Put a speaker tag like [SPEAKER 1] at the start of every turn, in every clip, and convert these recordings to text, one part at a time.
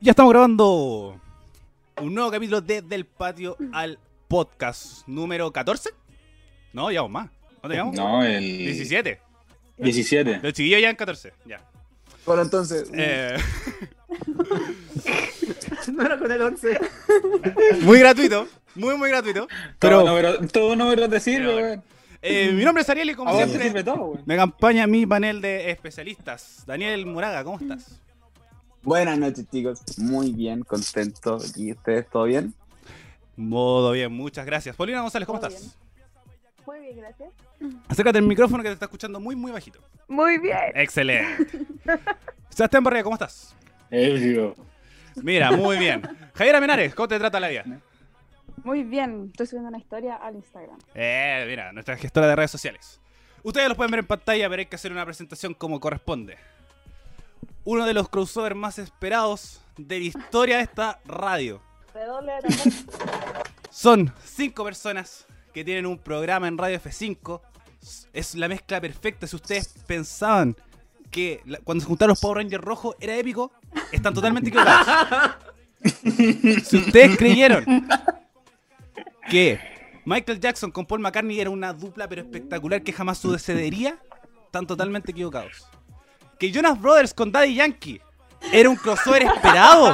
[SPEAKER 1] Ya estamos grabando un nuevo capítulo desde el patio al podcast número 14. No, llevamos más. ¿No llegamos?
[SPEAKER 2] No, el
[SPEAKER 1] 17.
[SPEAKER 2] 17.
[SPEAKER 1] Los chiquillos ya en 14. Ya.
[SPEAKER 3] Bueno, entonces.
[SPEAKER 1] Eh,
[SPEAKER 4] No era con el 11.
[SPEAKER 1] muy gratuito. Muy, muy gratuito.
[SPEAKER 2] Pero,
[SPEAKER 1] Pero
[SPEAKER 2] no, pero todo no me lo te sirve,
[SPEAKER 1] Pero-
[SPEAKER 2] weón.
[SPEAKER 1] eh, mi nombre es Ariel y como
[SPEAKER 2] A vos te
[SPEAKER 1] siempre
[SPEAKER 2] sirve todo, weón.
[SPEAKER 1] me acompaña mi panel de especialistas. Daniel Moraga, ¿cómo estás?
[SPEAKER 3] Buenas noches, chicos. Muy bien, contento. ¿Y ustedes todo bien?
[SPEAKER 1] Modo bien, muchas gracias. Paulina González, ¿cómo
[SPEAKER 5] Todo
[SPEAKER 1] estás?
[SPEAKER 5] Muy bien, gracias.
[SPEAKER 1] Acércate al micrófono que te está escuchando muy, muy bajito.
[SPEAKER 5] Muy bien.
[SPEAKER 1] Excelente. Sebastián Barriga, ¿cómo estás?
[SPEAKER 2] Ebrio.
[SPEAKER 1] Mira, muy bien. Javier Menares, ¿cómo te trata la vida?
[SPEAKER 5] Muy bien. Estoy subiendo una historia al Instagram.
[SPEAKER 1] Eh, mira, nuestra gestora de redes sociales. Ustedes los pueden ver en pantalla, pero hay que hacer una presentación como corresponde. Uno de los crossovers más esperados de la historia de esta radio.
[SPEAKER 5] Redoble de tambor.
[SPEAKER 1] Son cinco personas que tienen un programa en Radio F5. Es la mezcla perfecta. Si ustedes pensaban que la- cuando se juntaron los Power Rangers rojos era épico, están totalmente equivocados. si ustedes creyeron que Michael Jackson con Paul McCartney era una dupla pero espectacular que jamás sucedería, están totalmente equivocados. Que Jonas Brothers con Daddy Yankee era un crossover esperado.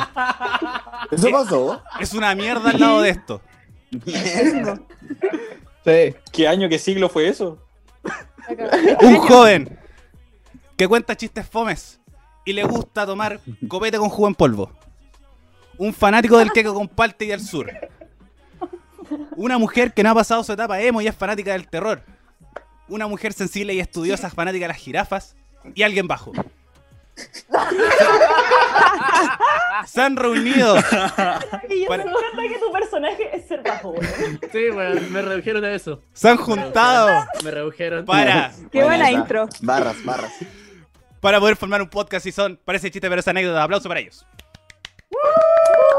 [SPEAKER 3] ¿Eso
[SPEAKER 1] Eh.
[SPEAKER 3] pasó?
[SPEAKER 1] Es una mierda al lado de esto.
[SPEAKER 3] Sí.
[SPEAKER 2] ¿Qué año, qué siglo fue eso?
[SPEAKER 5] Me acabé.
[SPEAKER 1] Un joven que cuenta chistes fomes y le gusta tomar copete con jugo en polvo. Un fanático del queco con parte y al sur. Una mujer que no ha pasado su etapa emo y es fanática del terror. Una mujer sensible y estudiosa, fanática de las jirafas. Y alguien bajo. Se han reunido.
[SPEAKER 6] Y yo
[SPEAKER 1] Para-
[SPEAKER 6] me encanta que tu personaje es ser bajo, weón.
[SPEAKER 4] Sí, weón, me redujeron a eso.
[SPEAKER 1] Se han juntado
[SPEAKER 4] Me redujeron.
[SPEAKER 1] para,
[SPEAKER 5] Qué buena intro.
[SPEAKER 3] Barras, barras.
[SPEAKER 1] para poder formar un podcast y son. Parece chiste, pero es anécdota. Aplauso para ellos.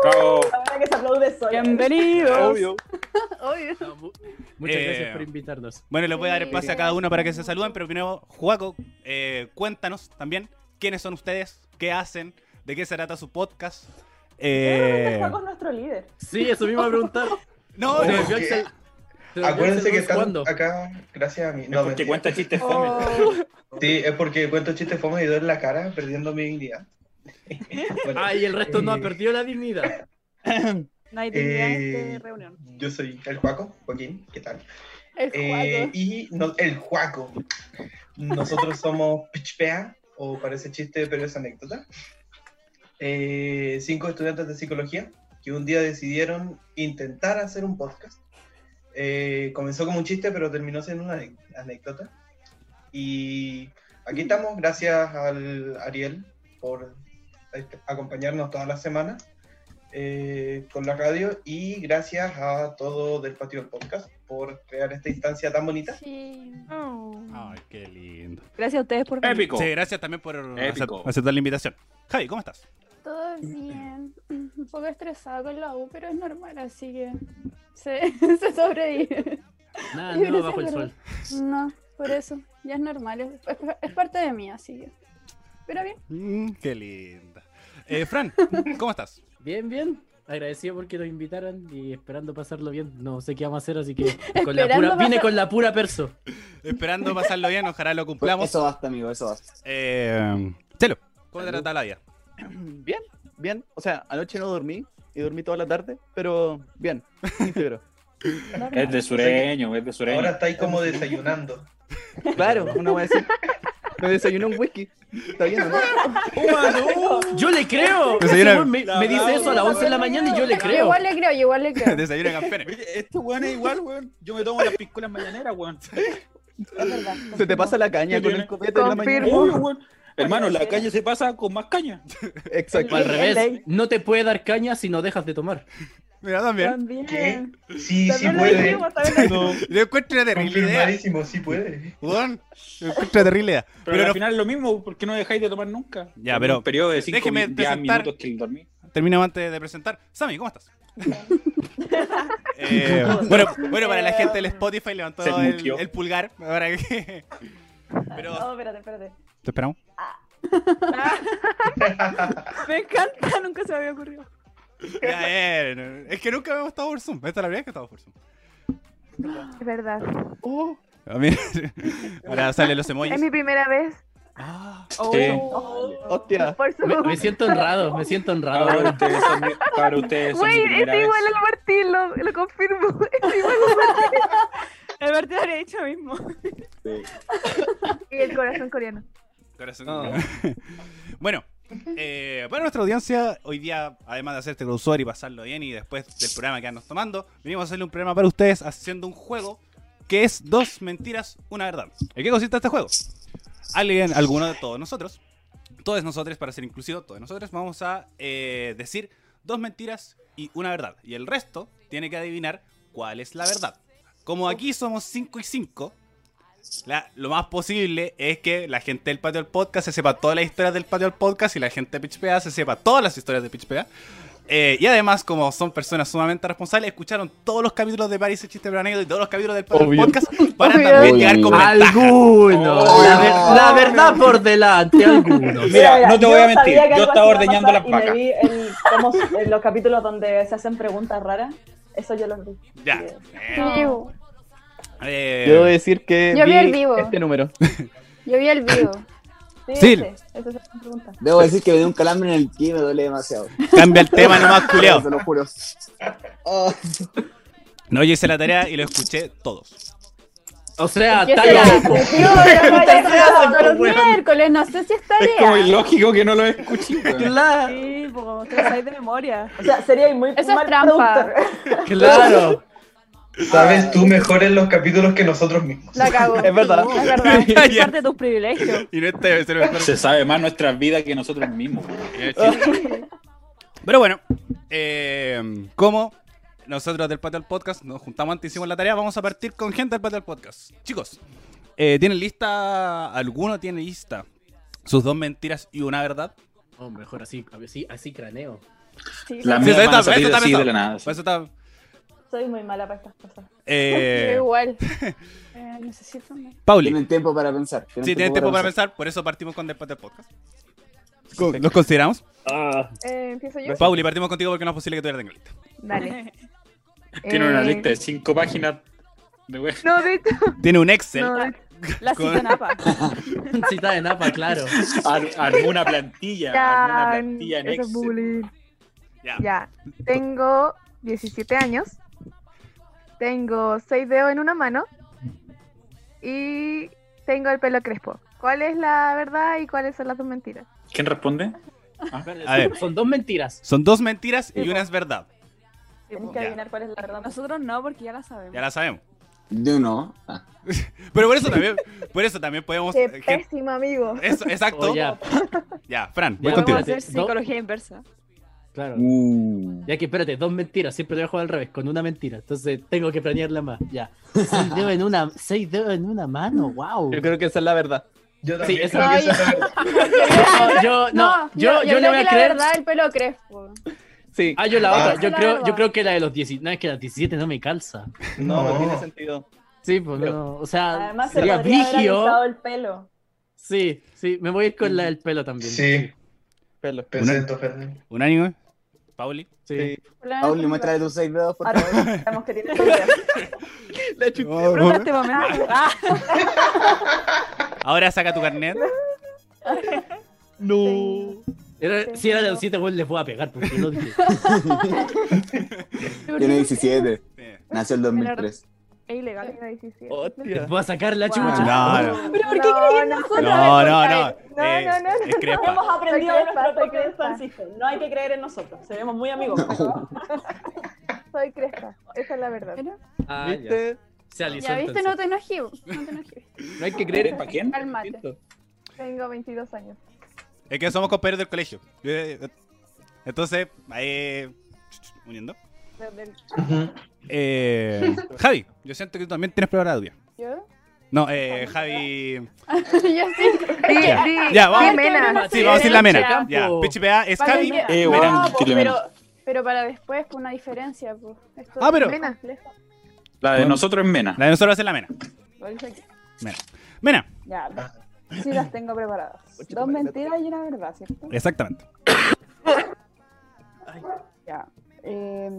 [SPEAKER 2] Cabo.
[SPEAKER 6] La verdad que se aplaude sola.
[SPEAKER 5] Bienvenidos.
[SPEAKER 2] Obvio.
[SPEAKER 4] No, mu- muchas
[SPEAKER 1] Eh.
[SPEAKER 4] gracias por invitarnos.
[SPEAKER 1] Bueno, les voy a dar el pase a cada uno para que se saluden, pero primero, Juaco, eh, cuéntanos también quiénes son ustedes, qué hacen, de qué se trata su podcast.
[SPEAKER 6] Realmente
[SPEAKER 1] Eh,
[SPEAKER 6] Juaco es nuestro líder.
[SPEAKER 4] Sí, eso mismo iba a preguntar.
[SPEAKER 1] no,
[SPEAKER 4] Se me
[SPEAKER 1] no,
[SPEAKER 4] olvidó Axel- se me olvidó
[SPEAKER 7] Acuérdense
[SPEAKER 4] Axel
[SPEAKER 7] que
[SPEAKER 4] Rose
[SPEAKER 7] están
[SPEAKER 4] cuando.
[SPEAKER 7] acá gracias a mí.
[SPEAKER 2] No,
[SPEAKER 7] No,
[SPEAKER 2] porque
[SPEAKER 7] mentira.
[SPEAKER 2] cuenta chistes fome.
[SPEAKER 5] Oh,
[SPEAKER 7] Sí, es porque cuento chistes famosos y doy en la cara perdiendo mi dignidad. Bueno,
[SPEAKER 4] Ay, Ah, el resto no ha
[SPEAKER 7] eh,
[SPEAKER 4] perdido la dignidad.
[SPEAKER 5] no hay dignidad en
[SPEAKER 7] Eh,
[SPEAKER 5] esta reunión.
[SPEAKER 7] Yo soy el Juaco, Joaquín, ¿qué tal?
[SPEAKER 6] El
[SPEAKER 7] Eh,
[SPEAKER 6] Juaco.
[SPEAKER 7] y no- el Juaco. Nosotros somos Pichpea, o parece chiste, pero es anécdota. Eh, cinco estudiantes de psicología que un día decidieron intentar hacer un podcast. Eh, comenzó como un chiste, pero terminó siendo una ane- anécdota. Y aquí estamos, gracias al Ariel por este, acompañarnos todas las semanas eh, con la radio y gracias a todo del patio del podcast por crear esta instancia tan bonita.
[SPEAKER 5] Oh.
[SPEAKER 1] Ay, qué lindo.
[SPEAKER 5] Gracias a ustedes por venir.
[SPEAKER 2] Épico.
[SPEAKER 1] Sí, gracias también por acep-
[SPEAKER 2] Épico.
[SPEAKER 1] aceptar la invitación. Javi, ¿cómo estás?
[SPEAKER 8] Todo bien. Un poco estresada con la U, pero es normal, así que se, se sobrevive.
[SPEAKER 4] Nada, Ah, no, bajo el sol.
[SPEAKER 8] No, por eso, ya es normal, es, es- es parte de mí, así que. Pero bien,
[SPEAKER 1] Mm, qué linda. Eh, Fran, ¿cómo estás?
[SPEAKER 4] Bien, bien. Agradecido porque nos invitaran y esperando pasarlo bien. No sé qué vamos a hacer, así que con la
[SPEAKER 8] Esperando
[SPEAKER 4] pura, vine
[SPEAKER 8] pasar-
[SPEAKER 4] con la pura perso.
[SPEAKER 1] Esperando pasarlo bien, ojalá lo cumplamos.
[SPEAKER 3] Eso basta, amigo, eso basta.
[SPEAKER 1] Eh, Chelo, ¿cómo te trata la vida?
[SPEAKER 9] Bien, bien. O sea, anoche no dormí y dormí toda la tarde, pero bien, íntegro.
[SPEAKER 2] Es de sureño, es de
[SPEAKER 7] Ahora
[SPEAKER 2] sureño.
[SPEAKER 7] estáis como desayunando.
[SPEAKER 9] Claro, uno va a decir, me desayuné un whisky. Está bien, ¿no?
[SPEAKER 4] Yo le creo.
[SPEAKER 1] Pues, señora,
[SPEAKER 4] Ese weón me, me dice eso a las 11 de la mañana y yo le
[SPEAKER 8] Yo
[SPEAKER 4] creo.
[SPEAKER 8] igual le creo, yo igual le creo.
[SPEAKER 1] Desayuno de campeones.
[SPEAKER 2] Oye, Este weón es igual, weón. Yo me tomo las piscolas mañaneras, weón.
[SPEAKER 5] Es verdad.
[SPEAKER 9] Se te pasa la caña con el copete en la mañana.
[SPEAKER 2] Obvio, weón. Hermano, la calle se pasa con más caña.
[SPEAKER 9] Exacto.
[SPEAKER 4] O al revés, no te puede dar caña si no dejas de tomar.
[SPEAKER 1] Mira, también.
[SPEAKER 6] También.
[SPEAKER 7] ¿Qué? Sí, sí
[SPEAKER 6] También lo
[SPEAKER 7] puede.
[SPEAKER 6] dijimos, también lo-
[SPEAKER 1] Yo encuentro una terrible idea.
[SPEAKER 7] Confirmadísimo, sí puede.
[SPEAKER 1] Weón, yo encuentro terrible idea.
[SPEAKER 2] Pero,
[SPEAKER 1] Pero
[SPEAKER 2] al
[SPEAKER 1] no-
[SPEAKER 2] final es lo mismo, ¿por qué no dejáis de tomar nunca?
[SPEAKER 1] Ya,
[SPEAKER 2] Con
[SPEAKER 1] pero-
[SPEAKER 2] Un periodo de 5
[SPEAKER 1] déjeme
[SPEAKER 2] 10
[SPEAKER 1] presentar-
[SPEAKER 2] minutos que el dormir.
[SPEAKER 1] terminamos antes de presentar. Sammy, ¿cómo estás? Eh, bueno, bueno, para la gente del Spotify levantó
[SPEAKER 2] Se
[SPEAKER 1] el,
[SPEAKER 2] muteó.
[SPEAKER 1] el pulgar. Ahora que- Pero
[SPEAKER 6] No, espérate, Ah. espérate.
[SPEAKER 1] te esperamos.
[SPEAKER 5] Me encanta, nunca se me había ocurrido.
[SPEAKER 1] Ya, eh, no, es que nunca habíamos estado por Zoom. Esta es la primera vez que estamos por Zoom.
[SPEAKER 5] Es verdad.
[SPEAKER 2] Oh.
[SPEAKER 1] Ah, mira. Ahora salen los
[SPEAKER 5] Es
[SPEAKER 1] emojis.
[SPEAKER 5] mi primera vez.
[SPEAKER 1] Ah,
[SPEAKER 2] Oh.
[SPEAKER 9] Hostia.
[SPEAKER 5] Por su...
[SPEAKER 4] Me, me siento honrado, me siento honrado.
[SPEAKER 2] Ahora
[SPEAKER 4] ahora.
[SPEAKER 2] ustedes son mi, ahora ustedes son mi
[SPEAKER 5] Güey, es
[SPEAKER 2] primera
[SPEAKER 10] este
[SPEAKER 2] vez.
[SPEAKER 5] igual al Martín, lo, lo confirmo. Es igual al Martín.
[SPEAKER 6] El Martín habría dicho lo mismo.
[SPEAKER 5] Y el corazón coreano.
[SPEAKER 1] corazón.
[SPEAKER 2] No.
[SPEAKER 1] bueno, eh, para nuestra audiencia, hoy día, además de hacer este crossover y pasarlo bien, y después del programa que andamos tomando, venimos a hacerle un programa para ustedes haciendo un juego que es dos mentiras, una verdad. ¿En qué consiste este juego? Alguien, alguno de todos nosotros, todos nosotros, para ser inclusivo, todos nosotros, vamos a eh, decir dos mentiras y una verdad. Y el resto tiene que adivinar cuál es la verdad. Como aquí somos 5 y 5, la- lo más posible es que la gente del patio del podcast se sepa todas las historias del patio del podcast y la gente de PitchPA se sepa todas las historias de PitchPA. Eh, y además, como son personas sumamente responsables, escucharon todos los capítulos de París el chiste planeado y todos los capítulos del patio del
[SPEAKER 9] Obvio.
[SPEAKER 1] podcast para
[SPEAKER 5] Obvio.
[SPEAKER 1] también llegar con ventaja.
[SPEAKER 4] Algunos.
[SPEAKER 2] Oh.
[SPEAKER 4] la, ver- la verdad por delante, algunos.
[SPEAKER 2] Mira, no te voy a
[SPEAKER 6] yo
[SPEAKER 2] mentir,
[SPEAKER 6] sabía que
[SPEAKER 2] yo
[SPEAKER 6] algo
[SPEAKER 2] estaba
[SPEAKER 6] así iba a
[SPEAKER 2] ordeñando
[SPEAKER 6] pasar
[SPEAKER 2] las
[SPEAKER 6] y me
[SPEAKER 2] vacas.
[SPEAKER 6] vi el- cómo- en los capítulos donde se hacen preguntas raras. Eso yo lo vi.
[SPEAKER 1] Ya.
[SPEAKER 8] Yo vivo.
[SPEAKER 1] Eh,
[SPEAKER 9] Yo debo decir que
[SPEAKER 8] Yo vi el vivo.
[SPEAKER 9] este número.
[SPEAKER 8] Yo vi el vivo.
[SPEAKER 6] Sí,
[SPEAKER 1] Sí.
[SPEAKER 6] ese, esas son preguntas.
[SPEAKER 3] Debo decir que me dio un calambre en el pie y me duele demasiado.
[SPEAKER 1] cambia el tema nomás, culeado.
[SPEAKER 3] Te lo juro. Oh,
[SPEAKER 1] No, yo hice la tarea y lo escuché todos.
[SPEAKER 4] O sea,
[SPEAKER 8] ¿Qué
[SPEAKER 4] está
[SPEAKER 8] será?
[SPEAKER 4] loco.
[SPEAKER 8] Yo no voy a trabajar todos los Ah, miércoles, no sé si es
[SPEAKER 2] Es como
[SPEAKER 8] tarea.
[SPEAKER 2] ilógico que no lo escuché. weón.
[SPEAKER 4] Claro,
[SPEAKER 6] Sí, pues, porque
[SPEAKER 5] Te lo sabéis de memoria.
[SPEAKER 6] O sea, sería muy
[SPEAKER 8] Eso es
[SPEAKER 6] mal
[SPEAKER 8] trampa.
[SPEAKER 6] productor.
[SPEAKER 4] claro.
[SPEAKER 7] Sabes tú mejor en los capítulos que nosotros mismos.
[SPEAKER 5] La cago.
[SPEAKER 9] Es verdad.
[SPEAKER 5] Es verdad. Es
[SPEAKER 1] Ya, ya.
[SPEAKER 5] parte de tus privilegios.
[SPEAKER 1] Y no este debe ser el mejor.
[SPEAKER 2] Se sabe más nuestras vidas que nosotros mismos. weón.
[SPEAKER 1] Pero bueno, eh, como nosotros del Patio del Podcast nos juntamos antes y hicimos la tarea, vamos a partir con gente del Patio del Podcast. Chicos, eh, ¿tienen lista? ¿Alguno tiene lista? Sus dos mentiras y una verdad.
[SPEAKER 4] Oh, mejor así, así, así craneo.
[SPEAKER 5] Sí.
[SPEAKER 2] Las
[SPEAKER 1] Sí,
[SPEAKER 2] mías
[SPEAKER 1] eso
[SPEAKER 2] van a
[SPEAKER 1] está-
[SPEAKER 2] salir
[SPEAKER 1] eso está
[SPEAKER 2] así de la
[SPEAKER 1] pensado.
[SPEAKER 2] nada.
[SPEAKER 1] Por eso está.
[SPEAKER 6] Soy muy mala para estas cosas.
[SPEAKER 1] eh,
[SPEAKER 8] Yo igual. Eh, necesito una-
[SPEAKER 1] Pauli,
[SPEAKER 3] tienen tiempo para pensar.
[SPEAKER 1] si tienen tiempo para pensar, por eso partimos con del Patio del Podcast. ¿Los consideramos?
[SPEAKER 8] Eh, empiezo yo.
[SPEAKER 1] Pauli, partimos contigo porque no es posible que tú la tengas lista.
[SPEAKER 5] Dale.
[SPEAKER 2] Tiene una
[SPEAKER 5] Eh,
[SPEAKER 2] lista de cinco páginas de weón.
[SPEAKER 5] No, de hecho.
[SPEAKER 1] Tiene un Excel.
[SPEAKER 5] no, de-
[SPEAKER 6] La
[SPEAKER 1] Con-
[SPEAKER 6] cita napa.
[SPEAKER 4] Cita de Napa, claro.
[SPEAKER 2] Ar- armó una plantilla. armó una
[SPEAKER 5] Ya,
[SPEAKER 2] plantilla en
[SPEAKER 5] eso es
[SPEAKER 2] Excel.
[SPEAKER 5] bullying.
[SPEAKER 1] Ya.
[SPEAKER 5] Ya. Tengo 17 años. Tengo 6 dedos en una mano. Y tengo el pelo crespo. ¿Cuál es la verdad y cuáles son las dos mentiras?
[SPEAKER 2] ¿Quién responde?
[SPEAKER 1] A ver.
[SPEAKER 4] Son dos mentiras.
[SPEAKER 1] Son dos mentiras y una es verdad.
[SPEAKER 6] Tienes que
[SPEAKER 1] Ya.
[SPEAKER 6] adivinar cuál es la verdad.
[SPEAKER 5] Nosotros no, porque ya la sabemos.
[SPEAKER 1] Ya la sabemos.
[SPEAKER 3] Yo no. Ah,
[SPEAKER 1] Pero por eso también, por eso también podemos.
[SPEAKER 5] Qué
[SPEAKER 1] gen-
[SPEAKER 5] pésimo, amigo.
[SPEAKER 1] Eso, exacto.
[SPEAKER 4] O
[SPEAKER 1] ya.
[SPEAKER 4] ya,
[SPEAKER 1] Fran, voy
[SPEAKER 4] Ya,
[SPEAKER 1] contigo.
[SPEAKER 5] Podemos hacer
[SPEAKER 4] Espérate, ¿no?
[SPEAKER 5] psicología inversa.
[SPEAKER 4] claro.
[SPEAKER 3] uh.
[SPEAKER 4] Ya que espérate, dos mentiras, siempre te voy a jugar al revés, con una mentira. Entonces tengo que planearla más. Ya. Seis dedos en una, seis dedos en una mano, wow.
[SPEAKER 9] Yo creo que esa es la verdad.
[SPEAKER 7] Yo también
[SPEAKER 4] eso-
[SPEAKER 7] creo que esa es la verdad.
[SPEAKER 4] No, yo, no, yo, yo, le
[SPEAKER 8] creo
[SPEAKER 4] voy
[SPEAKER 8] que
[SPEAKER 4] a
[SPEAKER 8] la
[SPEAKER 4] creer.
[SPEAKER 8] verdad el pelo crespo.
[SPEAKER 9] Sí.
[SPEAKER 4] Ah, yo la
[SPEAKER 7] Ah.
[SPEAKER 4] otra. Yo
[SPEAKER 8] La
[SPEAKER 4] creo, yo
[SPEAKER 8] verdad.
[SPEAKER 4] creo que la de los 17. No, es que las 17 no me calza.
[SPEAKER 9] No, no, tiene
[SPEAKER 7] No.
[SPEAKER 9] sentido.
[SPEAKER 4] Sí, pues no. O sea,
[SPEAKER 6] Además, se
[SPEAKER 4] sería
[SPEAKER 6] podría haber
[SPEAKER 4] brigio.
[SPEAKER 6] alisado el pelo.
[SPEAKER 4] Sí, sí, me voy a ir con la del pelo también.
[SPEAKER 7] Sí,
[SPEAKER 9] Pelo.
[SPEAKER 7] pensé en tu Fernando.
[SPEAKER 1] Unánime. Pauli.
[SPEAKER 4] Sí.
[SPEAKER 3] Pauli, muéstrale tus seis dedos, por
[SPEAKER 6] Ahora
[SPEAKER 3] favor.
[SPEAKER 6] sabemos que tiene pelo.
[SPEAKER 9] Le chup-
[SPEAKER 5] Disfruta este momento.
[SPEAKER 1] Ah, Ahora saca tu carnet.
[SPEAKER 9] No.
[SPEAKER 4] Era- si era de los 7, güey, les voy a pegar. Porque no dije.
[SPEAKER 3] Tiene 17.
[SPEAKER 1] Eh,
[SPEAKER 3] Nació el 2003.
[SPEAKER 5] Es ilegal.
[SPEAKER 9] Hostia.
[SPEAKER 4] Les voy a sacar
[SPEAKER 9] Ah,
[SPEAKER 4] la
[SPEAKER 5] Wow.
[SPEAKER 4] chucha.
[SPEAKER 1] No, no.
[SPEAKER 5] ¿Pero por qué creen
[SPEAKER 1] Ah, No,
[SPEAKER 5] nosotros?
[SPEAKER 1] no, no.
[SPEAKER 5] No,
[SPEAKER 1] Eh,
[SPEAKER 5] no, no, no.
[SPEAKER 1] Es
[SPEAKER 6] Hemos
[SPEAKER 1] crepa.
[SPEAKER 6] aprendido de
[SPEAKER 5] Soy crespa,
[SPEAKER 6] nuestro
[SPEAKER 5] soy
[SPEAKER 6] propio
[SPEAKER 5] crespa.
[SPEAKER 6] Francisco. No hay que creer en nosotros. Seremos muy amigos.
[SPEAKER 5] Soy crespa. Esa es la verdad.
[SPEAKER 4] Ah, ya.
[SPEAKER 9] ¿Viste?
[SPEAKER 4] Se alisó
[SPEAKER 8] Ya viste,
[SPEAKER 4] entonces.
[SPEAKER 8] no te enojes. No te enojes.
[SPEAKER 9] No hay que creer en
[SPEAKER 2] ¿Para quién?
[SPEAKER 8] Cálmate.
[SPEAKER 9] esto.
[SPEAKER 5] Tengo 22 años.
[SPEAKER 1] Es que somos compañeros del colegio. Eh, eh, Entonces, ahí. Uniendo.
[SPEAKER 5] Desde el-
[SPEAKER 7] Ujú.
[SPEAKER 1] Eh, Javi, yo siento que tú también tienes preparada duda.
[SPEAKER 5] ¿Yo?
[SPEAKER 1] No, eh, Javi.
[SPEAKER 8] Yo sí.
[SPEAKER 5] Di,
[SPEAKER 1] Ya.
[SPEAKER 5] di,
[SPEAKER 1] Ya, vamos.
[SPEAKER 5] di mena.
[SPEAKER 1] Sí, vamos a decir la mena. Ya,
[SPEAKER 4] Campo.
[SPEAKER 1] PHPA es
[SPEAKER 8] Vale,
[SPEAKER 1] Javi.
[SPEAKER 8] mira,
[SPEAKER 2] Eh,
[SPEAKER 8] pero-
[SPEAKER 2] weón,
[SPEAKER 8] po,
[SPEAKER 2] dile
[SPEAKER 8] pero,
[SPEAKER 2] menos.
[SPEAKER 8] pero para después, pues una diferencia. Pues. Esto
[SPEAKER 1] Ah, pero-
[SPEAKER 8] es
[SPEAKER 5] Mena.
[SPEAKER 8] complejo.
[SPEAKER 2] La de nosotros es Mena.
[SPEAKER 1] La de nosotros es la mena.
[SPEAKER 6] ¿no?
[SPEAKER 1] Mena,
[SPEAKER 6] Ya,
[SPEAKER 5] Sí, las tengo preparadas.
[SPEAKER 11] Oye,
[SPEAKER 5] Dos
[SPEAKER 11] tu madre,
[SPEAKER 5] mentiras y una verdad, ¿cierto?
[SPEAKER 1] Exactamente.
[SPEAKER 5] Ya. Eh,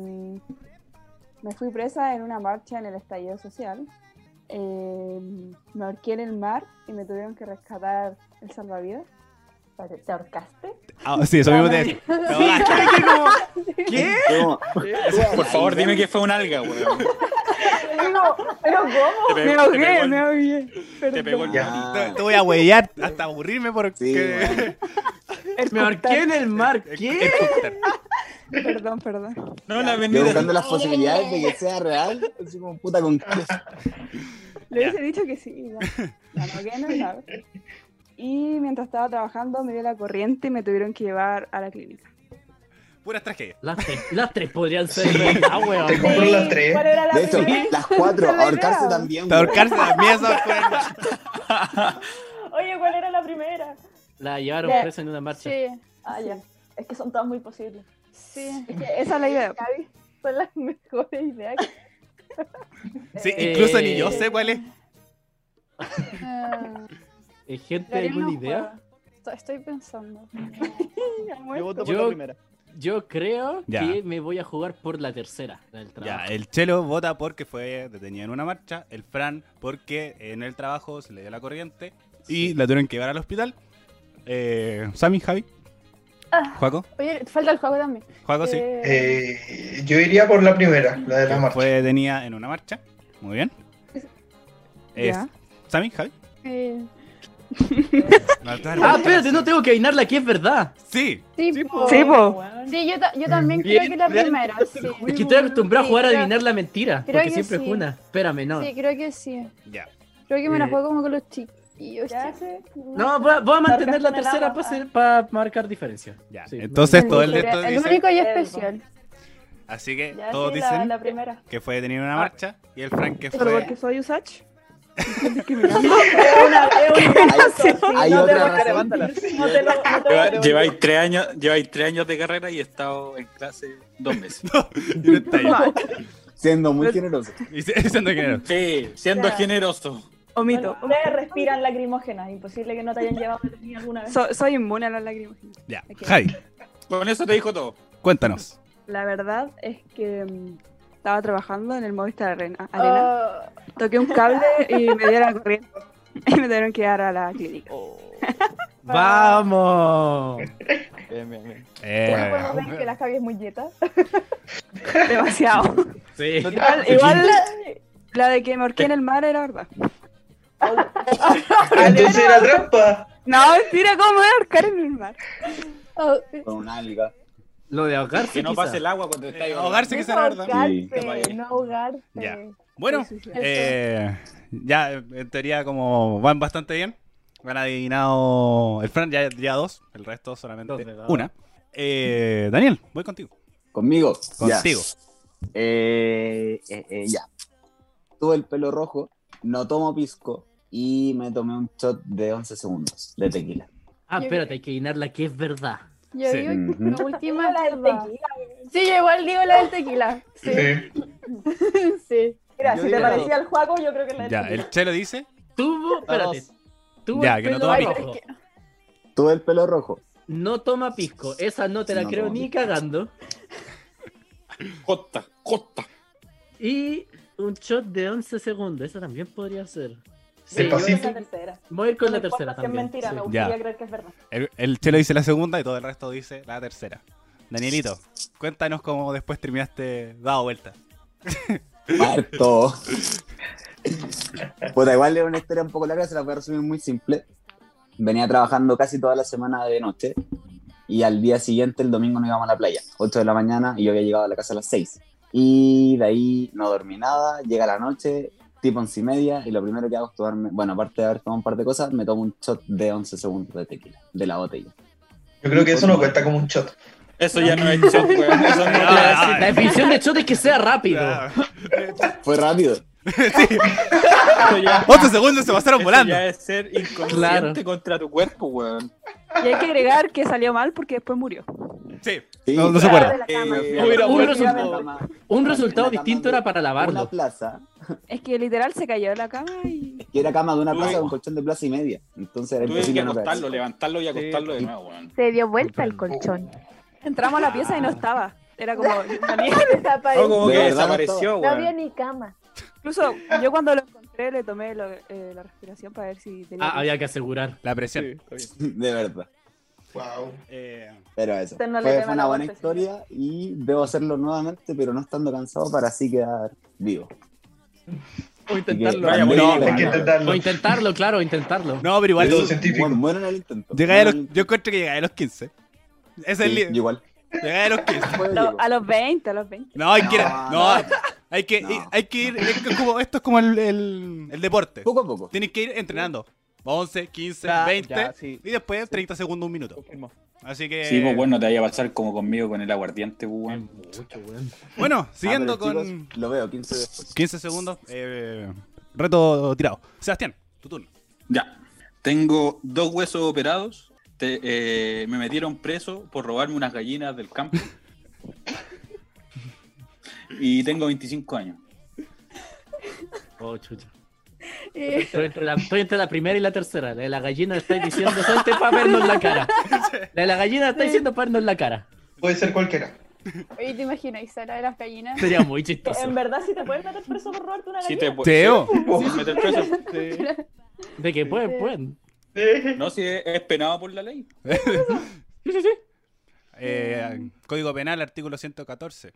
[SPEAKER 5] me fui presa en una marcha en el estallido social. Eh, me ahorqué en el mar y me tuvieron que rescatar el salvavidas.
[SPEAKER 10] ¿Te te ahorcaste?
[SPEAKER 1] Ah, sí, eso mismo te decía. ¿Qué?
[SPEAKER 3] ¿Cómo?
[SPEAKER 2] Por favor, dime que fue un alga, weón.
[SPEAKER 5] No, pero ¿cómo?
[SPEAKER 2] Te
[SPEAKER 5] Me
[SPEAKER 2] pegó, te pegó
[SPEAKER 5] ahogué,
[SPEAKER 2] el-
[SPEAKER 5] me ahogué.
[SPEAKER 2] te pegó el-
[SPEAKER 3] Ya.
[SPEAKER 5] Perdón.
[SPEAKER 1] Te, te voy a huellar hasta aburrirme porque.
[SPEAKER 3] Sí, weón.
[SPEAKER 5] El
[SPEAKER 4] Me ahorqué en el mar. ¿Qué?
[SPEAKER 5] Perdón, perdón.
[SPEAKER 2] No, la
[SPEAKER 3] Yo
[SPEAKER 2] avenida.
[SPEAKER 3] buscando las posibilidades de que sea real, así como puta con qué.
[SPEAKER 5] Le hubiese dicho que sí. ya. La ahogué en el mar. Y mientras estaba trabajando me dio la corriente y me tuvieron que llevar a la clínica.
[SPEAKER 1] Puras tragedias.
[SPEAKER 4] Las tres, las tres podrían ser Ah, verdad,
[SPEAKER 7] Te
[SPEAKER 4] weón.
[SPEAKER 7] compro las tres.
[SPEAKER 5] ¿Cuál era la
[SPEAKER 3] De hecho,
[SPEAKER 5] primera?
[SPEAKER 3] las cuatro,
[SPEAKER 5] Esa es la
[SPEAKER 3] ahorcarse
[SPEAKER 5] idea.
[SPEAKER 3] también.
[SPEAKER 1] Te
[SPEAKER 3] weón.
[SPEAKER 1] ahorcarse la mierda.
[SPEAKER 10] Oye, ¿cuál era la primera?
[SPEAKER 4] La llevaron
[SPEAKER 5] Ya.
[SPEAKER 4] presa en una marcha.
[SPEAKER 8] Sí,
[SPEAKER 10] Ah, ya. Es que son todas muy posibles.
[SPEAKER 8] sí.
[SPEAKER 5] Es que Esa es la idea.
[SPEAKER 10] Gaby, son las mejores ideas.
[SPEAKER 1] Sí,
[SPEAKER 4] Eh.
[SPEAKER 1] incluso ni yo sé cuál es.
[SPEAKER 8] Ah,
[SPEAKER 4] Eh, ¿Gente
[SPEAKER 8] Gabriel
[SPEAKER 4] alguna
[SPEAKER 8] no
[SPEAKER 4] idea?
[SPEAKER 8] juega. Estoy- Estoy pensando.
[SPEAKER 11] Yo voto por
[SPEAKER 4] Yo-
[SPEAKER 11] la primera.
[SPEAKER 4] Yo creo
[SPEAKER 1] Ya.
[SPEAKER 4] que me voy a jugar por la tercera. La del
[SPEAKER 1] Ya,
[SPEAKER 4] trabajo. Ah,
[SPEAKER 1] el Chelo vota porque fue detenido en una marcha, el Fran porque en el trabajo se le dio la corriente y la tuvieron que llevar al hospital. Eh, Sammy, Javi, Juaco,
[SPEAKER 8] Ah. Oye, falta el juego también.
[SPEAKER 1] Juaco, sí.
[SPEAKER 8] Eh,
[SPEAKER 7] Eh, yo iría por la primera, la de la
[SPEAKER 1] que
[SPEAKER 7] marcha.
[SPEAKER 1] Fue detenida en una marcha. Muy bien. Es,
[SPEAKER 5] Ya.
[SPEAKER 1] Sammy, Javi.
[SPEAKER 8] eh,
[SPEAKER 1] No,
[SPEAKER 4] Ah, espérate, no tengo que adivinarla, que es verdad.
[SPEAKER 1] Sí,
[SPEAKER 8] Sí, po.
[SPEAKER 5] Sí, po.
[SPEAKER 8] Sí, yo, ta- yo también creo que la primera. Sí.
[SPEAKER 4] pues. Es que estoy acostumbrado a
[SPEAKER 8] Sí,
[SPEAKER 4] jugar a
[SPEAKER 8] creo-
[SPEAKER 4] adivinar la mentira.
[SPEAKER 8] creo
[SPEAKER 4] Porque
[SPEAKER 8] que
[SPEAKER 4] siempre es
[SPEAKER 8] sí.
[SPEAKER 4] una. Espérame, no.
[SPEAKER 8] Sí, creo que sí.
[SPEAKER 1] ya.
[SPEAKER 8] Creo que me la
[SPEAKER 4] Eh,
[SPEAKER 8] juego como con los chiquillos.
[SPEAKER 10] Ya
[SPEAKER 8] sí.
[SPEAKER 10] sé.
[SPEAKER 4] No, voy a, voy a mantener la
[SPEAKER 10] Marcaste la
[SPEAKER 4] tercera pues,
[SPEAKER 10] baja.
[SPEAKER 4] para marcar diferencia.
[SPEAKER 1] ya.
[SPEAKER 4] Sí,
[SPEAKER 1] Entonces
[SPEAKER 8] no.
[SPEAKER 1] todo el resto
[SPEAKER 8] Pero el
[SPEAKER 1] dice-
[SPEAKER 8] único y
[SPEAKER 10] Elba.
[SPEAKER 8] especial.
[SPEAKER 1] Así que
[SPEAKER 10] Ya
[SPEAKER 1] todos
[SPEAKER 10] sí,
[SPEAKER 1] dicen
[SPEAKER 10] la, la primera.
[SPEAKER 1] que fue detenido en una marcha y el Fran que
[SPEAKER 5] Pero
[SPEAKER 1] fue...
[SPEAKER 5] porque soy Usach.
[SPEAKER 10] Es una, es una
[SPEAKER 3] Hay
[SPEAKER 10] no te
[SPEAKER 3] otra
[SPEAKER 10] voy a
[SPEAKER 3] razón.
[SPEAKER 10] levantar. No te lo, no te lo-
[SPEAKER 2] Lleva- Lleváis tres años, lleváis tres años de carrera y he estado en clase dos meses.
[SPEAKER 1] Y está ahí.
[SPEAKER 3] Siendo
[SPEAKER 4] Pues,
[SPEAKER 3] muy generoso.
[SPEAKER 1] Y se- diciendo que no.
[SPEAKER 2] Sí, siendo
[SPEAKER 10] Ya.
[SPEAKER 2] generoso.
[SPEAKER 5] Omito.
[SPEAKER 10] Bueno, ustedes respiran lacrimógenas. Imposible que no te hayan llevado detenido alguna vez.
[SPEAKER 5] So- soy inmune a las lágrimas.
[SPEAKER 1] Ya.
[SPEAKER 5] Ok.
[SPEAKER 1] Javi,
[SPEAKER 2] Con eso te dijo todo.
[SPEAKER 1] cuéntanos.
[SPEAKER 5] La verdad es que mm, estaba trabajando en el Movistar Arena. Arena.
[SPEAKER 8] Oh,
[SPEAKER 5] Toqué un cable y me dio la corriente. Y me tuvieron que llevar a la clínica.
[SPEAKER 4] ¡Vamos!
[SPEAKER 11] Bien, bien, bien.
[SPEAKER 1] Eh,
[SPEAKER 10] ¿No podemos ver que la Javi es muy yeta?
[SPEAKER 5] Demasiado.
[SPEAKER 4] Sí.
[SPEAKER 5] Igual, igual la, la de que me ahorqué en el mar era verdad.
[SPEAKER 7] Entonces era trampa.
[SPEAKER 5] No, mentira, ¿cómo me voy a ahorcar en el mar?
[SPEAKER 8] oh,
[SPEAKER 3] Con una alga.
[SPEAKER 4] Lo de ahogarse.
[SPEAKER 2] Que no
[SPEAKER 4] quizá.
[SPEAKER 2] pase el agua cuando estáis.
[SPEAKER 1] Eh, ahogarse que
[SPEAKER 10] No
[SPEAKER 1] será verdad.
[SPEAKER 10] ahogarse,
[SPEAKER 2] Sí.
[SPEAKER 10] no ahogarse.
[SPEAKER 1] Ya. Bueno,
[SPEAKER 5] Sí, sí, sí.
[SPEAKER 1] eh, ya en teoría como van bastante bien. Han adivinado el Fran ya, ya dos, el resto solamente
[SPEAKER 4] Dos de cada.
[SPEAKER 1] una. Eh, Daniel, voy contigo.
[SPEAKER 3] Conmigo. ya.
[SPEAKER 1] Contigo.
[SPEAKER 3] Eh, eh, eh, ya. Tuve el pelo rojo, no tomo pisco y me tomé un shot de 11 segundos de tequila.
[SPEAKER 4] Ah, espérate, hay que adivinarla, que es verdad.
[SPEAKER 8] yo
[SPEAKER 1] Sí.
[SPEAKER 8] digo que
[SPEAKER 3] Ujú.
[SPEAKER 8] la última
[SPEAKER 10] La del
[SPEAKER 8] verdad.
[SPEAKER 10] tequila.
[SPEAKER 8] Sí, yo igual digo la del tequila. Sí,
[SPEAKER 7] Sí.
[SPEAKER 8] sí.
[SPEAKER 10] Mira,
[SPEAKER 11] Yo
[SPEAKER 10] si
[SPEAKER 11] digo
[SPEAKER 10] te
[SPEAKER 11] la
[SPEAKER 10] parecía al juego, yo creo que la del
[SPEAKER 1] Ya,
[SPEAKER 10] tequila.
[SPEAKER 1] el Chelo dice.
[SPEAKER 4] Tuvo, espérate.
[SPEAKER 11] dos.
[SPEAKER 4] Tuvo
[SPEAKER 1] Ya,
[SPEAKER 4] el
[SPEAKER 1] que no
[SPEAKER 4] pelo
[SPEAKER 1] toma
[SPEAKER 4] rojo.
[SPEAKER 1] pisco.
[SPEAKER 3] Tuve el pelo rojo.
[SPEAKER 4] No toma pisco. Esa no te la
[SPEAKER 3] No
[SPEAKER 4] creo
[SPEAKER 3] toma
[SPEAKER 4] ni
[SPEAKER 3] pisco.
[SPEAKER 4] cagando.
[SPEAKER 2] Jota, jota.
[SPEAKER 4] Y un shot de 11 segundos. Esa también podría ser.
[SPEAKER 10] Sí,
[SPEAKER 4] yo
[SPEAKER 10] yo creo que
[SPEAKER 7] Despacito.
[SPEAKER 10] es la
[SPEAKER 4] sí.
[SPEAKER 10] tercera.
[SPEAKER 4] Voy a ir con
[SPEAKER 10] No
[SPEAKER 4] la
[SPEAKER 10] me importa
[SPEAKER 4] tercera
[SPEAKER 10] si es
[SPEAKER 4] también.
[SPEAKER 10] mentira,
[SPEAKER 4] sí.
[SPEAKER 10] me gustaría
[SPEAKER 1] Ya.
[SPEAKER 10] creer que es verdad.
[SPEAKER 1] El, el Chelo dice la segunda y todo el resto dice la tercera. Danielito, cuéntanos cómo después terminaste dado vuelta.
[SPEAKER 3] Harto. Puta, igual es una historia un poco larga, se la voy a resumir muy simple. Venía trabajando casi toda la semana de noche y al día siguiente, el domingo, nos íbamos a la playa. 8 de la mañana y yo había llegado a la casa a las 6. Y de ahí no dormí nada, llega la noche, tipo 11 y media, y lo primero que hago es tomarme, bueno, aparte de haber tomado un par de cosas, me tomo un shot de 11 segundos de tequila, de la botella.
[SPEAKER 7] Yo creo que eso no cuenta como un shot.
[SPEAKER 2] Eso ya no es shot, weón. Eso no
[SPEAKER 1] Ah,
[SPEAKER 2] es-
[SPEAKER 1] ah,
[SPEAKER 4] La definición de shot es que sea rápido.
[SPEAKER 3] Fue rápido.
[SPEAKER 2] eso ya-
[SPEAKER 1] Otros segundos se pasaron
[SPEAKER 2] eso
[SPEAKER 1] volando.
[SPEAKER 2] ya es ser inconsciente
[SPEAKER 4] Claro.
[SPEAKER 2] contra tu cuerpo, weón.
[SPEAKER 5] Y hay que agregar que salió mal porque después murió.
[SPEAKER 1] Sí.
[SPEAKER 3] Sí.
[SPEAKER 1] No, no se acuerda.
[SPEAKER 10] De la cama.
[SPEAKER 3] Eh,
[SPEAKER 4] Hubiera
[SPEAKER 3] una
[SPEAKER 4] vuelto.
[SPEAKER 3] cama, una cama,
[SPEAKER 4] Un resultado
[SPEAKER 3] una cama
[SPEAKER 4] distinto
[SPEAKER 3] de
[SPEAKER 4] era para
[SPEAKER 3] Una
[SPEAKER 4] lavarlo.
[SPEAKER 3] plaza.
[SPEAKER 5] Es que literal se cayó de la cama y
[SPEAKER 3] que era cama de una
[SPEAKER 2] Tuve-
[SPEAKER 3] plaza, un colchón de plaza y media. Entonces era
[SPEAKER 2] Tuve que
[SPEAKER 3] imposible no caerse.
[SPEAKER 2] acostarlo, levantarlo y acostarlo de nuevo, weón.
[SPEAKER 5] Se dio vuelta el colchón.
[SPEAKER 10] Entramos a la pieza y no estaba. Era como.
[SPEAKER 2] No, como
[SPEAKER 3] De
[SPEAKER 2] que
[SPEAKER 3] verdad,
[SPEAKER 2] desapareció,
[SPEAKER 10] No había
[SPEAKER 2] weón.
[SPEAKER 10] ni cama. Incluso yo cuando lo encontré le tomé lo- eh, la respiración para ver si tenía.
[SPEAKER 4] Ah, había que asegurar.
[SPEAKER 1] La presión.
[SPEAKER 3] De verdad.
[SPEAKER 7] Wow.
[SPEAKER 1] Eh,
[SPEAKER 3] Pero eso.
[SPEAKER 10] Usted no le
[SPEAKER 3] fue,
[SPEAKER 10] teme
[SPEAKER 3] fue
[SPEAKER 10] a
[SPEAKER 3] una
[SPEAKER 10] la
[SPEAKER 3] buena
[SPEAKER 10] muerte,
[SPEAKER 3] historia y debo hacerlo nuevamente, pero no estando cansado para así quedar vivo.
[SPEAKER 9] O
[SPEAKER 3] Así que,
[SPEAKER 9] intentarlo.
[SPEAKER 2] Vaya,
[SPEAKER 3] Andrés,
[SPEAKER 2] no,
[SPEAKER 3] la
[SPEAKER 7] Hay que
[SPEAKER 3] mano.
[SPEAKER 7] intentarlo.
[SPEAKER 4] O intentarlo, claro, intentarlo.
[SPEAKER 1] no, pero igual.
[SPEAKER 7] Método
[SPEAKER 1] Tú,
[SPEAKER 7] científico.
[SPEAKER 3] Bueno, muero en el intento.
[SPEAKER 1] llegáis a
[SPEAKER 3] Muero
[SPEAKER 1] los-
[SPEAKER 3] en el
[SPEAKER 1] yo encuentro que llegáis a los 15. Ese es
[SPEAKER 3] intento.
[SPEAKER 1] el
[SPEAKER 3] Sí,
[SPEAKER 1] límite.
[SPEAKER 3] Igual.
[SPEAKER 1] Llegáis a los 15.
[SPEAKER 3] Bueno,
[SPEAKER 10] Lo-
[SPEAKER 3] llego.
[SPEAKER 10] a los 20, a los 20.
[SPEAKER 1] No, hay que ir.
[SPEAKER 3] No,
[SPEAKER 1] No, hay que,
[SPEAKER 3] no.
[SPEAKER 1] hay que ir. es que como- esto es como el, el- el deporte.
[SPEAKER 3] Poco a poco.
[SPEAKER 1] Tienes que ir entrenando. 11, 15,
[SPEAKER 9] Ya,
[SPEAKER 1] 20.
[SPEAKER 9] ya, sí.
[SPEAKER 1] Y después 30 segundos, un minuto.
[SPEAKER 9] Confirmo.
[SPEAKER 1] Así que.
[SPEAKER 2] Sí, pues bueno, te vaya a pasar como conmigo con el aguardiente,
[SPEAKER 4] Es
[SPEAKER 2] pues, weón.
[SPEAKER 4] mucho, weón.
[SPEAKER 1] Bueno,
[SPEAKER 3] Ah,
[SPEAKER 1] siguiendo
[SPEAKER 3] pero,
[SPEAKER 1] con
[SPEAKER 3] chicos, lo veo, 15 después.
[SPEAKER 1] 15 segundos. eh, reto tirado. Sebastián, tu turno.
[SPEAKER 2] Ya. Tengo dos huesos operados. te- eh, me metieron preso por robarme unas gallinas del campo. y tengo 25 años.
[SPEAKER 4] Oh, chucha.
[SPEAKER 8] Eh,
[SPEAKER 4] Estoy entre, la, estoy entre la primera y la tercera. La de la gallina estáis diciendo solamente para vernos la cara. La de la gallina estáis diciendo para vernos la cara.
[SPEAKER 7] Puede ser cualquiera.
[SPEAKER 8] Oye, ¿te imagináis Sara de las gallinas? Eh,
[SPEAKER 4] Sería muy
[SPEAKER 10] Que
[SPEAKER 4] chistoso.
[SPEAKER 10] en verdad, si te pueden meter preso por robarte una
[SPEAKER 2] Sí,
[SPEAKER 10] gallina.
[SPEAKER 2] te pu-
[SPEAKER 1] Teo.
[SPEAKER 2] sí, puedes meter preso.
[SPEAKER 4] De que pueden, pueden.
[SPEAKER 2] No, si es, es penado por la ley.
[SPEAKER 1] Eh, Código Penal, artículo 114.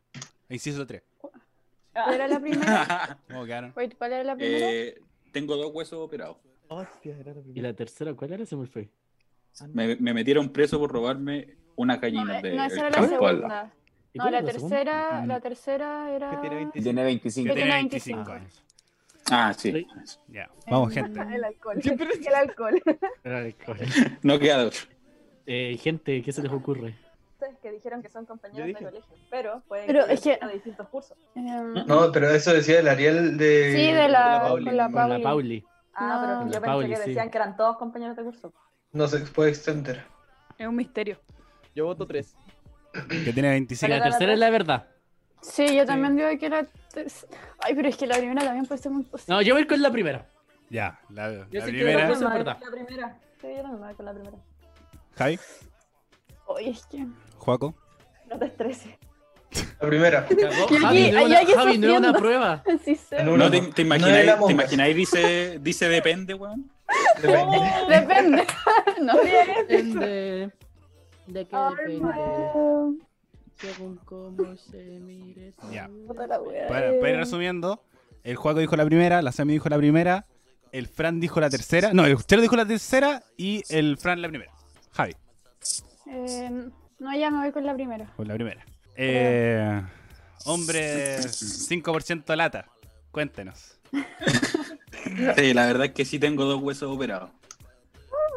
[SPEAKER 1] Inciso 3.
[SPEAKER 8] ¿Cuál era la primera?
[SPEAKER 1] ¿Cómo quedaron?
[SPEAKER 8] Wait, ¿cuál era la primera?
[SPEAKER 2] Eh, tengo dos huesos operados.
[SPEAKER 9] Hostia, era la
[SPEAKER 4] ¿Y
[SPEAKER 9] primera.
[SPEAKER 4] la tercera cuál era? Se me fue.
[SPEAKER 2] Me, me metieron preso por robarme unas
[SPEAKER 8] no,
[SPEAKER 2] gallinas del
[SPEAKER 8] no, esa era la
[SPEAKER 2] campo al lado.
[SPEAKER 8] segunda.
[SPEAKER 4] ¿Y
[SPEAKER 8] No,
[SPEAKER 4] cuál
[SPEAKER 8] la
[SPEAKER 4] era segunda? Mm.
[SPEAKER 8] tercera, la tercera era.
[SPEAKER 9] Que tiene
[SPEAKER 3] Tiene
[SPEAKER 9] 25.
[SPEAKER 3] 25.
[SPEAKER 8] Que
[SPEAKER 1] Tiene
[SPEAKER 8] tenía
[SPEAKER 1] 25
[SPEAKER 8] 25.
[SPEAKER 1] años.
[SPEAKER 2] Ah, sí.
[SPEAKER 1] Ya. Vamos, gente.
[SPEAKER 5] El alcohol. El alcohol.
[SPEAKER 4] Ay, coño.
[SPEAKER 2] No queda de otro.
[SPEAKER 4] Eh, gente, ¿qué se les ocurre?
[SPEAKER 10] Ustedes que dijeron que son compañeros
[SPEAKER 9] Yo
[SPEAKER 10] de
[SPEAKER 9] dije.
[SPEAKER 10] colegio, pero pueden
[SPEAKER 8] Pero
[SPEAKER 10] ir
[SPEAKER 8] es que-
[SPEAKER 10] a distintos cursos.
[SPEAKER 8] Em,
[SPEAKER 7] No, pero eso decía el Ariel de.
[SPEAKER 8] sí, de la,
[SPEAKER 7] Pauli.
[SPEAKER 8] con la
[SPEAKER 4] Con la
[SPEAKER 8] Pauli.
[SPEAKER 4] Pauli.
[SPEAKER 10] Ah, pero
[SPEAKER 8] No.
[SPEAKER 10] yo
[SPEAKER 4] La
[SPEAKER 10] pensé
[SPEAKER 4] Pauli,
[SPEAKER 10] que
[SPEAKER 4] sí.
[SPEAKER 10] decían que eran todos compañeros de curso.
[SPEAKER 7] No se puede extender.
[SPEAKER 10] Es un misterio.
[SPEAKER 9] Yo voto tres.
[SPEAKER 1] Que tiene 25
[SPEAKER 4] la
[SPEAKER 10] era la
[SPEAKER 4] tercera es la verdad.
[SPEAKER 8] Sí, yo también digo que era. ter- Ay, pero es que la primera también puede ser muy posible.
[SPEAKER 4] No, yo voy con la primera.
[SPEAKER 1] Ya. La, la
[SPEAKER 4] Yo sé que
[SPEAKER 1] primera.
[SPEAKER 4] vamos- Eso es
[SPEAKER 10] Me voy
[SPEAKER 4] verdad.
[SPEAKER 10] con La primera. Sí, yo también me voy con la primera.
[SPEAKER 1] Javi,
[SPEAKER 8] Oye, es que.
[SPEAKER 1] Juaco.
[SPEAKER 10] No te estreses.
[SPEAKER 7] La primera.
[SPEAKER 4] Cagó.
[SPEAKER 8] Y aquí-
[SPEAKER 4] Javi, no es
[SPEAKER 8] ahí
[SPEAKER 4] una-
[SPEAKER 8] hay que
[SPEAKER 4] Javi, no es una
[SPEAKER 8] sufriendo.
[SPEAKER 4] prueba.
[SPEAKER 8] Sí, sé.
[SPEAKER 7] En una.
[SPEAKER 2] Ah, No, te, te imagináis,
[SPEAKER 7] éramos
[SPEAKER 2] te
[SPEAKER 7] más.
[SPEAKER 2] imagináis dice, dice depende, weón.
[SPEAKER 7] Depende.
[SPEAKER 8] Depende. no.
[SPEAKER 4] Depende de qué
[SPEAKER 10] Ay,
[SPEAKER 4] depende. Según cómo se mire.
[SPEAKER 1] Ya.
[SPEAKER 8] Puta la wea.
[SPEAKER 1] Para, para ir resumiendo, el Juaco dijo la primera, la Sami dijo la primera, el Fran dijo la tercera. No, el Chelo dijo la tercera y el Fran la primera. Javi,
[SPEAKER 8] Em, no, ya me voy con la primera.
[SPEAKER 1] con la primera. Eh, hombre 5% lata. Cuéntenos.
[SPEAKER 2] Sí, la verdad es que sí tengo dos huesos operados.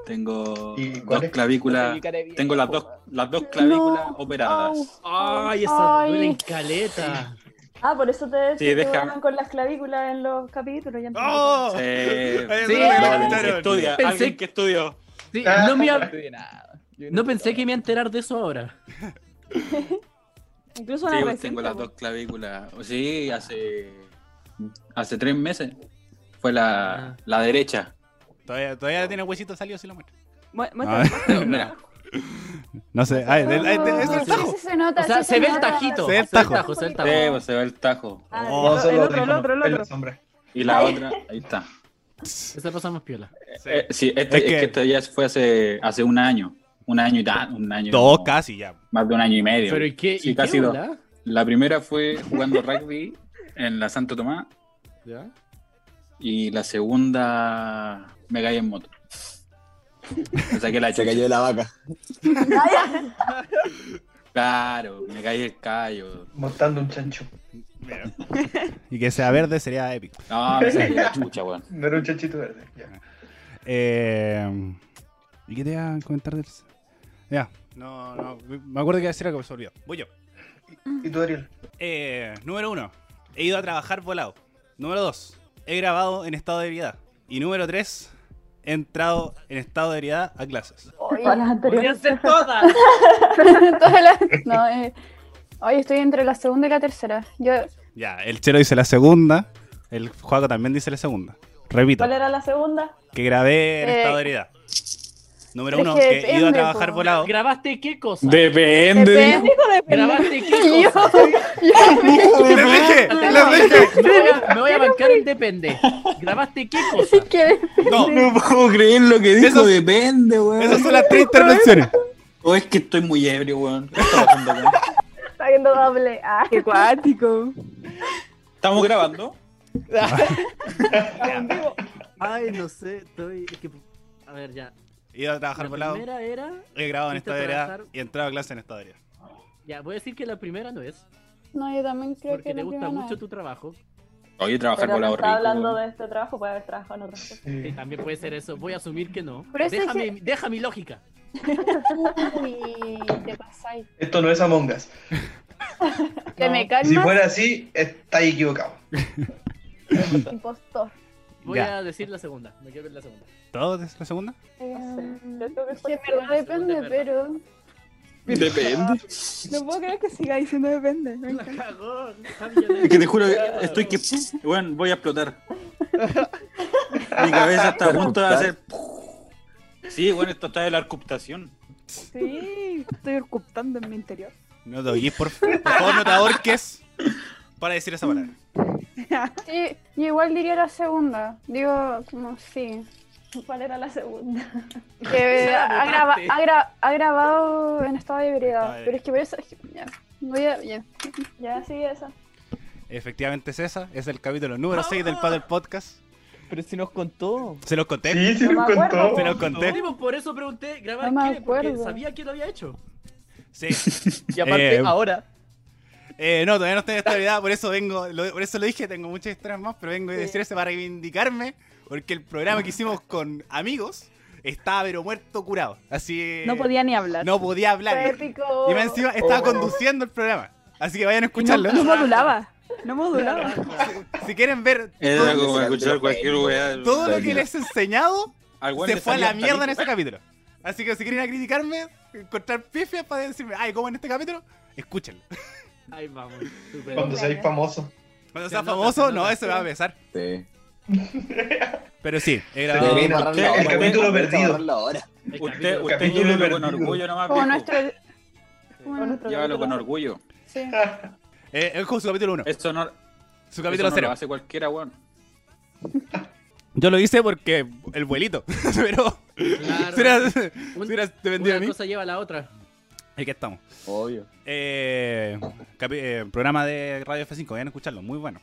[SPEAKER 2] Tengo
[SPEAKER 7] ¿Y
[SPEAKER 2] dos
[SPEAKER 7] cuáles?
[SPEAKER 2] clavículas. Tengo las dos, las dos clavículas operadas.
[SPEAKER 4] Ay, esas
[SPEAKER 8] Ay.
[SPEAKER 4] duelen caleta.
[SPEAKER 10] Ah, por eso te
[SPEAKER 2] Sí,
[SPEAKER 10] te
[SPEAKER 2] deja-
[SPEAKER 10] vuelven con las clavículas en los capítulos. Ya entendí.
[SPEAKER 1] ¡Oh!
[SPEAKER 2] Eh,
[SPEAKER 1] Ay,
[SPEAKER 2] sí,
[SPEAKER 1] no me
[SPEAKER 2] alguien
[SPEAKER 1] contaron.
[SPEAKER 2] que estudia,
[SPEAKER 4] Pensé-
[SPEAKER 2] alguien que estudió. pues,
[SPEAKER 4] Sí,
[SPEAKER 7] Ah.
[SPEAKER 4] no, me iba-
[SPEAKER 9] estudié nada. Yo
[SPEAKER 4] no pensé que me iba a enterar de eso ahora.
[SPEAKER 10] Incluso
[SPEAKER 2] Sí,
[SPEAKER 10] una
[SPEAKER 2] pues,
[SPEAKER 10] reciente,
[SPEAKER 2] tengo las
[SPEAKER 10] po.
[SPEAKER 2] dos clavículas. O Sí, hace, hace tres meses fue la, la derecha.
[SPEAKER 1] Todavía, todavía tiene huesito salido si lo muestro.
[SPEAKER 10] Mu-
[SPEAKER 1] Ah,
[SPEAKER 10] muéstrame.
[SPEAKER 2] Mira,
[SPEAKER 1] No sé. Ay, del- ay, de- es el
[SPEAKER 8] Sí,
[SPEAKER 1] tajo.
[SPEAKER 8] sí se nota,
[SPEAKER 4] O sea,
[SPEAKER 8] sí
[SPEAKER 4] se ve el
[SPEAKER 8] nota.
[SPEAKER 4] tajito.
[SPEAKER 1] Se ve el tajo.
[SPEAKER 4] se ve el
[SPEAKER 2] sí,
[SPEAKER 4] tajo.
[SPEAKER 2] pues, se ve el tajo.
[SPEAKER 10] Ah,
[SPEAKER 1] Oh,
[SPEAKER 10] el,
[SPEAKER 7] solo
[SPEAKER 10] el otro, el otro, el
[SPEAKER 7] en la
[SPEAKER 10] otro.
[SPEAKER 7] sombra.
[SPEAKER 2] Y la otra, ahí está.
[SPEAKER 4] Esa cosa más piola.
[SPEAKER 2] Eh, sí, este,
[SPEAKER 1] Es
[SPEAKER 2] es
[SPEAKER 1] que-
[SPEAKER 2] que esto ya fue hace, hace un año. Un año y tal, un año.
[SPEAKER 1] Dos
[SPEAKER 2] como-
[SPEAKER 1] casi ya.
[SPEAKER 2] Más de un año y medio.
[SPEAKER 4] Pero ¿y qué?
[SPEAKER 2] Sí,
[SPEAKER 4] ¿y qué
[SPEAKER 2] casi dos.
[SPEAKER 4] bola?
[SPEAKER 2] La primera fue jugando rugby en la Santo Tomás
[SPEAKER 4] ¿Ya?
[SPEAKER 2] y la segunda me caí en moto. Me saqué la
[SPEAKER 3] Se
[SPEAKER 2] chucha.
[SPEAKER 3] cayó de la vaca.
[SPEAKER 2] Claro, me caí el callo.
[SPEAKER 7] Montando un chancho.
[SPEAKER 1] Mira. Y que sea verde sería épico.
[SPEAKER 2] No, me saqué la chucha, weón.
[SPEAKER 7] No era un chanchito verde. ya.
[SPEAKER 1] Eh, ¿Y qué te iba a comentar del.? Ya. No, no. Me acuerdo que iba a decir algo, pero se me olvidó. Voy yo.
[SPEAKER 7] ¿Y tú, Ariel?
[SPEAKER 1] Eh, número uno, he ido a trabajar volado. Número dos, he grabado en estado de ebriedad. Y número tres, he entrado en estado de ebriedad a clases.
[SPEAKER 10] Todas las anteriores.
[SPEAKER 4] todas!
[SPEAKER 8] Todas las- No, eh, Oye, estoy entre la segunda y la tercera. Yo,
[SPEAKER 1] Ya, el Chelo dice la segunda, el Juaco también dice la segunda. Repito,
[SPEAKER 8] ¿Cuál era la segunda?
[SPEAKER 1] que grabé en
[SPEAKER 8] Eh,
[SPEAKER 1] estado de herida. Número
[SPEAKER 8] es
[SPEAKER 1] uno,
[SPEAKER 8] que
[SPEAKER 1] que he ido a
[SPEAKER 8] depende,
[SPEAKER 1] trabajar
[SPEAKER 8] po.
[SPEAKER 1] volado.
[SPEAKER 4] ¿Grabaste qué cosa?
[SPEAKER 2] Depende.
[SPEAKER 8] Depende.
[SPEAKER 4] ¿Grabaste
[SPEAKER 8] Y
[SPEAKER 4] qué
[SPEAKER 8] yo-
[SPEAKER 4] cosa?
[SPEAKER 1] ¡Les dije! ¡Les dije!
[SPEAKER 4] Me voy a- Me voy a bancar el depende. ¿Grabaste qué cosa?
[SPEAKER 8] ¿Qué?
[SPEAKER 1] No,
[SPEAKER 2] No puedo creer lo que dijo,
[SPEAKER 1] Eso-
[SPEAKER 2] depende, weón.
[SPEAKER 1] esas son las tres intervenciones.
[SPEAKER 2] O es que estoy muy ebrio, weón. ¿Qué está pasando, weón?
[SPEAKER 8] Está viendo doble. Ah,
[SPEAKER 10] Qué cuático.
[SPEAKER 2] ¿Estamos grabando?
[SPEAKER 4] Ay, no sé, estoy. es que- A ver, ya.
[SPEAKER 1] He ido a trabajar
[SPEAKER 4] La
[SPEAKER 1] volado,
[SPEAKER 4] primera era.
[SPEAKER 1] he grabado en
[SPEAKER 4] fuiste
[SPEAKER 1] estado de
[SPEAKER 4] a
[SPEAKER 1] herida
[SPEAKER 4] trabajar.
[SPEAKER 1] y he entrado a clase en estado de herida.
[SPEAKER 4] Ya, voy a decir que la primera no es.
[SPEAKER 8] No, yo también creo
[SPEAKER 4] Porque
[SPEAKER 8] que
[SPEAKER 4] te
[SPEAKER 8] la
[SPEAKER 4] gusta
[SPEAKER 8] primera no
[SPEAKER 4] mucho
[SPEAKER 8] es.
[SPEAKER 4] tu trabajo.
[SPEAKER 2] Oye, trabajar
[SPEAKER 8] Pero
[SPEAKER 2] con la
[SPEAKER 8] no
[SPEAKER 2] borrica.
[SPEAKER 8] está hablando de este trabajo, puede haber trabajado en otras cosas.
[SPEAKER 4] Sí, también puede ser eso. Voy a asumir que no.
[SPEAKER 8] Pero ese
[SPEAKER 4] Déjame, deja mi lógica.
[SPEAKER 8] Uy, te pasáis.
[SPEAKER 7] Esto no es Among Us.
[SPEAKER 8] Te
[SPEAKER 4] No.
[SPEAKER 8] me
[SPEAKER 7] Si
[SPEAKER 8] calmas,
[SPEAKER 7] fuera así, está equivocado.
[SPEAKER 8] impostor.
[SPEAKER 4] Voy
[SPEAKER 1] Ya.
[SPEAKER 4] a decir la segunda. Me quiero ver la segunda.
[SPEAKER 1] ¿Todo es la segunda?
[SPEAKER 8] Eh,
[SPEAKER 10] Yo creo que
[SPEAKER 8] es que
[SPEAKER 10] fue
[SPEAKER 8] en verdad
[SPEAKER 4] segunda
[SPEAKER 10] la
[SPEAKER 4] es
[SPEAKER 8] depende, pero...
[SPEAKER 2] Depende.
[SPEAKER 10] segunda. No puedo creer que siga diciendo depende. Me
[SPEAKER 4] La
[SPEAKER 10] encanta.
[SPEAKER 4] cagó. Javi, ya le-
[SPEAKER 2] Es que te juro que estoy que. Weón, voy a explotar. Mi cabeza está a punto de hacer. Sí, bueno, esto está de la cooptación.
[SPEAKER 10] Sí, estoy ocultando en mi interior.
[SPEAKER 1] No te oís, por favor. Por favor, no te ahorques para decir esa palabra.
[SPEAKER 8] Sí, yo igual diría la segunda. Digo, como sí. ¿Cuál era la segunda? Que ha, graba- ha gra- ha grabado en estado de
[SPEAKER 1] Estado
[SPEAKER 8] ebriedad.
[SPEAKER 1] de-
[SPEAKER 8] Pero es que por eso. Ya, voy a, ya. ya, sí, esa.
[SPEAKER 1] Efectivamente es esa, es el capítulo número 6
[SPEAKER 10] Ah.
[SPEAKER 1] del Paddle Podcast.
[SPEAKER 9] Pero si nos contó.
[SPEAKER 1] Se los conté,
[SPEAKER 7] Sí, sí
[SPEAKER 8] No
[SPEAKER 7] lo
[SPEAKER 8] me acuerdo,
[SPEAKER 7] contó.
[SPEAKER 1] se los conté.
[SPEAKER 4] Sí, pues, Por eso pregunté grabar
[SPEAKER 8] No me
[SPEAKER 4] qué, porque
[SPEAKER 8] acuerdo.
[SPEAKER 4] sabía que lo había hecho.
[SPEAKER 1] Sí.
[SPEAKER 9] Y aparte,
[SPEAKER 1] Eh,
[SPEAKER 9] ahora.
[SPEAKER 1] Eh, no, todavía no estoy en estabilidad, por eso vengo, lo- por eso lo dije, tengo muchas historias más, pero vengo a decir eso para reivindicarme, porque el programa que hicimos con amigos estaba pero muerto curado. Así
[SPEAKER 10] No podía ni hablar.
[SPEAKER 1] no podía hablar.
[SPEAKER 8] épico.
[SPEAKER 1] Y más encima estaba conduciendo el programa. Así que vayan a escucharlo.
[SPEAKER 10] No modulaba. No modulaba.
[SPEAKER 1] Si quieren ver
[SPEAKER 2] Era
[SPEAKER 1] todo,
[SPEAKER 2] como escuchar cualquier weá.
[SPEAKER 1] todo lo que les he enseñado,
[SPEAKER 2] Al weón
[SPEAKER 1] se
[SPEAKER 2] le
[SPEAKER 1] fue a la
[SPEAKER 2] salía
[SPEAKER 1] mierda en
[SPEAKER 2] talito.
[SPEAKER 1] este capítulo. Así que si quieren ir a criticarme, encontrar pifias para decirme, ay, ¿cómo en este capítulo? Escúchenlo.
[SPEAKER 4] Ahí vamos. Super.
[SPEAKER 7] Cuando seáis famoso.
[SPEAKER 1] Cuando
[SPEAKER 4] Se
[SPEAKER 1] sea
[SPEAKER 4] nota,
[SPEAKER 1] famoso,
[SPEAKER 4] se
[SPEAKER 1] no,
[SPEAKER 4] nota.
[SPEAKER 1] eso me va a besar.
[SPEAKER 3] Sí.
[SPEAKER 1] Pero sí, he
[SPEAKER 3] Pero
[SPEAKER 1] grabado.
[SPEAKER 3] viene a
[SPEAKER 2] usted-
[SPEAKER 3] borrarlo ahora,
[SPEAKER 2] el
[SPEAKER 7] capítulo
[SPEAKER 3] viene a
[SPEAKER 7] perdido.
[SPEAKER 3] borrarlo ahora.
[SPEAKER 4] El
[SPEAKER 2] Usted,
[SPEAKER 4] capítulo-
[SPEAKER 2] usted
[SPEAKER 7] Capítulo
[SPEAKER 2] llévelo con
[SPEAKER 7] perdido.
[SPEAKER 2] orgullo
[SPEAKER 1] Ah,
[SPEAKER 2] nomás,
[SPEAKER 8] Como
[SPEAKER 2] viejo.
[SPEAKER 8] nuestro. como nuestro
[SPEAKER 2] Llévalo con
[SPEAKER 8] capítulo.
[SPEAKER 2] orgullo.
[SPEAKER 8] Sí.
[SPEAKER 1] Eh, es como su capítulo 1,
[SPEAKER 2] Eso no,
[SPEAKER 1] su capítulo
[SPEAKER 2] eso no
[SPEAKER 1] 0.
[SPEAKER 2] lo hace cualquiera, weón.
[SPEAKER 1] Yo lo hice porque el vuelito. Pero.
[SPEAKER 4] Claro.
[SPEAKER 1] Si era- si
[SPEAKER 4] Un-
[SPEAKER 1] era dependido de
[SPEAKER 4] Una
[SPEAKER 1] mí.
[SPEAKER 4] cosa lleva a la otra.
[SPEAKER 1] Aquí estamos.
[SPEAKER 3] Obvio.
[SPEAKER 1] Eh, capi- eh, programa de Radio F5, vayan a escucharlo, muy bueno.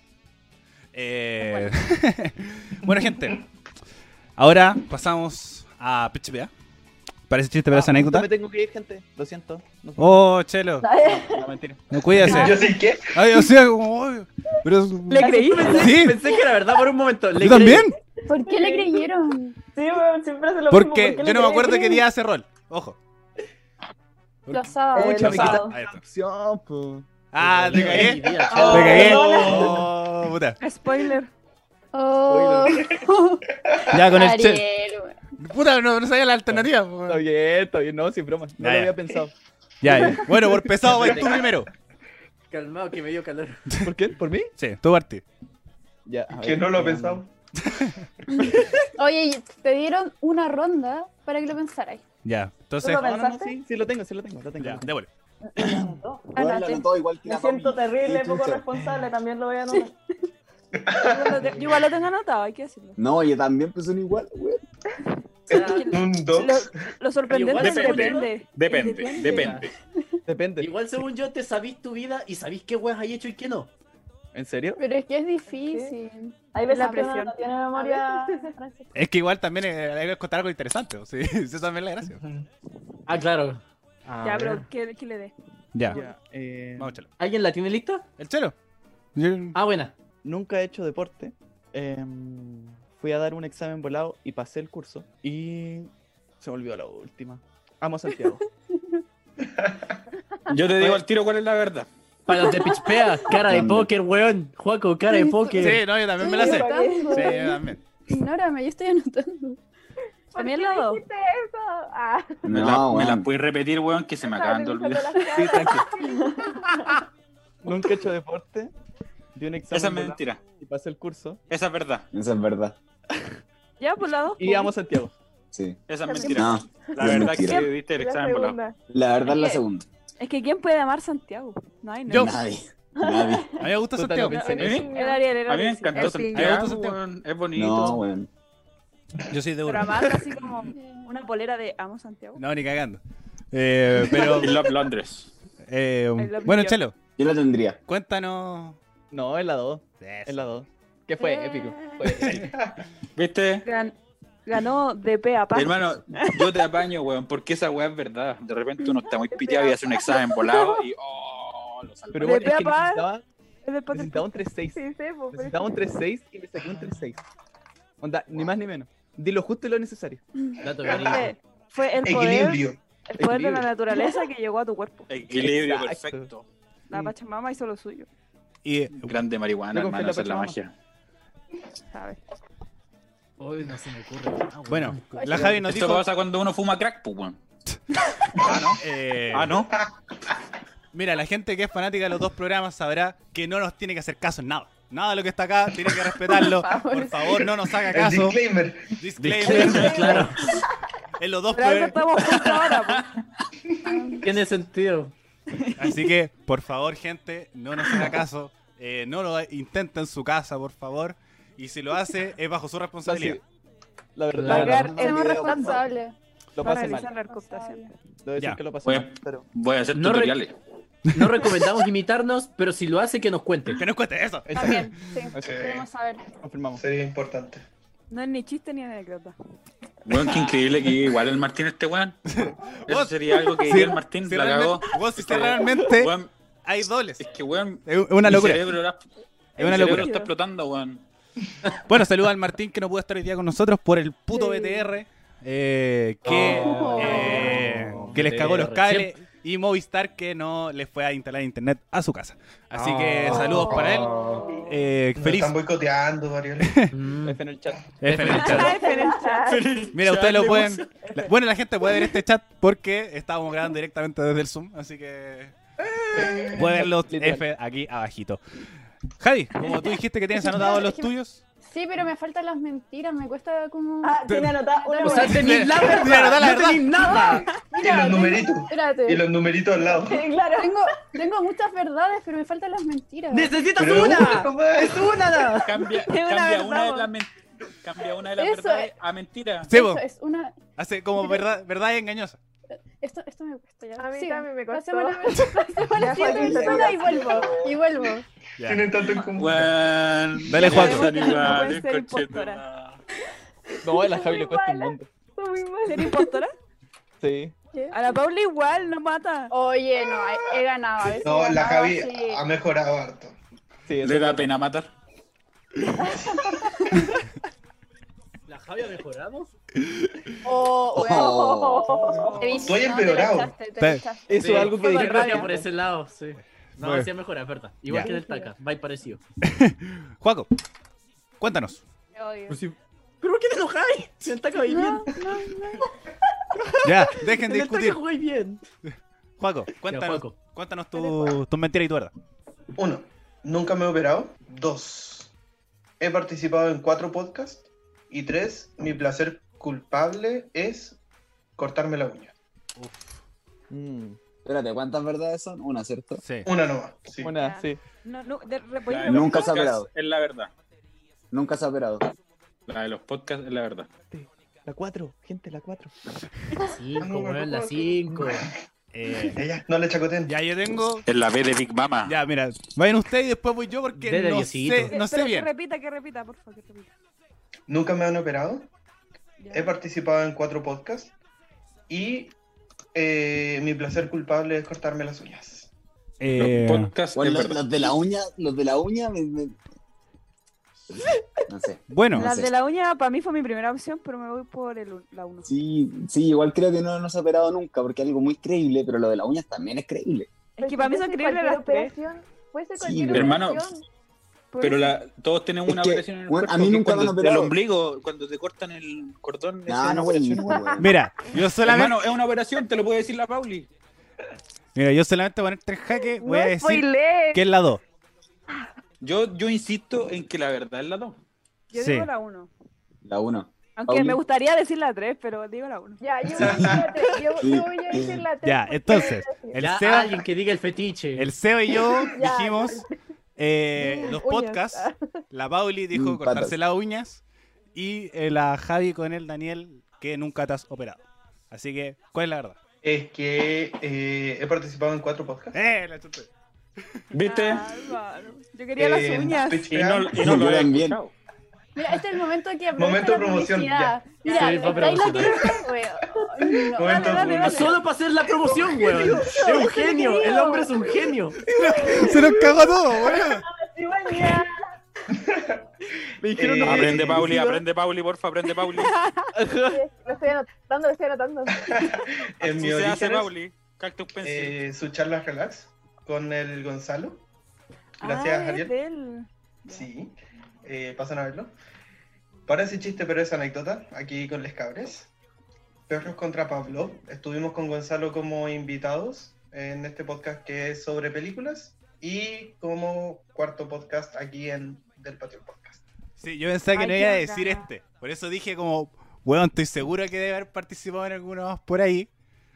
[SPEAKER 1] Eh, bueno, gente. Ahora pasamos a PHPA. Parece chiste, pero es
[SPEAKER 9] Ah,
[SPEAKER 1] anécdota.
[SPEAKER 9] Me tengo que ir, gente. Lo siento. No,
[SPEAKER 1] Oh, chelo.
[SPEAKER 9] no, mentira.
[SPEAKER 1] No, cuídese.
[SPEAKER 7] Yo sé qué.
[SPEAKER 1] Ay, o sea, como. "Ay, Pero.
[SPEAKER 10] Le creí.
[SPEAKER 1] Sí,
[SPEAKER 4] Pensé que era verdad por un momento. Le
[SPEAKER 1] yo
[SPEAKER 4] creí.
[SPEAKER 1] también.
[SPEAKER 8] ¿Por qué le creyeron?
[SPEAKER 10] Sí, weón, siempre se lo
[SPEAKER 1] Porque yo no me acuerdo qué día hace rol. Ojo.
[SPEAKER 8] Los sábados.
[SPEAKER 10] Eh,
[SPEAKER 8] los
[SPEAKER 10] lo
[SPEAKER 1] Los
[SPEAKER 10] quitaba.
[SPEAKER 8] sábados.
[SPEAKER 1] sábados. Ahí está.
[SPEAKER 9] Opción, po.
[SPEAKER 1] Ah, te
[SPEAKER 4] Ay,
[SPEAKER 1] cagué.
[SPEAKER 4] Dios,
[SPEAKER 1] Te
[SPEAKER 4] chao.
[SPEAKER 1] cagué.
[SPEAKER 7] Oh.
[SPEAKER 1] Oh, puta.
[SPEAKER 10] Spoiler.
[SPEAKER 8] Oh,
[SPEAKER 1] Ya con el chelo.
[SPEAKER 8] Ariel, güey.
[SPEAKER 1] Puta, no, no sabía la alternativa. po.
[SPEAKER 9] Está bien, está bien. No, sin broma. No
[SPEAKER 1] Ya,
[SPEAKER 9] lo
[SPEAKER 1] ya.
[SPEAKER 9] había pensado.
[SPEAKER 1] Ya, ya. Bueno, por pesado vas tú primero.
[SPEAKER 4] Calmado, que me dio calor.
[SPEAKER 9] ¿Por qué? ¿Por mí?
[SPEAKER 1] Sí, tú partí.
[SPEAKER 9] Ya. a
[SPEAKER 7] Que
[SPEAKER 9] ver,
[SPEAKER 7] no lo
[SPEAKER 9] eh,
[SPEAKER 7] he pensado.
[SPEAKER 8] Oye, y te dieron una ronda para que lo pensaras.
[SPEAKER 1] Ya. Entonces,
[SPEAKER 10] ¿Tú lo
[SPEAKER 9] No, Ah, no, no,
[SPEAKER 10] pensaste?
[SPEAKER 9] sí, sí lo tengo, sí lo tengo, lo tengo.
[SPEAKER 1] ya,
[SPEAKER 9] lo tengo.
[SPEAKER 1] démosle.
[SPEAKER 3] Bueno, lo anotó igual que
[SPEAKER 10] Me
[SPEAKER 3] la
[SPEAKER 10] siento
[SPEAKER 3] Tommy.
[SPEAKER 10] terrible,
[SPEAKER 3] Sí,
[SPEAKER 10] poco
[SPEAKER 3] chucha.
[SPEAKER 10] responsable. También lo voy a anotar. Yo lo te- yo igual lo tengo anotado, hay que decirlo.
[SPEAKER 3] No, yo también pensé en igual, güey.
[SPEAKER 7] Un
[SPEAKER 10] Lo,
[SPEAKER 7] dos.
[SPEAKER 10] lo sorprendente es que
[SPEAKER 4] Depende.
[SPEAKER 10] depende.
[SPEAKER 2] Depende, depende.
[SPEAKER 9] Depende.
[SPEAKER 4] Igual según yo te sabís tu vida y sabís qué weas hay hecho y qué no.
[SPEAKER 9] ¿En serio?
[SPEAKER 8] Pero es que es difícil.
[SPEAKER 10] Hay veces
[SPEAKER 8] La
[SPEAKER 10] que uno
[SPEAKER 8] presión.
[SPEAKER 10] no tiene memoria.
[SPEAKER 1] Es que igual también eh, hay que contar algo interesante. po, Sí, esa también es la gracia.
[SPEAKER 4] Ah, claro.
[SPEAKER 10] Ya, pero ¿qué, qué le dé?
[SPEAKER 1] Ya.
[SPEAKER 9] Ya, eh,
[SPEAKER 1] Vamos, chelo.
[SPEAKER 4] ¿Alguien la tiene lista?
[SPEAKER 1] El chelo.
[SPEAKER 4] Ah, buena.
[SPEAKER 9] nunca he hecho deporte. em, fui a dar un examen volado y pasé el curso. Y se me olvidó la última. Amo a Santiago.
[SPEAKER 2] Yo te digo al tiro cuál es la verdad.
[SPEAKER 4] Para los de Pichpea, cara de póker, weón. Juaco, cara de
[SPEAKER 1] Sí,
[SPEAKER 4] póker.
[SPEAKER 1] no, yo también me la sé. Sí, yo también.
[SPEAKER 8] Ignórame, yo estoy anotando.
[SPEAKER 10] También lo hago.
[SPEAKER 5] Ah,
[SPEAKER 2] Me,
[SPEAKER 3] No,
[SPEAKER 2] la, me la
[SPEAKER 3] weón.
[SPEAKER 2] puedes repetir, weón, que se me acaban de olvidar.
[SPEAKER 9] Sí, tranquilo. nunca he hecho deporte. Di un examen
[SPEAKER 2] Esa es
[SPEAKER 9] volado
[SPEAKER 2] mentira.
[SPEAKER 9] y pasé el curso.
[SPEAKER 2] Esa es verdad.
[SPEAKER 3] Esa es verdad.
[SPEAKER 10] Ya, por la dos.
[SPEAKER 9] Y vamos a Santiago.
[SPEAKER 3] Sí.
[SPEAKER 2] Esa es
[SPEAKER 10] La
[SPEAKER 2] mentira.
[SPEAKER 3] No,
[SPEAKER 2] la
[SPEAKER 3] es
[SPEAKER 2] verdad
[SPEAKER 3] mentira.
[SPEAKER 2] que diste el examen por la...
[SPEAKER 3] La verdad es la
[SPEAKER 10] Es que-
[SPEAKER 3] segunda.
[SPEAKER 10] Es que ¿quién puede amar Santiago? No hay nadie.
[SPEAKER 3] Nadie. Nadie.
[SPEAKER 1] A mí me gusta
[SPEAKER 9] Puta,
[SPEAKER 1] Santiago.
[SPEAKER 9] no
[SPEAKER 2] pensé ¿Eh? en eso.
[SPEAKER 10] El Ariel, el
[SPEAKER 2] A mí me
[SPEAKER 10] Ariel. sí.
[SPEAKER 2] encantó
[SPEAKER 5] El piñón.
[SPEAKER 2] Santiago,
[SPEAKER 1] Santiago.
[SPEAKER 2] weón, es bonito.
[SPEAKER 3] No, weón.
[SPEAKER 1] Yo soy de
[SPEAKER 10] Pero
[SPEAKER 1] Europa.
[SPEAKER 10] amar así como una polera de amo Santiago.
[SPEAKER 1] No, ni cagando. Eh, pero.
[SPEAKER 2] I love Londres.
[SPEAKER 1] eh,
[SPEAKER 10] I love
[SPEAKER 1] bueno,
[SPEAKER 10] you.
[SPEAKER 1] Chelo,
[SPEAKER 3] Yo la tendría.
[SPEAKER 1] cuéntanos.
[SPEAKER 9] No, es la 2. Es la 2. Que fue
[SPEAKER 10] Eh.
[SPEAKER 9] épico. Fue épico.
[SPEAKER 2] ¿Viste?
[SPEAKER 10] Gan- ganó de pe a pa.
[SPEAKER 2] Hermano, yo te apaño, weón, porque esa weá es verdad. De repente uno está muy piteado y hace un examen volado y oh, lo salvé.
[SPEAKER 9] Pero
[SPEAKER 10] De
[SPEAKER 9] bueno,
[SPEAKER 10] pe
[SPEAKER 9] es
[SPEAKER 10] a
[SPEAKER 9] que
[SPEAKER 10] pa.
[SPEAKER 9] necesitaba,
[SPEAKER 10] Es del Potter
[SPEAKER 9] necesitaba un 3-6.
[SPEAKER 5] Sí, sí,
[SPEAKER 10] pues,
[SPEAKER 5] po, pero-
[SPEAKER 9] Necesitaba un 3-6 y me saqué un 3-6. Onda, ni más ni menos. Di lo justo y lo necesario.
[SPEAKER 4] Dato
[SPEAKER 10] Potter.
[SPEAKER 4] verídico.
[SPEAKER 10] Fue el poder,
[SPEAKER 7] Equilibrio.
[SPEAKER 10] el poder de la
[SPEAKER 9] Equilibrio.
[SPEAKER 10] naturaleza que llegó a tu cuerpo.
[SPEAKER 2] Equilibrio
[SPEAKER 9] Exacto.
[SPEAKER 2] perfecto.
[SPEAKER 10] La Pachamama hizo lo suyo,
[SPEAKER 1] Y, eh,
[SPEAKER 2] Grande marihuana,
[SPEAKER 9] Yo confío
[SPEAKER 2] hermano,
[SPEAKER 9] en la
[SPEAKER 2] esa es la
[SPEAKER 9] Pachamama.
[SPEAKER 2] magia.
[SPEAKER 10] ¿sabes?
[SPEAKER 4] Hoy no se me ocurre. Ah,
[SPEAKER 1] bueno,
[SPEAKER 4] weón.
[SPEAKER 1] la Javi nos
[SPEAKER 2] Esto
[SPEAKER 1] dijo.
[SPEAKER 2] pasa cuando uno fuma crack, pues, weón. ah, no.
[SPEAKER 1] eh,
[SPEAKER 2] Ah, no.
[SPEAKER 1] Mira, la gente que es fanática de los dos programas sabrá que no nos tiene que hacer caso en nada. Nada de lo que está acá, tiene que respetarlo. Por favor, no nos haga
[SPEAKER 7] El
[SPEAKER 1] caso.
[SPEAKER 7] disclaimer.
[SPEAKER 1] Disclaimer. Claro. En los dos
[SPEAKER 10] Pero algo
[SPEAKER 1] programas.
[SPEAKER 10] estamos juntos ahora, po.
[SPEAKER 4] Tiene sentido.
[SPEAKER 1] Así que, por favor, gente, no nos haga caso. Eh, no lo intenta en su casa, por favor. Y si lo hace, es bajo su responsabilidad.
[SPEAKER 9] La verdad,
[SPEAKER 4] Claro.
[SPEAKER 9] la
[SPEAKER 8] Pagar,
[SPEAKER 9] verdad,
[SPEAKER 8] somos
[SPEAKER 9] video,
[SPEAKER 8] responsables.
[SPEAKER 9] lo
[SPEAKER 10] Para
[SPEAKER 9] pasé mal.
[SPEAKER 10] realizar la escolta siempre.
[SPEAKER 9] Lo voy a decir
[SPEAKER 1] Ya.
[SPEAKER 9] que lo pasé
[SPEAKER 2] Bueno.
[SPEAKER 9] mal. Pero
[SPEAKER 2] Voy a hacer
[SPEAKER 4] No re-
[SPEAKER 2] tutoriales.
[SPEAKER 4] No recomendamos imitarnos, pero si lo hace, que nos cuente.
[SPEAKER 1] Que nos cuente eso.
[SPEAKER 8] También, sí.
[SPEAKER 9] Eso.
[SPEAKER 8] Queremos saber.
[SPEAKER 9] confirmamos.
[SPEAKER 7] Sería importante.
[SPEAKER 10] No es ni chiste ni anécdota.
[SPEAKER 2] Weón, qué increíble que igual el Martín este weón. Eso
[SPEAKER 1] Vos-
[SPEAKER 2] sería algo que
[SPEAKER 1] Sí,
[SPEAKER 2] diría el Martín,
[SPEAKER 1] si
[SPEAKER 2] la cagó.
[SPEAKER 1] realmente- vos, si
[SPEAKER 2] Porque,
[SPEAKER 1] realmente
[SPEAKER 2] weón,
[SPEAKER 1] hay dobles.
[SPEAKER 2] es que weón,
[SPEAKER 1] Es una
[SPEAKER 2] mi
[SPEAKER 1] locura.
[SPEAKER 2] cerebro era-
[SPEAKER 1] Es una
[SPEAKER 2] mi cerebro
[SPEAKER 1] locura.
[SPEAKER 2] está explotando, weón.
[SPEAKER 1] Bueno, saludos al Martín que no pudo estar hoy día con nosotros por el puto
[SPEAKER 10] Sí.
[SPEAKER 1] BTR. eh, que,
[SPEAKER 8] Oh.
[SPEAKER 1] eh, que les cagó los
[SPEAKER 4] BTR,
[SPEAKER 1] cables y Movistar que no les fue a instalar internet Ah, a su casa. Así que
[SPEAKER 9] Oh.
[SPEAKER 1] saludos para él. Eh,
[SPEAKER 7] Nos
[SPEAKER 1] feliz
[SPEAKER 7] están boicoteando, Variola.
[SPEAKER 4] Mm.
[SPEAKER 9] F en el chat.
[SPEAKER 1] F en el chat.
[SPEAKER 10] Ay, pero el chat.
[SPEAKER 1] Mira, ustedes
[SPEAKER 2] Chale,
[SPEAKER 1] lo pueden. la- bueno, la gente puede ver este chat porque estábamos grabando directamente desde el Zoom, así que. Pueden ver los
[SPEAKER 9] Literal.
[SPEAKER 1] F aquí abajito. Javi, como tú dijiste que tienes anotados los tuyos.
[SPEAKER 8] Sí, pero me faltan las mentiras, me cuesta como...
[SPEAKER 10] Ah, tenía anotada una
[SPEAKER 8] O
[SPEAKER 1] O
[SPEAKER 10] buena.
[SPEAKER 1] sea, tenés la verdad. la verdad.
[SPEAKER 7] Y
[SPEAKER 4] nada.
[SPEAKER 7] los
[SPEAKER 8] tengo-
[SPEAKER 7] numeritos.
[SPEAKER 8] Espérate.
[SPEAKER 7] Y los numeritos al lado.
[SPEAKER 10] Sí, claro.
[SPEAKER 8] Tengo, tengo muchas verdades, pero me faltan las mentiras.
[SPEAKER 4] ¡Necesitas
[SPEAKER 7] Pero-
[SPEAKER 4] una!
[SPEAKER 7] Tomás.
[SPEAKER 4] ¡Es una!
[SPEAKER 2] Cambia, cambia,
[SPEAKER 10] una verdad,
[SPEAKER 2] una de
[SPEAKER 10] weón.
[SPEAKER 2] las men- cambia una de las
[SPEAKER 8] Eso
[SPEAKER 2] verdades
[SPEAKER 8] es.
[SPEAKER 2] a mentira.
[SPEAKER 1] Sí,
[SPEAKER 8] Eso
[SPEAKER 1] po,
[SPEAKER 8] es una...
[SPEAKER 1] hace como verdad, verdad engañosa.
[SPEAKER 8] Esto, esto me cuesta ya.
[SPEAKER 5] A mí
[SPEAKER 8] Sí,
[SPEAKER 5] también me costó.
[SPEAKER 8] Pasemos a la, pasemos a la
[SPEAKER 5] Ya,
[SPEAKER 8] siguiente
[SPEAKER 5] Joaquín,
[SPEAKER 8] persona y vuelvo. Y vuelvo.
[SPEAKER 7] Tienen tanto en común.
[SPEAKER 2] Weón.
[SPEAKER 1] Dale, Juaco.
[SPEAKER 2] Son iguales,
[SPEAKER 10] No pueden ser
[SPEAKER 2] conchetumare.
[SPEAKER 10] impostora.
[SPEAKER 9] No, a la Javi le cuesta un mundo.
[SPEAKER 8] Fue muy mal.
[SPEAKER 10] ¿Ser impostora?
[SPEAKER 9] Sí.
[SPEAKER 10] A la Paula igual no mata.
[SPEAKER 8] Oye, no, he, he ganado. a veces
[SPEAKER 7] No,
[SPEAKER 8] he
[SPEAKER 7] la
[SPEAKER 8] ganado
[SPEAKER 7] Javi
[SPEAKER 8] así.
[SPEAKER 7] ha mejorado harto.
[SPEAKER 9] Sí, eso
[SPEAKER 2] ¿Le da pena matar?
[SPEAKER 4] ¿La Javi ha mejorado?
[SPEAKER 8] Oh, weón.
[SPEAKER 3] Oh.
[SPEAKER 8] Te viste,
[SPEAKER 7] Tú hayas
[SPEAKER 8] no, te
[SPEAKER 7] empeorado.
[SPEAKER 8] echaste, te
[SPEAKER 1] Te-
[SPEAKER 8] echaste.
[SPEAKER 9] eso es algo que
[SPEAKER 10] Fue
[SPEAKER 9] dije.
[SPEAKER 10] barbaridad.
[SPEAKER 4] por ese lado, sí. No,
[SPEAKER 1] Bueno.
[SPEAKER 4] sí ha mejorado, es verdad. Igual
[SPEAKER 1] Ya.
[SPEAKER 4] que en el Taca, va y parecido.
[SPEAKER 1] Juaco, cuéntanos.
[SPEAKER 8] Te odio.
[SPEAKER 2] Pues
[SPEAKER 4] ¿Pero por qué te enojáis? Si en el Taca vais bien.
[SPEAKER 1] Ya, dejen
[SPEAKER 4] En
[SPEAKER 1] de
[SPEAKER 4] el Taca
[SPEAKER 1] discutir.
[SPEAKER 4] jugáis bien.
[SPEAKER 1] Juaco, cuéntanos,
[SPEAKER 4] Juaco.
[SPEAKER 1] cuéntanos tu, tu mentira y tu verdad.
[SPEAKER 7] Uno, nunca me he operado. Dos, he participado en cuatro podcasts. Y tres, mi placer culpable es cortarme la uña.
[SPEAKER 9] Mm.
[SPEAKER 3] Espérate, ¿cuántas verdades son? Una, ¿cierto?
[SPEAKER 1] Sí.
[SPEAKER 7] Una nomás. Sí.
[SPEAKER 9] Buena, sí.
[SPEAKER 10] No, no, de, re- voy
[SPEAKER 2] La
[SPEAKER 10] a
[SPEAKER 2] de los
[SPEAKER 3] Nunca se ha
[SPEAKER 2] podcasts
[SPEAKER 3] operado.
[SPEAKER 2] Es la verdad.
[SPEAKER 3] Nunca se ha operado.
[SPEAKER 2] La de los podcasts es la verdad.
[SPEAKER 9] La 4, gente, la 4.
[SPEAKER 7] Ah,
[SPEAKER 4] Cinco, weón, la cinco.
[SPEAKER 1] Eh,
[SPEAKER 7] Ya, ya, no le chacoteen.
[SPEAKER 1] ya yo tengo.
[SPEAKER 2] Es la B de Big Mama.
[SPEAKER 1] Ya, mira, vayan ustedes y después voy yo porque
[SPEAKER 4] Dele,
[SPEAKER 1] no
[SPEAKER 4] Diosito.
[SPEAKER 1] sé, no sé
[SPEAKER 10] Pero
[SPEAKER 1] bien.
[SPEAKER 10] Que repita, que repita, por favor, que repita.
[SPEAKER 7] Nunca me han operado.
[SPEAKER 10] Ya.
[SPEAKER 7] He participado en cuatro podcasts. Y eh, mi placer culpable es cortarme las uñas.
[SPEAKER 1] Eh,
[SPEAKER 2] Los podcasts
[SPEAKER 3] Bueno,
[SPEAKER 2] es
[SPEAKER 3] los,
[SPEAKER 2] verdad.
[SPEAKER 3] los de la uña, los de la uña, me- me- no sé.
[SPEAKER 1] bueno,
[SPEAKER 10] la
[SPEAKER 3] sé.
[SPEAKER 10] de la uña para mí fue mi primera opción, pero me voy por el, un- la 1.
[SPEAKER 3] Sí, sí, igual creo que no, no se ha operado nunca porque es algo muy creíble, pero lo de las uñas también es creíble.
[SPEAKER 10] Es que para mí
[SPEAKER 5] Puede
[SPEAKER 10] son
[SPEAKER 5] ser
[SPEAKER 10] creíbles las
[SPEAKER 5] cualquier
[SPEAKER 10] tres.
[SPEAKER 5] operación, Puede ser
[SPEAKER 3] Sí,
[SPEAKER 5] cualquier
[SPEAKER 3] pero-
[SPEAKER 2] Hermano,
[SPEAKER 5] operación.
[SPEAKER 10] Por
[SPEAKER 2] Pero
[SPEAKER 10] eso.
[SPEAKER 2] la, todos tenemos
[SPEAKER 3] Es
[SPEAKER 2] una
[SPEAKER 3] que,
[SPEAKER 2] operación en el
[SPEAKER 3] bueno, a
[SPEAKER 2] cuerpo.
[SPEAKER 3] mí
[SPEAKER 2] que
[SPEAKER 3] nunca me han
[SPEAKER 2] cuando-
[SPEAKER 3] operado.
[SPEAKER 2] El ombligo, cuando te cortan el cordón. ese
[SPEAKER 3] No,
[SPEAKER 2] es
[SPEAKER 3] no,
[SPEAKER 2] una
[SPEAKER 3] güey.
[SPEAKER 2] operación.
[SPEAKER 1] mira, yo solamente,
[SPEAKER 2] Hermano, es una operación, te lo puede decir la Pauli.
[SPEAKER 1] mira, yo solamente voy a poner tres jaques, voy a
[SPEAKER 10] No
[SPEAKER 1] decir
[SPEAKER 10] spoilees.
[SPEAKER 1] que es la 2.
[SPEAKER 2] Yo, yo insisto en que la verdad es la 2.
[SPEAKER 10] Yo
[SPEAKER 1] Sí.
[SPEAKER 10] digo la 1.
[SPEAKER 3] La 1.
[SPEAKER 5] Aunque me gustaría decir la 3, pero digo la 1.
[SPEAKER 10] Ya, yo voy a decir la tres, yo-
[SPEAKER 3] Sí.
[SPEAKER 10] yo voy a decir la tres
[SPEAKER 1] Ya,
[SPEAKER 10] porque-
[SPEAKER 1] entonces, el
[SPEAKER 4] Ya,
[SPEAKER 1] Seba-
[SPEAKER 4] alguien que diga el fetiche.
[SPEAKER 1] el CEO y yo
[SPEAKER 10] Ya.
[SPEAKER 1] dijimos eh, los
[SPEAKER 10] Uñas.
[SPEAKER 1] podcasts. La Pauli dijo
[SPEAKER 3] Mm, patas.
[SPEAKER 1] cortarse las uñas. Y eh, la Javi con el Daniel que nunca te has operado. Así que, ¿cuál es la verdad?
[SPEAKER 7] Es que eh, he participado en cuatro podcasts.
[SPEAKER 1] ¡Eh! La chuta.
[SPEAKER 2] ¿Viste?
[SPEAKER 5] Álvaro, Yo Ah, quería
[SPEAKER 7] En
[SPEAKER 5] las uñas.
[SPEAKER 7] Pitch
[SPEAKER 2] Y
[SPEAKER 7] Pea.
[SPEAKER 2] no, y no lo
[SPEAKER 3] Yo
[SPEAKER 2] he
[SPEAKER 3] también.
[SPEAKER 2] escuchado.
[SPEAKER 10] Mira, este es el momento que aprovecha
[SPEAKER 7] Momento
[SPEAKER 10] la
[SPEAKER 7] promoción,
[SPEAKER 10] publicidad.
[SPEAKER 7] ya.
[SPEAKER 10] Mira,
[SPEAKER 4] Sí, fue
[SPEAKER 10] ¿estáis lo que
[SPEAKER 4] promoción.
[SPEAKER 8] eh,
[SPEAKER 10] hizo, weón?
[SPEAKER 7] Momento
[SPEAKER 10] No, dale, dale,
[SPEAKER 7] promoción.
[SPEAKER 4] Ah,
[SPEAKER 10] dale.
[SPEAKER 4] Solo para hacer la promoción, weón. Es un genio. El hombre es un genio.
[SPEAKER 1] Se nos cagó todo, weón.
[SPEAKER 10] Igual, mira.
[SPEAKER 9] Me dijeron
[SPEAKER 7] Eh,
[SPEAKER 9] no,
[SPEAKER 2] Aprende,
[SPEAKER 7] Eh,
[SPEAKER 2] Pauli, aprende, Pauli, porfa, aprende, Pauli.
[SPEAKER 10] Lo estoy anotando, lo estoy anotando.
[SPEAKER 7] En
[SPEAKER 2] Así
[SPEAKER 7] mi
[SPEAKER 2] se hace,
[SPEAKER 7] origen
[SPEAKER 2] Pauli. Cactus Pencil.
[SPEAKER 7] eh, su charla relax con el Gonzalo.
[SPEAKER 5] Ah,
[SPEAKER 7] Gracias,
[SPEAKER 5] es
[SPEAKER 7] Javier.
[SPEAKER 5] de él.
[SPEAKER 7] Sí, eh, pasan a verlo. Parece chiste, pero es anécdota. Aquí con Les Cabres. Perros contra Pablo. Estuvimos con Gonzalo como invitados en este podcast que es sobre películas y como cuarto podcast aquí en Del Patio Podcast.
[SPEAKER 1] Sí, yo pensaba que
[SPEAKER 5] Ay,
[SPEAKER 1] no
[SPEAKER 5] qué
[SPEAKER 1] iba a
[SPEAKER 5] bacán.
[SPEAKER 1] decir este. Por eso dije como, weón, estoy seguro que debe haber participado en alguno más por ahí.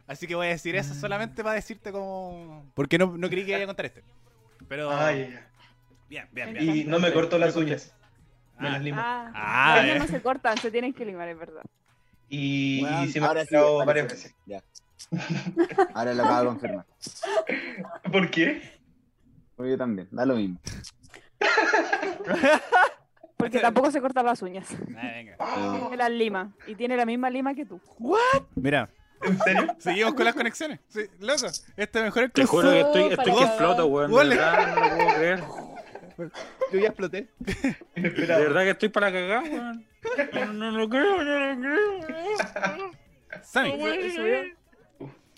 [SPEAKER 1] Así que voy a decir
[SPEAKER 5] Mm.
[SPEAKER 1] eso solamente para decirte como... Porque no, no creí que iba a contar este. Pero...
[SPEAKER 7] Ay, ay,
[SPEAKER 1] Bien, bien,
[SPEAKER 7] ay.
[SPEAKER 1] bien.
[SPEAKER 7] Ah, y no me cortó las uñas. Me
[SPEAKER 1] Ah,
[SPEAKER 7] las limo.
[SPEAKER 5] Ah,
[SPEAKER 1] Ah,
[SPEAKER 5] las uñas
[SPEAKER 1] eh.
[SPEAKER 5] no se cortan, se tienen que limar, es verdad.
[SPEAKER 7] Y,
[SPEAKER 3] Weón,
[SPEAKER 7] y se me ha
[SPEAKER 3] ahora sí,
[SPEAKER 7] quedado
[SPEAKER 3] parece.
[SPEAKER 7] varias veces.
[SPEAKER 3] Ya. Ahora lo acabo de confirmar.
[SPEAKER 7] ¿Por qué?
[SPEAKER 3] Pues Yo también, da lo mismo.
[SPEAKER 5] Porque tampoco se cortan las uñas.
[SPEAKER 1] Ah, venga.
[SPEAKER 3] Eh,
[SPEAKER 5] Tiene las lima. Y tiene la misma lima que tú.
[SPEAKER 1] Mira,
[SPEAKER 7] ¿En serio?
[SPEAKER 1] seguimos con las conexiones. Sí, loco, este mejor el
[SPEAKER 2] Te juro que estoy, estoy que
[SPEAKER 1] Para-
[SPEAKER 2] exploto, weón. De
[SPEAKER 1] Huele.
[SPEAKER 2] verdad, no lo puedo creer.
[SPEAKER 9] yo ya exploté.
[SPEAKER 2] De
[SPEAKER 7] Esperaba.
[SPEAKER 2] verdad que estoy para cagar, weón. No, no lo creo, no lo creo.
[SPEAKER 1] Sammy,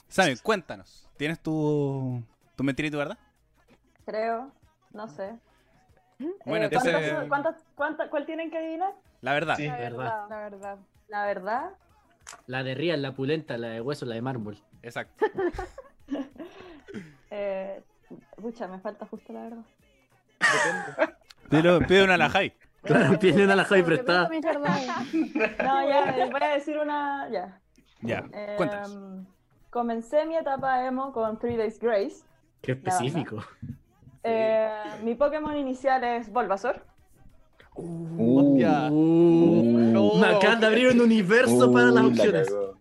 [SPEAKER 1] Sammy, cuéntanos. ¿Tienes tu, tu mentira y tu verdad?
[SPEAKER 10] Creo, no sé.
[SPEAKER 1] Bueno,
[SPEAKER 10] Eh, ¿cuántas-
[SPEAKER 1] entonces-
[SPEAKER 10] cuántas- cuántas- ¿Cuál tienen que adivinar?
[SPEAKER 1] La verdad.
[SPEAKER 7] Sí.
[SPEAKER 10] La
[SPEAKER 4] verdad.
[SPEAKER 10] La verdad. La verdad.
[SPEAKER 4] La de Ría, la pulenta, la de hueso, la de mármol.
[SPEAKER 1] Exacto.
[SPEAKER 10] Eh, pucha, me falta justo la verdad.
[SPEAKER 1] Pide, pide una a la Javi.
[SPEAKER 4] Claro, tienen a la Javi
[SPEAKER 10] Te pido
[SPEAKER 4] prestada.
[SPEAKER 10] mi perdón. No, ya, eh, voy a decir una. Ya.
[SPEAKER 1] Ya,
[SPEAKER 10] Eh,
[SPEAKER 1] cuéntanos.
[SPEAKER 10] Comencé mi etapa emo con Three Days Grace.
[SPEAKER 4] Qué específico.
[SPEAKER 10] Eh, mi Pokémon inicial es Bulbasaur.
[SPEAKER 3] Uh,
[SPEAKER 4] Uh,
[SPEAKER 9] Hostia.
[SPEAKER 7] oh.
[SPEAKER 9] No.
[SPEAKER 4] me acaban de abrir un universo
[SPEAKER 3] uh,
[SPEAKER 4] para las
[SPEAKER 3] la
[SPEAKER 4] opciones.
[SPEAKER 3] cagó.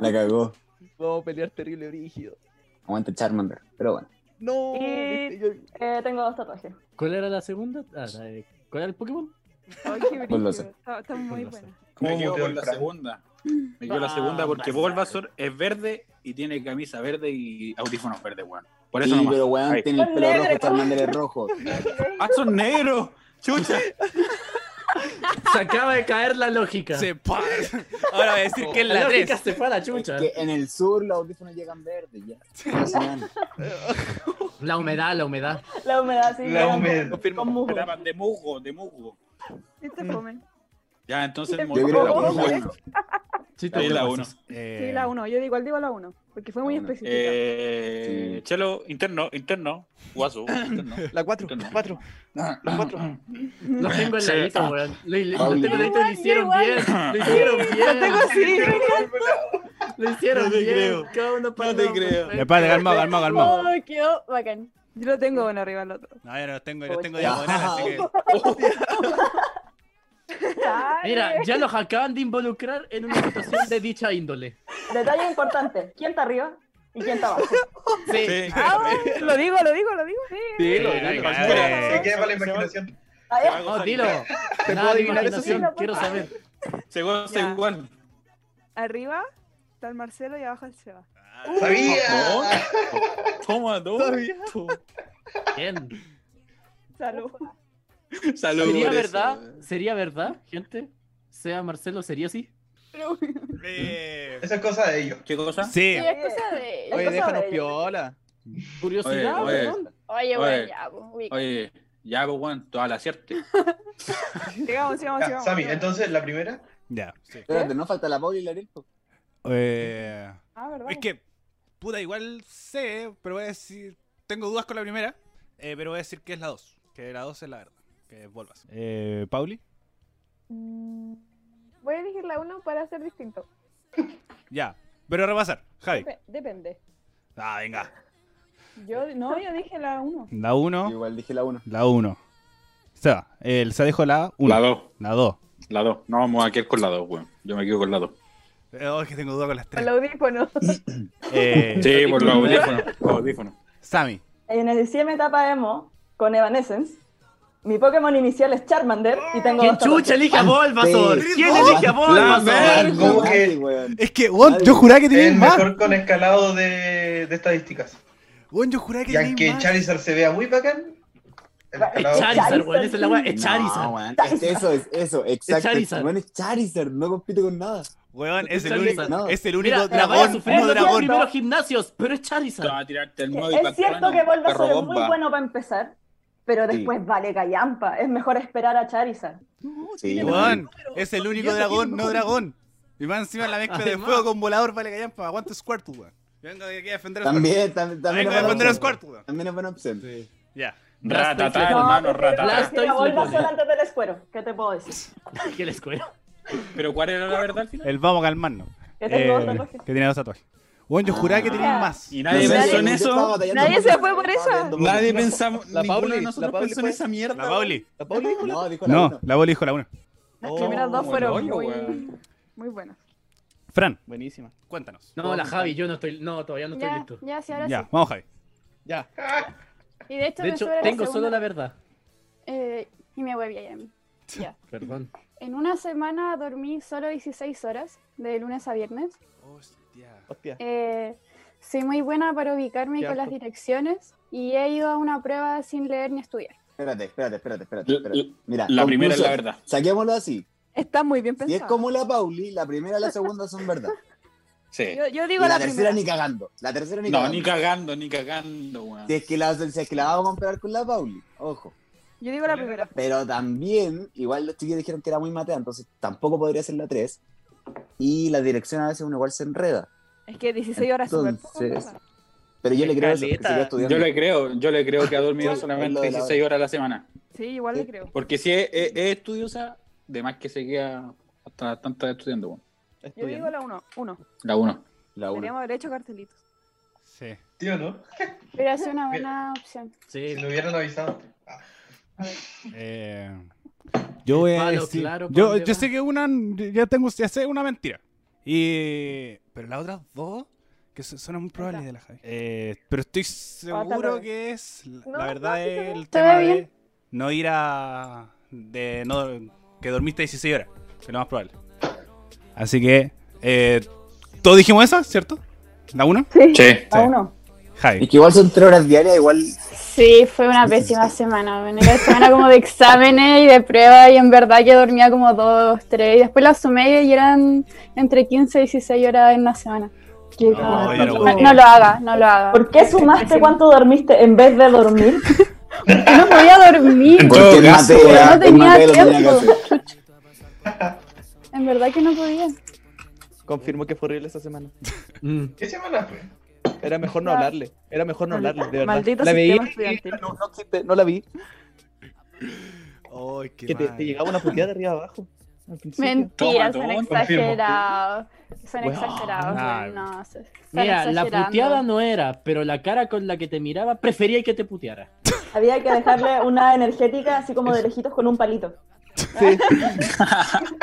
[SPEAKER 3] La cagó.
[SPEAKER 9] Vamos a pelear terrible brígido.
[SPEAKER 3] Aguanta Charmander, pero bueno.
[SPEAKER 9] No,
[SPEAKER 5] Eh,
[SPEAKER 9] viste, yo-
[SPEAKER 10] Eh, tengo dos tatuajes.
[SPEAKER 4] ¿Cuál era la segunda? Ah, la de- ¿Cuál era el Pokémon?
[SPEAKER 5] Ay, qué brillo.
[SPEAKER 3] Bulbasaur.
[SPEAKER 5] Está, está muy
[SPEAKER 4] Bulbasaur.
[SPEAKER 5] buena.
[SPEAKER 2] Me
[SPEAKER 7] ¿Cómo
[SPEAKER 2] quedo
[SPEAKER 7] muteo
[SPEAKER 2] con
[SPEAKER 7] el
[SPEAKER 2] la
[SPEAKER 7] Fran?
[SPEAKER 2] segunda. Me quedo con la segunda porque Bulbasaur es verde y tiene camisa verde y audífonos verdes, weón. Por eso
[SPEAKER 3] Sí,
[SPEAKER 2] nomás.
[SPEAKER 3] pero weón,
[SPEAKER 2] Ahí.
[SPEAKER 3] tiene el
[SPEAKER 10] Son
[SPEAKER 3] pelo rojo,
[SPEAKER 10] negros.
[SPEAKER 3] Charmander es rojo.
[SPEAKER 2] ¡Ah, son negros! ¡Chucha!
[SPEAKER 4] Se acaba de caer la lógica.
[SPEAKER 1] Se pa- Ahora voy a decir que es
[SPEAKER 4] la
[SPEAKER 1] la
[SPEAKER 4] lógica
[SPEAKER 1] 3.
[SPEAKER 4] se fue a la
[SPEAKER 3] Es
[SPEAKER 4] chucha.
[SPEAKER 3] que en el sur los audífonos llegan verdes, ya. No hace nada.
[SPEAKER 4] La humedad, la humedad.
[SPEAKER 10] La humedad, sí.
[SPEAKER 7] La
[SPEAKER 10] con-
[SPEAKER 7] humedad.
[SPEAKER 10] Con
[SPEAKER 2] Confirmo,
[SPEAKER 10] musgo.
[SPEAKER 2] estaban de musgo, de musgo.
[SPEAKER 5] Este fome.
[SPEAKER 2] Ya, entonces
[SPEAKER 3] Yo creo que
[SPEAKER 2] la
[SPEAKER 3] es la uno.
[SPEAKER 4] Chito,
[SPEAKER 2] Ahí la uno.
[SPEAKER 4] Eh,
[SPEAKER 5] Sí, la 1. Yo igual digo la 1. Porque fue muy
[SPEAKER 3] Bueno,
[SPEAKER 5] específica.
[SPEAKER 2] Eh,
[SPEAKER 3] Sí.
[SPEAKER 2] Chelo, interno, interno. Guaso, interno.
[SPEAKER 9] La 4,
[SPEAKER 2] Interno.
[SPEAKER 9] 4.
[SPEAKER 7] Ah.
[SPEAKER 9] La 4.
[SPEAKER 4] Lo tengo en la
[SPEAKER 2] Sí.
[SPEAKER 4] lista, weón. Lo, lo- lo
[SPEAKER 3] Pauli.
[SPEAKER 4] tengo en la lista y lo hicieron
[SPEAKER 10] Igual,
[SPEAKER 4] bien. Lo hicieron bien. Lo hicieron
[SPEAKER 2] No te
[SPEAKER 4] bien.
[SPEAKER 2] creo.
[SPEAKER 4] Cada uno para
[SPEAKER 2] No te
[SPEAKER 4] uno,
[SPEAKER 2] creo.
[SPEAKER 4] perfecto.
[SPEAKER 1] Espérate, calmado, calmado, calmado.
[SPEAKER 10] Oh, quedó bacán.
[SPEAKER 5] Yo lo tengo bueno arriba del otro.
[SPEAKER 1] No, yo no los tengo, yo los tengo
[SPEAKER 3] Uy.
[SPEAKER 1] diagonal, así que.
[SPEAKER 4] Mira, ya nos acaban de involucrar en una situación de dicha índole.
[SPEAKER 10] Detalle importante. ¿Quién está arriba y quién está abajo?
[SPEAKER 4] Sí.
[SPEAKER 2] Sí.
[SPEAKER 5] Ah, lo digo, lo digo, lo digo. Sí.
[SPEAKER 4] Sí, lo-
[SPEAKER 1] Ay,
[SPEAKER 4] lo-
[SPEAKER 1] ay,
[SPEAKER 7] Se
[SPEAKER 1] ay.
[SPEAKER 7] queda para la
[SPEAKER 2] Se va-
[SPEAKER 7] imaginación.
[SPEAKER 10] Ah,
[SPEAKER 2] Se va a
[SPEAKER 10] ya.
[SPEAKER 4] No,
[SPEAKER 2] gozar
[SPEAKER 4] dilo.
[SPEAKER 2] igual.
[SPEAKER 9] ¿Te
[SPEAKER 4] Nada
[SPEAKER 9] puedo
[SPEAKER 4] de
[SPEAKER 9] adivinar eso,
[SPEAKER 4] imaginación,
[SPEAKER 10] Sofía?
[SPEAKER 4] quiero saber.
[SPEAKER 2] Se goza
[SPEAKER 5] Ya.
[SPEAKER 2] igual.
[SPEAKER 5] Arriba está el Marcelo y abajo el Seba.
[SPEAKER 7] Ah, ¡Sabía!
[SPEAKER 2] Toma, toma.
[SPEAKER 4] Bien.
[SPEAKER 5] Salud.
[SPEAKER 2] Salud.
[SPEAKER 4] ¿Sería
[SPEAKER 2] por eso.
[SPEAKER 4] verdad? ¿Sería verdad, gente? Sea Marcelo, ¿sería así?
[SPEAKER 1] Eh,
[SPEAKER 7] Esa es cosa de ellos.
[SPEAKER 2] ¿Qué cosa?
[SPEAKER 1] Sí.
[SPEAKER 10] Sí, es cosa
[SPEAKER 9] Oye,
[SPEAKER 10] de. es cosa
[SPEAKER 9] déjanos
[SPEAKER 10] de-
[SPEAKER 9] piola.
[SPEAKER 4] Curiosidad,
[SPEAKER 2] Oye, oye.
[SPEAKER 4] weón.
[SPEAKER 10] Oye,
[SPEAKER 2] Oye.
[SPEAKER 10] bueno, ya, pues, ubica.
[SPEAKER 2] Oye, ya, pues, weón, toda la cierta.
[SPEAKER 5] Sigamos, sigamos,
[SPEAKER 7] Ya,
[SPEAKER 5] sigamos.
[SPEAKER 7] Sammy, entonces la primera.
[SPEAKER 1] Ya, sí.
[SPEAKER 3] Espérate, no falta la Pauli y la Arielpo.
[SPEAKER 1] Eh,
[SPEAKER 5] Ah, ¿verdad?
[SPEAKER 1] es que, puta, igual sé, pero voy a decir. Tengo dudas con la primera, eh, pero voy a decir que es la 2. Que la 2 es la verdad. Que es Volvas. Eh, ¿Pauli?
[SPEAKER 10] Mm,
[SPEAKER 5] cada uno para ser distinto.
[SPEAKER 1] Ya. Pero repasar, Javi.
[SPEAKER 6] Dep- Depende.
[SPEAKER 1] Ah, venga.
[SPEAKER 6] Yo, no, yo dije la 1.
[SPEAKER 1] La 1.
[SPEAKER 3] Igual dije la 1.
[SPEAKER 1] La 1. Seba, el se dijo la 1.
[SPEAKER 2] La 2.
[SPEAKER 1] La 2.
[SPEAKER 2] La 2. No, vamos a quedar con la 2, weón. Yo me quedo con la 2.
[SPEAKER 1] Oh, es que tengo duda con las
[SPEAKER 5] Con
[SPEAKER 1] 3.
[SPEAKER 5] los audífonos.
[SPEAKER 1] Eh,
[SPEAKER 2] Sí, por los audífonos. Los audífonos.
[SPEAKER 1] Sammy.
[SPEAKER 10] En el Eh, mi etapa emo con Evanescence. Mi Pokémon inicial es Charmander y tengo. ¿Quién chucha elige a
[SPEAKER 3] Bulbasaur?
[SPEAKER 4] ¿Quién elige a
[SPEAKER 7] ver, ¿cómo que?
[SPEAKER 1] Es que, weón, yo juraba que
[SPEAKER 7] El
[SPEAKER 1] tenían más.
[SPEAKER 7] mejor con escalado de, de estadísticas.
[SPEAKER 1] Weón, yo juraba que
[SPEAKER 7] Y aunque
[SPEAKER 1] tenían más.
[SPEAKER 7] Charizard se vea muy bacán, el escalado.
[SPEAKER 4] Charizard, weón, esa es la weá. Es
[SPEAKER 3] No,
[SPEAKER 4] Charizard.
[SPEAKER 3] weón, es- eso es, eso, exacto. Este
[SPEAKER 4] Charizard.
[SPEAKER 3] Weón, es Charizard, no compite con nada.
[SPEAKER 1] Weón, es el
[SPEAKER 4] Charizard.
[SPEAKER 1] único,
[SPEAKER 3] No.
[SPEAKER 1] es el
[SPEAKER 4] Mira,
[SPEAKER 1] único
[SPEAKER 4] la voy a
[SPEAKER 1] dragón,
[SPEAKER 4] sufrir
[SPEAKER 1] no
[SPEAKER 4] los
[SPEAKER 1] dragón.
[SPEAKER 4] primeros gimnasios, pero es Charizard.
[SPEAKER 2] a tirarte el móvil
[SPEAKER 10] Es cierto que Bulbasaur es muy bueno para empezar, pero
[SPEAKER 3] Sí.
[SPEAKER 10] después vale callampa. Es mejor esperar a Charizard.
[SPEAKER 3] Sí,
[SPEAKER 1] Weón, es el único dragón, no dragón. Y más encima la mezcla de
[SPEAKER 4] Además.
[SPEAKER 1] fuego con volador vale callampa. Aguanta Squirtle, weón. Yo vengo de aquí a defender a Squirtle.
[SPEAKER 3] También, tam- también.
[SPEAKER 1] Vengo
[SPEAKER 3] es buena
[SPEAKER 1] a defender a
[SPEAKER 3] opción.
[SPEAKER 1] Squirtle, weón.
[SPEAKER 3] También es buena opción.
[SPEAKER 1] Ya.
[SPEAKER 2] Ratatá,
[SPEAKER 4] No,
[SPEAKER 2] hermano,
[SPEAKER 4] la-
[SPEAKER 2] ratatá.
[SPEAKER 4] estoy
[SPEAKER 10] Prefiero a Bulbasaur
[SPEAKER 4] flipando.
[SPEAKER 10] antes del escuero. ¿Qué te puedo decir?
[SPEAKER 4] ¿Qué les cuento?
[SPEAKER 2] Pero ¿cuál era la verdad al final?
[SPEAKER 1] El vamos a calmarnos.
[SPEAKER 10] Yo tengo dos
[SPEAKER 1] Eh,
[SPEAKER 10] tatuajes.
[SPEAKER 1] que tiene dos tatuajes. Weón, yo juraba que tenían
[SPEAKER 6] Ah.
[SPEAKER 1] más.
[SPEAKER 2] Y
[SPEAKER 3] No
[SPEAKER 2] nadie
[SPEAKER 3] sé,
[SPEAKER 2] pensó en
[SPEAKER 3] yo estaba
[SPEAKER 2] eso.
[SPEAKER 3] batallando
[SPEAKER 5] Nadie
[SPEAKER 3] mucho,
[SPEAKER 5] se fue por
[SPEAKER 3] estaba
[SPEAKER 5] esa.
[SPEAKER 3] batallando mucho.
[SPEAKER 2] Nadie pensamos.
[SPEAKER 9] La
[SPEAKER 2] ninguno
[SPEAKER 9] Pauli-
[SPEAKER 2] de
[SPEAKER 9] la
[SPEAKER 2] nosotros
[SPEAKER 9] Pauli
[SPEAKER 2] pensó en
[SPEAKER 9] fue-
[SPEAKER 2] esa mierda.
[SPEAKER 1] La Pauli.
[SPEAKER 9] ¿La Pauli dijo la
[SPEAKER 3] No, dijo la
[SPEAKER 1] No,
[SPEAKER 3] uno.
[SPEAKER 1] la Pauli dijo la una.
[SPEAKER 9] Oh,
[SPEAKER 6] Las primeras dos
[SPEAKER 2] como
[SPEAKER 6] fueron
[SPEAKER 2] el hoyo,
[SPEAKER 6] muy,
[SPEAKER 2] weón.
[SPEAKER 6] muy buenas.
[SPEAKER 1] Fran,
[SPEAKER 9] Buenísima.
[SPEAKER 1] cuéntanos.
[SPEAKER 4] No, la Javi, yo no estoy. No, todavía no estoy
[SPEAKER 8] Ya,
[SPEAKER 4] listo.
[SPEAKER 8] ya, sí, ahora
[SPEAKER 1] Ya,
[SPEAKER 8] sí.
[SPEAKER 1] vamos, Javi.
[SPEAKER 9] Ya.
[SPEAKER 8] Y de hecho,
[SPEAKER 4] De
[SPEAKER 8] me
[SPEAKER 4] hecho,
[SPEAKER 8] sobra la
[SPEAKER 4] tengo solo
[SPEAKER 8] segunda.
[SPEAKER 4] la verdad.
[SPEAKER 8] Eh, y me voy a mí. Ya.
[SPEAKER 4] Perdón.
[SPEAKER 8] En una semana dormí solo 16 horas, de lunes a viernes.
[SPEAKER 1] Hostia.
[SPEAKER 9] Hostia.
[SPEAKER 8] Eh, soy muy buena para ubicarme
[SPEAKER 9] Qué
[SPEAKER 8] con las
[SPEAKER 9] harto.
[SPEAKER 8] direcciones y he ido a una prueba sin leer ni estudiar.
[SPEAKER 3] Espérate, espérate, espérate, espérate. espérate. Mira,
[SPEAKER 2] La primera es la
[SPEAKER 3] conclusión.
[SPEAKER 2] verdad.
[SPEAKER 3] Saquémoslo así.
[SPEAKER 10] Está muy bien
[SPEAKER 3] Si
[SPEAKER 10] pensado.
[SPEAKER 3] es como la Pauli, la primera y la segunda son verdad.
[SPEAKER 2] Sí.
[SPEAKER 10] yo, yo
[SPEAKER 3] Y
[SPEAKER 10] digo
[SPEAKER 3] la,
[SPEAKER 10] la,
[SPEAKER 3] tercera
[SPEAKER 10] primera.
[SPEAKER 3] ni cagando. La tercera ni
[SPEAKER 2] No,
[SPEAKER 3] cagando.
[SPEAKER 2] ni cagando, ni cagando, weón.
[SPEAKER 3] Si es, que la, si es que la vamos a comparar con la Pauli, ojo.
[SPEAKER 10] Yo digo la primera.
[SPEAKER 3] Pero también, igual los chiquillos dijeron que era muy matea, entonces tampoco podría ser la 3. Y la dirección a veces uno igual se enreda.
[SPEAKER 10] Es que 16 horas súper poco
[SPEAKER 3] Entonces,
[SPEAKER 10] pasa.
[SPEAKER 3] Pero yo le creo eso, que
[SPEAKER 4] Caleta.
[SPEAKER 3] siguió estudiando.
[SPEAKER 2] Yo le creo, yo le creo que ha dormido
[SPEAKER 3] Sí, es lo
[SPEAKER 2] solamente
[SPEAKER 3] de la
[SPEAKER 2] 16 horas a la semana.
[SPEAKER 10] Sí, igual le
[SPEAKER 3] Sí.
[SPEAKER 10] creo.
[SPEAKER 2] Porque si es, es- es estudiosa, de más que se queda hasta tanta estudiando, weón.
[SPEAKER 10] Yo
[SPEAKER 9] Estudiando.
[SPEAKER 10] digo la 1. 1.
[SPEAKER 2] La 1.
[SPEAKER 3] La uno.
[SPEAKER 10] Deberíamos haber hecho cartelitos.
[SPEAKER 1] Sí.
[SPEAKER 7] ¿Sí o no?
[SPEAKER 8] Pero es una buena opción.
[SPEAKER 4] Sí,
[SPEAKER 7] Si lo hubieran avisado. Ah,
[SPEAKER 1] Eh, yo voy a
[SPEAKER 4] Palo
[SPEAKER 1] decir.
[SPEAKER 4] claro, ¿pa'
[SPEAKER 1] yo,
[SPEAKER 4] dónde
[SPEAKER 1] yo
[SPEAKER 4] va?
[SPEAKER 1] sé que una. Ya tengo. Ya sé una mentira. Y. Pero las otras dos. Que su- son muy probables de la Javi. Eh, pero
[SPEAKER 6] Ah,
[SPEAKER 1] estoy seguro
[SPEAKER 10] luego.
[SPEAKER 1] que es. La
[SPEAKER 5] No,
[SPEAKER 1] la verdad es el
[SPEAKER 8] Te ve
[SPEAKER 1] tema de.
[SPEAKER 8] bien.
[SPEAKER 1] No ir a. De no. Que dormiste 16 horas. Que es lo más probable. Así que. Eh, Todos dijimos esa, ¿cierto? ¿La una?
[SPEAKER 2] Sí.
[SPEAKER 10] La 1.
[SPEAKER 3] Es
[SPEAKER 1] Javi.
[SPEAKER 3] que igual son 3 horas diarias, igual.
[SPEAKER 8] Sí, fue una pésima semana. Bueno, era semana como de exámenes y de pruebas y en verdad que dormía como dos, tres. Y después la sumé y eran entre 15 y 16 horas en la semana.
[SPEAKER 1] No, yo no
[SPEAKER 8] No,
[SPEAKER 1] puedo.
[SPEAKER 8] no lo haga, no lo haga.
[SPEAKER 10] ¿Por qué sumaste cuánto dormiste en vez de dormir?
[SPEAKER 8] Yo no podía dormir.
[SPEAKER 2] todo
[SPEAKER 3] Porque
[SPEAKER 2] caso,
[SPEAKER 3] es
[SPEAKER 8] pero
[SPEAKER 3] matea,
[SPEAKER 8] no
[SPEAKER 3] es
[SPEAKER 8] tenía
[SPEAKER 3] matea lo que tenía que
[SPEAKER 8] tiempo.
[SPEAKER 3] hacer.
[SPEAKER 8] En verdad que no podía.
[SPEAKER 9] Confirmo que fue horrible esa semana.
[SPEAKER 4] Mm.
[SPEAKER 7] ¿Qué semana fue?
[SPEAKER 9] Era mejor no hablarle. Era mejor no hablarle, de verdad.
[SPEAKER 10] Maldito
[SPEAKER 9] la
[SPEAKER 10] sistema
[SPEAKER 9] veí-
[SPEAKER 10] estudiantil.
[SPEAKER 9] No, no existe, no la vi.
[SPEAKER 1] Ay, qué
[SPEAKER 9] Que te,
[SPEAKER 1] mal.
[SPEAKER 9] te llegaba una puteada de arriba abajo. Al principio.
[SPEAKER 8] Mentiras,
[SPEAKER 2] Toma,
[SPEAKER 8] son
[SPEAKER 2] toma,
[SPEAKER 8] exagerados. Son
[SPEAKER 9] Weón.
[SPEAKER 8] exagerados.
[SPEAKER 1] Ah.
[SPEAKER 8] weón, no, se- están
[SPEAKER 4] Mira, la
[SPEAKER 8] exagerando.
[SPEAKER 4] puteada no era, pero la cara con la que te miraba prefería que te puteara.
[SPEAKER 10] Había que dejarle una energética así como de lejitos con un palito.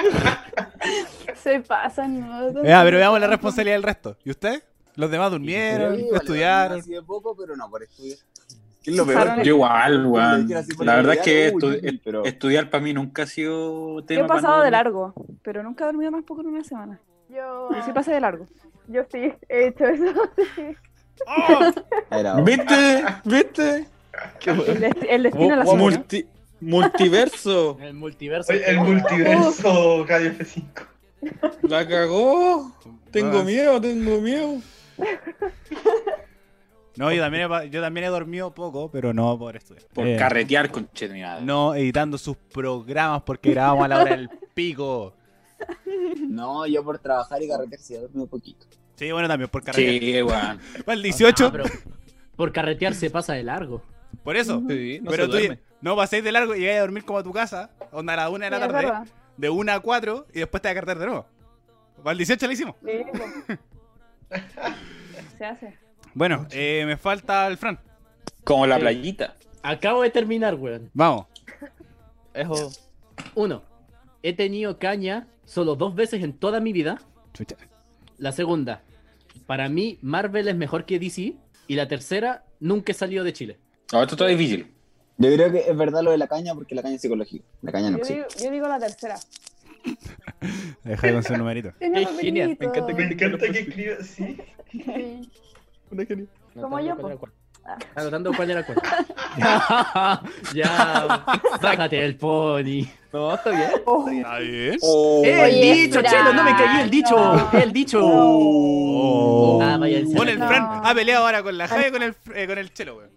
[SPEAKER 8] Se pasan, ¿no?
[SPEAKER 1] Ya, Eh, ah, pero veamos la responsabilidad del resto. ¿Y usted? Los demás durmieron,
[SPEAKER 3] Sí, igual,
[SPEAKER 1] estudiaron.
[SPEAKER 3] Así de poco, pero no por estudiar. Que es lo peor.
[SPEAKER 10] Usaron
[SPEAKER 2] Yo igual,
[SPEAKER 3] Cuando
[SPEAKER 2] weón.
[SPEAKER 3] dijera así por
[SPEAKER 2] La verdad es que
[SPEAKER 3] realidad,
[SPEAKER 2] estu-
[SPEAKER 3] uy,
[SPEAKER 2] est-
[SPEAKER 3] pero-
[SPEAKER 2] estudiar para mí nunca ha sido tema.
[SPEAKER 10] Yo he
[SPEAKER 2] para
[SPEAKER 10] pasado
[SPEAKER 2] no-
[SPEAKER 10] de largo, pero nunca he dormido más poco en una semana.
[SPEAKER 5] Yo,
[SPEAKER 10] Sí pasé de largo.
[SPEAKER 5] yo sí he hecho eso.
[SPEAKER 3] Era-
[SPEAKER 2] ¿Viste? ¿Viste?
[SPEAKER 10] El, desti- el destino de la
[SPEAKER 2] Mu-
[SPEAKER 10] semana.
[SPEAKER 2] multi- multiverso.
[SPEAKER 4] El multiverso.
[SPEAKER 7] Oye, el multiverso Radio F5.
[SPEAKER 2] La cagó. Tengo
[SPEAKER 1] Bueno,
[SPEAKER 2] miedo, tengo miedo.
[SPEAKER 1] No, yo también, he, pa- yo también he dormido poco, pero no por estudiar.
[SPEAKER 2] Por
[SPEAKER 1] Eh,
[SPEAKER 2] carretear con chetinada.
[SPEAKER 1] No editando sus programas porque grabamos a la hora del pico.
[SPEAKER 3] No, yo por trabajar y carretera sí he dormido un poquito.
[SPEAKER 1] Sí, bueno, también por carretera.
[SPEAKER 2] Sí, weón.
[SPEAKER 1] Va el 18,
[SPEAKER 4] Ah, pero por carretear se pasa de largo.
[SPEAKER 1] por eso.
[SPEAKER 9] Sí, no
[SPEAKER 1] pero
[SPEAKER 9] se
[SPEAKER 1] tú
[SPEAKER 9] duerme.
[SPEAKER 1] no paséis de largo y llegáis a dormir como a tu casa, onda a la una de
[SPEAKER 8] Sí,
[SPEAKER 1] la
[SPEAKER 8] es
[SPEAKER 1] tarde,
[SPEAKER 8] verdad.
[SPEAKER 1] de una a cuatro y después te vas a cartar de nuevo. Para el 18 la hicimos.
[SPEAKER 6] Sí, po. Se hace.
[SPEAKER 1] Bueno, eh, me falta el Fran.
[SPEAKER 2] Como la playita.
[SPEAKER 4] Acabo de terminar, weón.
[SPEAKER 1] Vamos.
[SPEAKER 9] Eso.
[SPEAKER 4] Uno, he tenido caña solo dos veces en toda mi vida.
[SPEAKER 1] Chucha.
[SPEAKER 4] La segunda, para mí Marvel es mejor que DC. Y la tercera, nunca he salido de Chile.
[SPEAKER 2] No, esto está difícil.
[SPEAKER 3] Yo creo que es verdad lo de la caña porque la caña es psicológica. La caña no
[SPEAKER 6] Yo
[SPEAKER 3] existe.
[SPEAKER 6] digo, yo digo la tercera.
[SPEAKER 1] Deja con su numerito.
[SPEAKER 9] Es genial, me encanta que
[SPEAKER 7] Me
[SPEAKER 9] tenga los
[SPEAKER 7] encanta que
[SPEAKER 9] personajes.
[SPEAKER 7] escriba así.
[SPEAKER 9] Una genial.
[SPEAKER 6] Como yo,
[SPEAKER 10] pues.
[SPEAKER 6] po.
[SPEAKER 10] Ah.
[SPEAKER 4] Anotando cuál era cuál. ya, sácate el pony.
[SPEAKER 9] No, está bien.
[SPEAKER 8] Oh.
[SPEAKER 9] Está
[SPEAKER 1] ¿Está
[SPEAKER 9] bien.
[SPEAKER 1] bien?
[SPEAKER 4] ¡El
[SPEAKER 8] Oye,
[SPEAKER 4] dicho,
[SPEAKER 8] espera,
[SPEAKER 4] chelo! ¡No me caí el dicho!
[SPEAKER 8] Oh, no.
[SPEAKER 4] ¡El dicho!
[SPEAKER 1] Oh.
[SPEAKER 4] Ah, vaya el
[SPEAKER 1] Bueno, el
[SPEAKER 4] cielo.
[SPEAKER 1] Fran ha peleado ahora con la Jaya y con el, eh, con el Chelo, weón.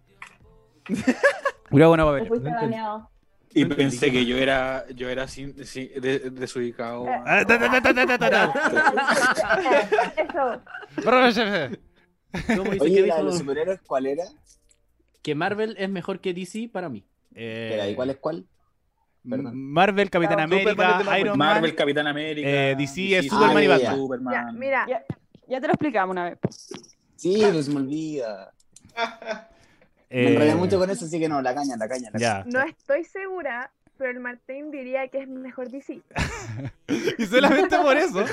[SPEAKER 1] Cuidado con
[SPEAKER 6] Me fuiste baneado.
[SPEAKER 2] Y pensé que yo era, yo era sin, sin- de- desubicado.
[SPEAKER 1] Ah,
[SPEAKER 6] Eso.
[SPEAKER 4] ¿Cómo dice que
[SPEAKER 3] Oye, la de
[SPEAKER 4] dijo?
[SPEAKER 3] los superhéroes, ¿cuál era?
[SPEAKER 4] Que Marvel es mejor que DC para mí.
[SPEAKER 3] Espera, ¿y ¿Cuál es cuál? Perdón.
[SPEAKER 1] Eh, Marvel, Capitán
[SPEAKER 9] Claro, Superman es de
[SPEAKER 1] América,
[SPEAKER 9] Marvel.
[SPEAKER 1] Iron Man.
[SPEAKER 2] Marvel, Capitán América.
[SPEAKER 1] Eh, DC es Superman
[SPEAKER 3] y Batman.
[SPEAKER 2] Superman.
[SPEAKER 5] Ya, mira,
[SPEAKER 6] Ya, ya te lo explicamos una vez. po.
[SPEAKER 3] Sí, pues se me olvida. Me
[SPEAKER 1] eh,
[SPEAKER 3] enredé mucho con eso, así que no, la caña, la caña. La
[SPEAKER 2] Ah,
[SPEAKER 1] Ya.
[SPEAKER 5] no estoy segura, pero el Martín diría que es mejor DC.
[SPEAKER 1] Y solamente por eso.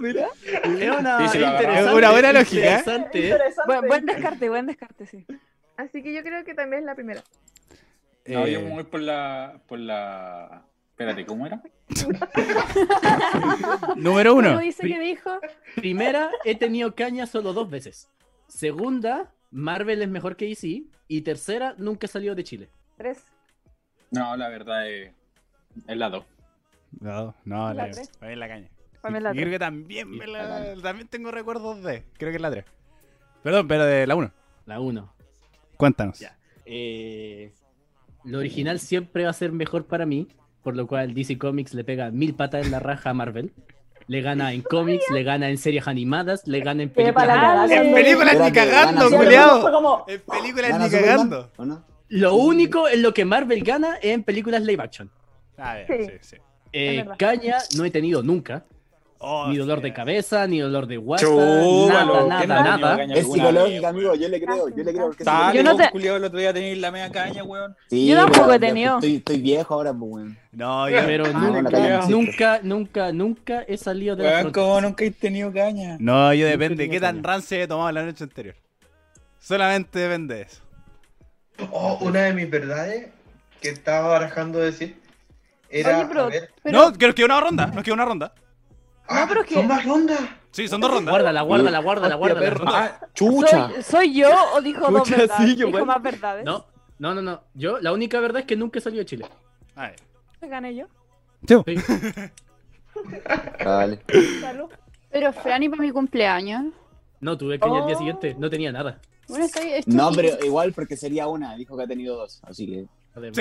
[SPEAKER 9] Mira.
[SPEAKER 4] Es una,
[SPEAKER 2] Sí, sí, lo agarraba.
[SPEAKER 4] interesante-
[SPEAKER 1] Es una buena lógica, ¿eh?
[SPEAKER 4] Interesante.
[SPEAKER 10] Interesante.
[SPEAKER 6] Buen, buen descarte, buen descarte, sí.
[SPEAKER 5] Así que yo creo que también es la primera.
[SPEAKER 2] No, yo
[SPEAKER 1] Eh,
[SPEAKER 2] me voy por la, por la. Espérate, ¿cómo era?
[SPEAKER 1] número uno.
[SPEAKER 8] Uno dice que dijo.
[SPEAKER 4] Primera, he tenido caña solo dos veces. Segunda, Marvel es mejor que DC. Y tercera, nunca salió de Chile.
[SPEAKER 6] Tres.
[SPEAKER 2] No, la verdad es. Es la 2.
[SPEAKER 1] No, no,
[SPEAKER 6] La
[SPEAKER 1] la,
[SPEAKER 6] tres.
[SPEAKER 1] es la caña.
[SPEAKER 6] Para mí la
[SPEAKER 1] Y creo
[SPEAKER 6] tres.
[SPEAKER 1] que también, me
[SPEAKER 3] Sí,
[SPEAKER 1] la-
[SPEAKER 3] la caña.
[SPEAKER 1] también tengo recuerdos de. Creo que es la 3. Perdón, pero de la 1.
[SPEAKER 4] La uno.
[SPEAKER 1] Cuéntanos.
[SPEAKER 4] Ya. Eh, lo original siempre va a ser mejor para mí, por lo cual DC Comics le pega mil patas en la raja a Marvel. Le gana en cómics, le gana en series animadas, le gana en
[SPEAKER 10] Qué
[SPEAKER 4] películas.
[SPEAKER 10] palabra.
[SPEAKER 6] En
[SPEAKER 10] cuando-
[SPEAKER 1] películas ni
[SPEAKER 3] Espérate,
[SPEAKER 1] cagando,
[SPEAKER 10] Sí,
[SPEAKER 3] gana
[SPEAKER 1] culiao.
[SPEAKER 10] fue como,
[SPEAKER 1] En películas
[SPEAKER 3] ¿Gana
[SPEAKER 1] ni
[SPEAKER 3] Superman,
[SPEAKER 1] cagando.
[SPEAKER 3] ¿O no?
[SPEAKER 4] Lo único en lo que Marvel gana es en películas live action.
[SPEAKER 1] Ah, ya,
[SPEAKER 5] Sí.
[SPEAKER 1] sí, sí.
[SPEAKER 4] Eh,
[SPEAKER 6] verdad.
[SPEAKER 4] caña no he tenido nunca.
[SPEAKER 1] Oh,
[SPEAKER 4] Ni dolor
[SPEAKER 1] sí.
[SPEAKER 4] de cabeza, ni dolor de guasa,
[SPEAKER 2] Chúbalo,
[SPEAKER 4] nada,
[SPEAKER 2] ¿quién no
[SPEAKER 4] nada,
[SPEAKER 2] ha tenido
[SPEAKER 4] nada.
[SPEAKER 2] caña
[SPEAKER 3] Es
[SPEAKER 2] alguna vez,
[SPEAKER 3] psicológica,
[SPEAKER 2] weón?
[SPEAKER 3] amigo, yo le creo, yo le creo. Porque es
[SPEAKER 2] Estaba
[SPEAKER 6] Yo
[SPEAKER 2] yo
[SPEAKER 6] no
[SPEAKER 2] no
[SPEAKER 6] te-
[SPEAKER 2] el otro día tenía la media caña, weón.
[SPEAKER 3] Sí,
[SPEAKER 6] Yo tampoco
[SPEAKER 3] pero-
[SPEAKER 6] he tenido.
[SPEAKER 3] Estoy, estoy viejo ahora, pues, weón.
[SPEAKER 1] No, yo.
[SPEAKER 4] Pero
[SPEAKER 3] Ah, no, la calle
[SPEAKER 4] nunca,
[SPEAKER 3] no
[SPEAKER 4] nunca, nunca, nunca he salido de la
[SPEAKER 2] Weón, ¿cómo
[SPEAKER 4] frontera.
[SPEAKER 2] nunca he tenido caña?
[SPEAKER 1] No, yo
[SPEAKER 4] Nunca
[SPEAKER 1] depende.
[SPEAKER 4] tenía
[SPEAKER 1] ¿Qué tan
[SPEAKER 4] caña.
[SPEAKER 1] rancia he tomado la noche anterior? Solamente depende de eso.
[SPEAKER 7] Oh, una de mis verdades que estaba barajando decir era.
[SPEAKER 6] Oye, pero-
[SPEAKER 7] a ver-
[SPEAKER 1] No, creo que una ronda. Nos queda una ronda.
[SPEAKER 7] Ah,
[SPEAKER 6] pero es que-
[SPEAKER 7] Son más rondas.
[SPEAKER 1] Sí, son dos rondas.
[SPEAKER 4] Guárdala, guárdala, guárdala, guárdala.
[SPEAKER 2] Ah, chucha.
[SPEAKER 6] ¿Soy, soy yo o dijo dos
[SPEAKER 9] Chucha,
[SPEAKER 6] verdades?
[SPEAKER 9] sí, yo
[SPEAKER 6] dijo
[SPEAKER 9] igual.
[SPEAKER 6] más verdades.
[SPEAKER 4] No, no, no, no. Yo, la única verdad es que nunca he salido de Chile.
[SPEAKER 1] A ver.
[SPEAKER 6] Gané yo.
[SPEAKER 3] Vale.
[SPEAKER 6] Salud.
[SPEAKER 8] Pero Fran, ¿y para mi cumpleaños?
[SPEAKER 4] No, tuve caña el día
[SPEAKER 6] Oh.
[SPEAKER 4] siguiente, no tenía nada.
[SPEAKER 8] Bueno, estoy. estoy-
[SPEAKER 3] No, pero igual porque sería una, dijo que ha tenido dos, así que.
[SPEAKER 4] Además.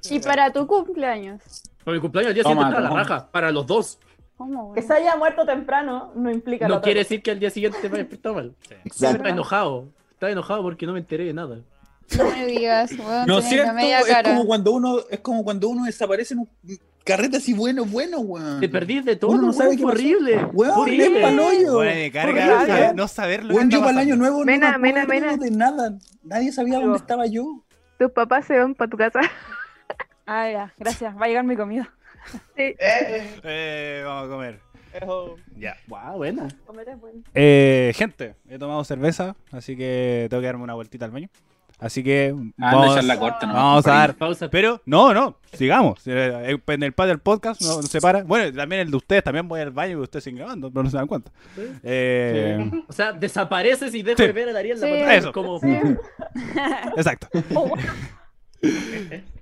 [SPEAKER 1] Sí.
[SPEAKER 8] Y para tu cumpleaños.
[SPEAKER 4] Para mi cumpleaños el día
[SPEAKER 2] Toma,
[SPEAKER 4] siguiente estaba la
[SPEAKER 2] toma.
[SPEAKER 4] raja, para los dos.
[SPEAKER 8] ¿Cómo,
[SPEAKER 10] que
[SPEAKER 8] güey?
[SPEAKER 10] se haya muerto temprano no implica
[SPEAKER 4] No
[SPEAKER 10] la
[SPEAKER 4] quiere decir que al día siguiente me haya despertado mal.
[SPEAKER 3] Exacto.
[SPEAKER 4] Estaba enojado, estaba enojado porque no me enteré de nada.
[SPEAKER 8] No me digas, weón.
[SPEAKER 2] No es
[SPEAKER 8] tenés
[SPEAKER 2] cierto,
[SPEAKER 8] la media
[SPEAKER 2] es
[SPEAKER 8] cara.
[SPEAKER 2] como cuando uno, es como cuando uno desaparece en un carrete así bueno, bueno, weón.
[SPEAKER 4] Te perdí de todo,
[SPEAKER 2] Uno no
[SPEAKER 4] weón,
[SPEAKER 2] sabe qué
[SPEAKER 4] fue
[SPEAKER 2] pasó.
[SPEAKER 4] horrible. fue
[SPEAKER 2] Weón,
[SPEAKER 4] horrible.
[SPEAKER 2] es panoyo.
[SPEAKER 1] Bueno, me
[SPEAKER 2] Horrible.
[SPEAKER 4] eh,
[SPEAKER 1] carga no saber lo que
[SPEAKER 2] Weón,
[SPEAKER 1] está
[SPEAKER 2] yo para el año
[SPEAKER 1] pasando.
[SPEAKER 2] nuevo no
[SPEAKER 5] Mena,
[SPEAKER 2] me
[SPEAKER 5] mena,
[SPEAKER 2] acuerdo
[SPEAKER 5] mena.
[SPEAKER 2] de nada. Nadie sabía dónde estaba yo.
[SPEAKER 5] Tus papás se van para tu casa.
[SPEAKER 6] Ah, ya, gracias. Va a llegar mi comida.
[SPEAKER 7] Eh,
[SPEAKER 1] Eh, vamos a comer.
[SPEAKER 9] Eso.
[SPEAKER 1] Ya.
[SPEAKER 4] Guau, buena.
[SPEAKER 10] Comete, bueno.
[SPEAKER 1] Eh, gente, he tomado cerveza, así que tengo que darme una vueltita al baño. Así que
[SPEAKER 2] Ah, no,
[SPEAKER 1] vamos,
[SPEAKER 2] esa es la corta, ¿no?
[SPEAKER 1] vamos a dar.
[SPEAKER 4] Pausa.
[SPEAKER 1] Pero no, no, sigamos. Eh, En el pad del podcast no, no se para. Bueno, también el de ustedes, también voy al baño y ustedes siguen grabando, pero no se dan cuenta. Eh,
[SPEAKER 4] O sea, desapareces y dejo
[SPEAKER 1] Sí.
[SPEAKER 4] de ver a Darío en la
[SPEAKER 8] Sí.
[SPEAKER 4] pantalla,
[SPEAKER 1] Eso.
[SPEAKER 4] Como,
[SPEAKER 1] Exacto.
[SPEAKER 2] Oh,